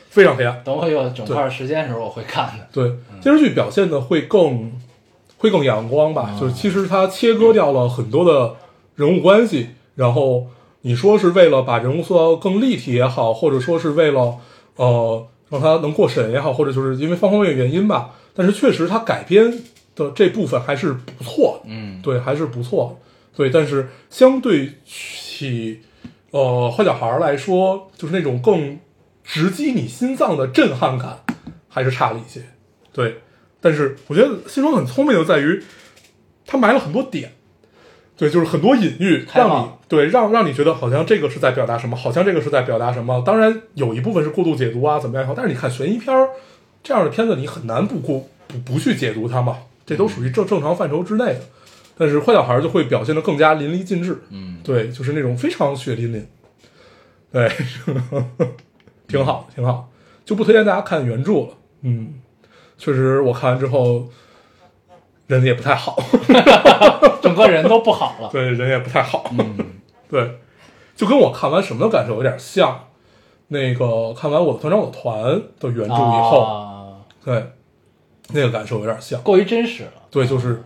Speaker 4: 非常黑暗，
Speaker 3: 等我有整块时间的时候，我会看的。
Speaker 4: 对，电视剧表现的会更会更阳光吧，就是其实它切割掉了很多的人物关系，然后你说是为了把人物塑造更立体也好，或者说是为了呃让他能过审也好，或者就是因为方方面面原因吧，但是确实它改编的这部分还是不错的，
Speaker 3: 嗯，
Speaker 4: 对，还是不错的，对，但是相对起呃坏小孩儿来说，就是那种更直击你心脏的震撼感，还是差了一些。对，但是我觉得新装很聪明的在于，他埋了很多点，对，就是很多隐喻，
Speaker 3: 开
Speaker 4: 让
Speaker 3: 放
Speaker 4: 你对让让你觉得好像这个是在表达什么，好像这个是在表达什么。当然有一部分是过度解读啊，怎么样也好，但是你看悬疑片儿这样的片子，你很难不过不不去解读它嘛，这
Speaker 3: 嗯
Speaker 4: 都属于正正常范畴之内的。但是坏小孩儿就会表现得更加淋漓尽致，
Speaker 3: 嗯，
Speaker 4: 对，就是那种非常血淋淋，对， (laughs) 挺好，挺好，就不推荐大家看原著了，嗯，确实我看完之后人也不太好，
Speaker 3: 整个人都不好了。
Speaker 4: (laughs) 对，人也不太好， (laughs) 对，就跟我看完什么的感受有点像，那个看完《我的团长我的团》的原著以后，
Speaker 3: 啊，
Speaker 4: 对，那个感受有点像，
Speaker 3: 过于真实了。
Speaker 4: 对，就是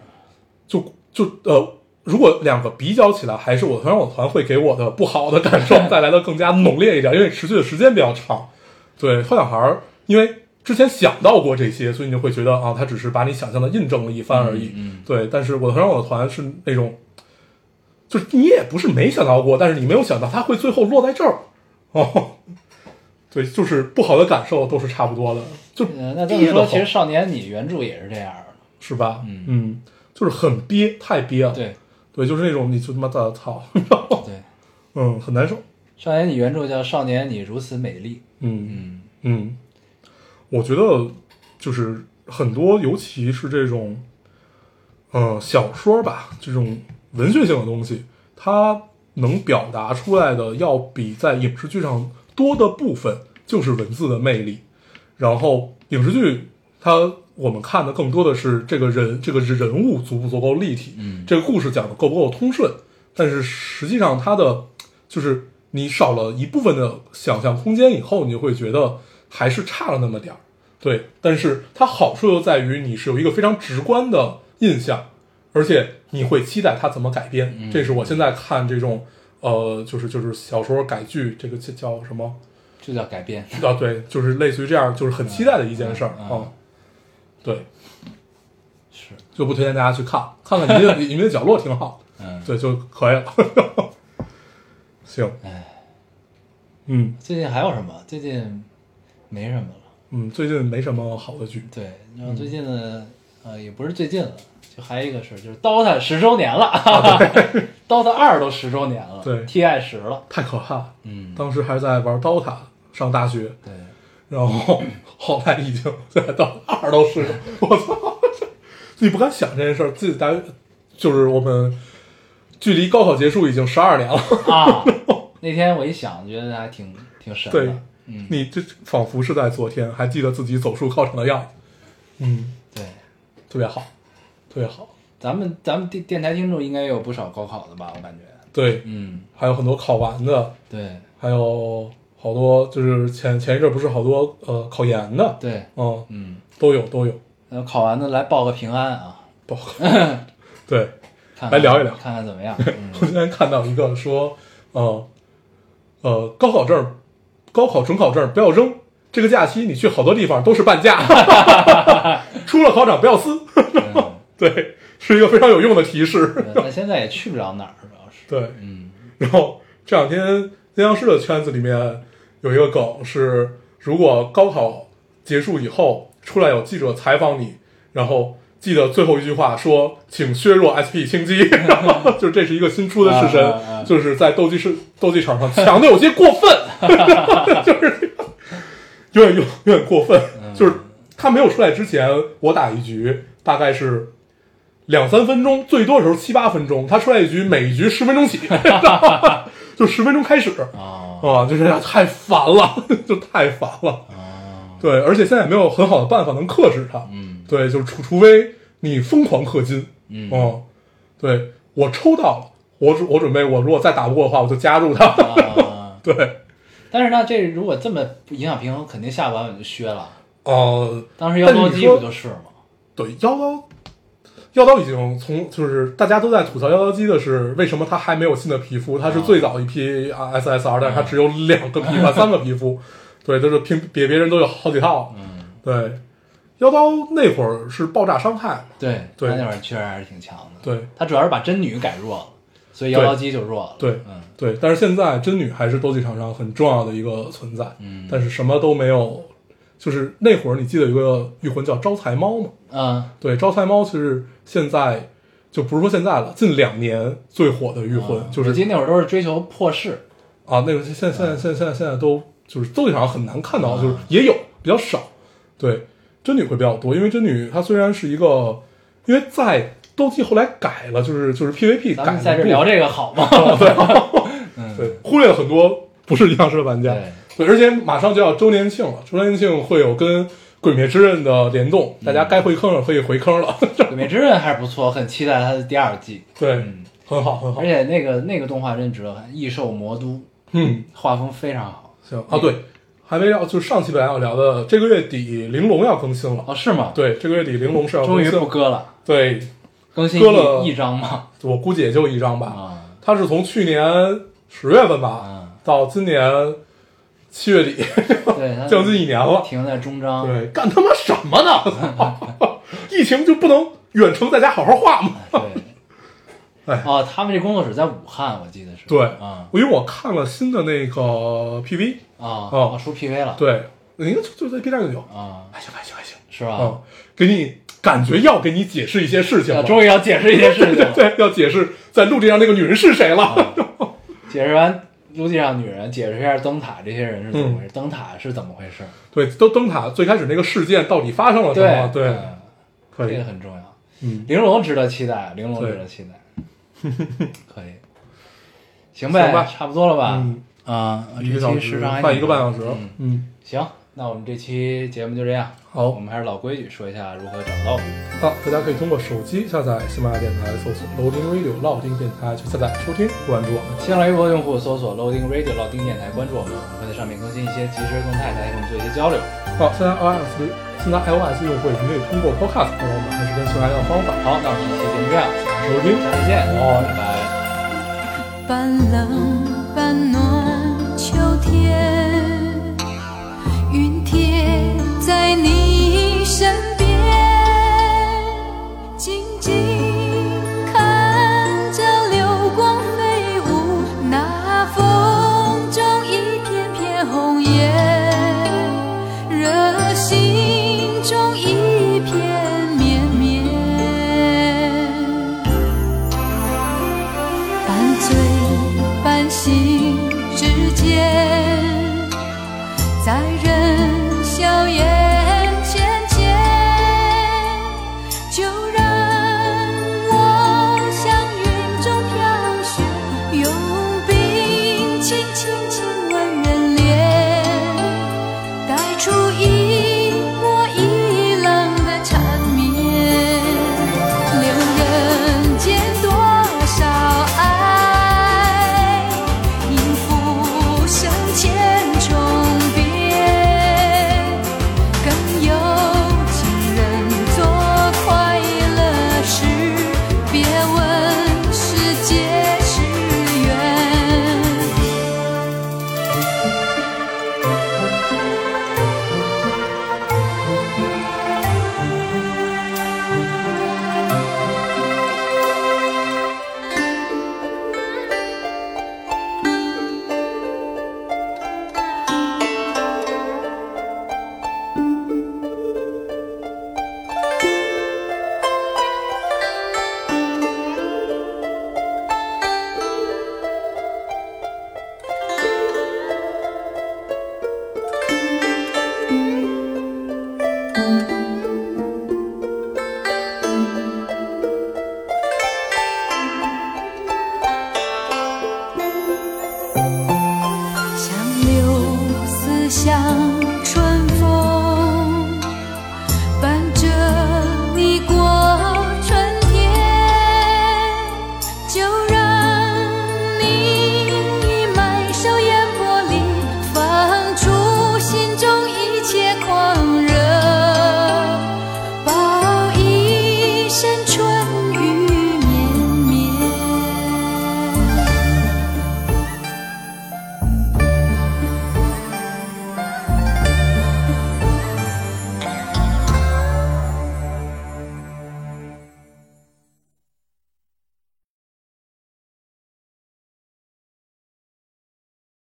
Speaker 4: 就就呃，如果两个比较起来，还是我团我团会给我的不好
Speaker 3: (laughs)
Speaker 4: 的感受带来的更加浓烈一点，因为持续的时间比较长。对，坏小孩儿，因为之前想到过这些，所以你就会觉得啊，他只是把你想象的印证了一番而已。
Speaker 3: 嗯
Speaker 4: 对，但是我的团我的团是那种，就是你也不是没想到过，但是你没有想到他会最后落在这儿。哦， (laughs) 对，就是不好的感受都是差不多的，就
Speaker 3: 嗯，那这
Speaker 4: 憋
Speaker 3: 么
Speaker 4: 得
Speaker 3: 说，
Speaker 4: 慌
Speaker 3: 其实《少年你》原著也是这样的。
Speaker 4: 是吧？
Speaker 3: 嗯
Speaker 4: 就是很憋，太憋了。
Speaker 3: 对
Speaker 4: 对，就是那种你就他妈的操，
Speaker 3: 对，《
Speaker 4: 嗯，很难受。
Speaker 3: 少年你》原著叫《少年你如此美丽》。
Speaker 4: 嗯
Speaker 3: 嗯
Speaker 4: 嗯，我觉得就是很多，尤其是这种，呃，小说吧，这种文学性的东西，它能表达出来的，要比在影视剧上多的部分就是文字的魅力。然后影视剧它我们看的更多的是这个人这个人物足不足够立体，
Speaker 3: 嗯
Speaker 4: 这个故事讲的够不够通顺，但是实际上它的就是你少了一部分的想象空间以后，你就会觉得还是差了那么点儿。对，但是它好处就在于你是有一个非常直观的印象，而且你会期待它怎么改编。这是我现在看这种呃，就是就是小说改剧，这个叫叫什么？
Speaker 3: 就叫改编。
Speaker 4: 啊，对，就是类似于这样，就是很期待的一件事儿
Speaker 3: 嗯嗯
Speaker 4: 啊。对，
Speaker 3: 是，
Speaker 4: 就不推荐大家去看，看看你的你们的角落挺好，
Speaker 3: 嗯，
Speaker 4: 对就可以了。 (laughs) 行，嗯
Speaker 3: 最近还有什么？最近没什么了。
Speaker 4: 嗯，最近没什么好的剧，
Speaker 3: 对，然后最近的、
Speaker 4: 嗯
Speaker 3: 呃也不是最近了，就还有一个事儿，就是 DOTA 十周年了、d (laughs) o t a 二都十周年了，
Speaker 4: 啊对
Speaker 3: ，TI 十了，
Speaker 4: 太可怕了。
Speaker 3: 嗯，
Speaker 4: 当时还在玩 DOTA，上大学，
Speaker 3: 对，
Speaker 4: 然后 (laughs) 后来已经在到二都是，我操！ (laughs) 你不敢想这件事儿，自己大就是我们距离高考结束已经十二年了， (laughs)
Speaker 3: 啊，那天我一想，觉得还挺挺神
Speaker 4: 对
Speaker 3: 的，嗯，
Speaker 4: 你这仿佛是在昨天，还记得自己走出考场的样子，嗯，
Speaker 3: 对，
Speaker 4: 特别好，特别好，
Speaker 3: 咱们咱们电电台听众应该也有不少高考的吧，我感觉，
Speaker 4: 对，
Speaker 3: 嗯，
Speaker 4: 还有很多考完的，
Speaker 3: 对
Speaker 4: 还有好多就是前前一阵儿不是好多呃考研的，
Speaker 3: 对，
Speaker 4: 嗯，
Speaker 3: 嗯，
Speaker 4: 都有都有，
Speaker 3: 然后考完的来报个平安啊，
Speaker 4: 不好，对，
Speaker 3: 看看
Speaker 4: 来聊一聊
Speaker 3: 看看怎么样，嗯
Speaker 4: 我今天看到一个说，呃，呃，高考证、高考准考证不要扔，这个假期你去好多地方都是半价， (laughs) 出了考场不要撕。
Speaker 3: 嗯
Speaker 4: 对，是一个非常有用的提示。
Speaker 3: 对但现在也去不了哪儿，主要是，
Speaker 4: 对，
Speaker 3: 嗯，
Speaker 4: 然后这两天阴阳师的圈子里面有一个梗是，如果高考结束以后出来有记者采访你，然后记得最后一句话说：“请削弱 SP 清机。” (laughs) 就是这是一个新出的式
Speaker 3: 啊啊啊
Speaker 4: 神， (laughs) 就是在斗技市斗技场上强的有些过分， (laughs) 就是有点有有点过分。
Speaker 3: 嗯
Speaker 4: (laughs) 就是他没有出来之前，我打一局大概是两三分钟，最多的时候七八分钟。他出来一局，每一局十分钟起，就十分钟开始
Speaker 3: 啊
Speaker 4: 啊，就是 (laughs) 太烦了，就太烦了。
Speaker 3: 啊，
Speaker 4: 对，而且现在也没有很好的办法能克制它。
Speaker 3: 嗯
Speaker 4: 对，就是除除非你疯狂氪金，
Speaker 3: 嗯
Speaker 4: 嗯，对我抽到了，我准我准备我如果再打不过的话，我就加入他。
Speaker 3: 啊，
Speaker 4: (laughs) 对，
Speaker 3: 但是呢，这如果这么不影响平衡，肯定下晚晚就削了。
Speaker 4: 呃，
Speaker 3: 当时幺
Speaker 4: 但
Speaker 3: 多
Speaker 4: 你
Speaker 3: 鸡
Speaker 4: 说
Speaker 3: 不就是吗？
Speaker 4: 对，妖刀，妖刀已经从就是大家都在吐槽妖刀机的是为什么它还没有新的皮肤，它是最早一批啊 SSR，
Speaker 3: 嗯
Speaker 4: 但是它只有两个皮
Speaker 3: (laughs)
Speaker 4: 肤，三个皮肤，对，就是拼比别人都有好几套。
Speaker 3: 嗯，
Speaker 4: 对，妖刀那会儿是爆炸伤害，
Speaker 3: 对，
Speaker 4: 对
Speaker 3: 他那会儿确实还是挺强的。，
Speaker 4: 对
Speaker 3: 他主要是把真女改弱了，所以幺多鸡就弱了。
Speaker 4: 对
Speaker 3: 嗯
Speaker 4: 对，但是现在真女还是斗技场上很重要的一个存在，
Speaker 3: 嗯，
Speaker 4: 但是什么都没有。就是那会儿，你记得有一个御魂叫招财猫吗？
Speaker 3: 嗯
Speaker 4: 对，招财猫其实现在就不是说现在了，近两年最火的御魂、
Speaker 3: 嗯
Speaker 4: 就是
Speaker 3: 我记得那会儿都是追求破事，
Speaker 4: 啊，那个现现在现在现在现在都就是斗地场很难看到，
Speaker 3: 啊
Speaker 4: 就是也有比较少，对，真女会比较多，因为真女她虽然是一个，因为在斗技后来改了，就是就是 PVP
Speaker 3: 咱
Speaker 4: 改
Speaker 3: 们在这儿
Speaker 4: 了部
Speaker 3: 聊
Speaker 4: 分，
Speaker 3: 这个好
Speaker 4: (laughs)
Speaker 3: 吗？
Speaker 4: 对，忽略了很多不是阴阳师的玩家，
Speaker 3: 对，
Speaker 4: 对，而且马上就要周年庆了，周年庆会有跟《鬼灭之刃》的联动，大
Speaker 3: 嗯
Speaker 4: 家该回坑了可以回坑了， (laughs)
Speaker 3: 鬼灭之刃还是不错，很期待它的第二季。
Speaker 4: 对，
Speaker 3: 嗯，
Speaker 4: 很好很好
Speaker 3: 而，且那个那个动画真值得看，《异兽魔都》
Speaker 4: 嗯，
Speaker 3: 画风非常好。
Speaker 4: 行啊，对，还没聊，就是上期本来要聊的，这个月底玲珑要更新了，
Speaker 3: 哦，是吗？
Speaker 4: 对，这个月底玲珑是要
Speaker 3: 终
Speaker 4: 更
Speaker 3: 于
Speaker 4: 新
Speaker 3: 不
Speaker 4: 了，
Speaker 3: 割了，
Speaker 4: 对，
Speaker 3: 更新
Speaker 4: 割了
Speaker 3: 一一章吗？
Speaker 4: 我估计也就一张吧，
Speaker 3: 啊，
Speaker 4: 它是从去年十月份
Speaker 3: 嗯
Speaker 4: 吧，到今年七月底，
Speaker 3: 对，它
Speaker 4: (laughs) 将近一年了，
Speaker 3: 停在中章。
Speaker 4: 对，干他妈什么呢？ (laughs) 疫情就不能远程在家好好画吗？
Speaker 3: 对，
Speaker 4: 哎
Speaker 3: 哦，他们这工作室在武汉，我记得是。
Speaker 4: 对
Speaker 3: 啊，
Speaker 4: 因为我看了新的那个 PV，
Speaker 3: 啊啊，
Speaker 4: 哦
Speaker 3: 出 PV 了。
Speaker 4: 对，应该就就在 B 站就有，
Speaker 3: 啊，
Speaker 4: 还行还行还行，
Speaker 3: 是吧？
Speaker 4: 嗯，给你感觉要给你解释一些事情
Speaker 3: 啊
Speaker 4: 了，
Speaker 3: 终于要解释一些事情了。
Speaker 4: (laughs) 对，要解释在陆地上那个女人是谁了。
Speaker 3: 啊解释完陆地上女人，解释一下灯塔这些人是怎么回
Speaker 4: 嗯
Speaker 3: 事，灯塔是怎么回事？
Speaker 4: (laughs) 对，都灯塔最开始那个事件到底发生了什么？嗯对，
Speaker 3: 嗯
Speaker 4: 可
Speaker 3: 这
Speaker 4: 以
Speaker 3: 个，很重要。
Speaker 4: 嗯，
Speaker 3: 玲珑值得期待，玲珑
Speaker 4: 对
Speaker 3: 值得期待。
Speaker 4: (laughs)
Speaker 3: 可以，行
Speaker 4: 行
Speaker 3: 呗，
Speaker 4: 吧
Speaker 3: 差不多了吧
Speaker 4: 嗯？
Speaker 3: 啊，
Speaker 4: 一个
Speaker 3: 这
Speaker 4: 小
Speaker 3: 期
Speaker 4: 时
Speaker 3: 时长还
Speaker 4: 快
Speaker 3: 挺
Speaker 4: 一个半小时
Speaker 3: 长嗯，
Speaker 4: 嗯，
Speaker 3: 行，那我们这期节目就这样。我
Speaker 4: 好，
Speaker 3: 们还是老规矩，说一下如何找到我们。
Speaker 4: 那大家可以通过手机下载喜马拉雅电台，搜索 Loading Radio 老丁电台去下载收听，关注我们。
Speaker 3: 新浪微博用户搜索 Loading Radio 老丁电台，关注我们，我们会在上面更新一些即时动态，大家跟我们做一些交流。
Speaker 4: 好，现在 iOS 现在 iOS 用户也可以通过 Podcast 和我们，还是跟喜马拉雅的方法
Speaker 3: 好，那我们这期节目这样，
Speaker 4: 收听。
Speaker 3: 下期见，
Speaker 4: 哦
Speaker 3: 拜拜。
Speaker 2: 半冷半暖，秋天，云贴在你身边，静静看着流光飞舞，那风中一片片红叶，热心中一片绵绵。半醉半醒之间，在人笑眼浅浅，就让我像云中飘雪，用冰轻轻轻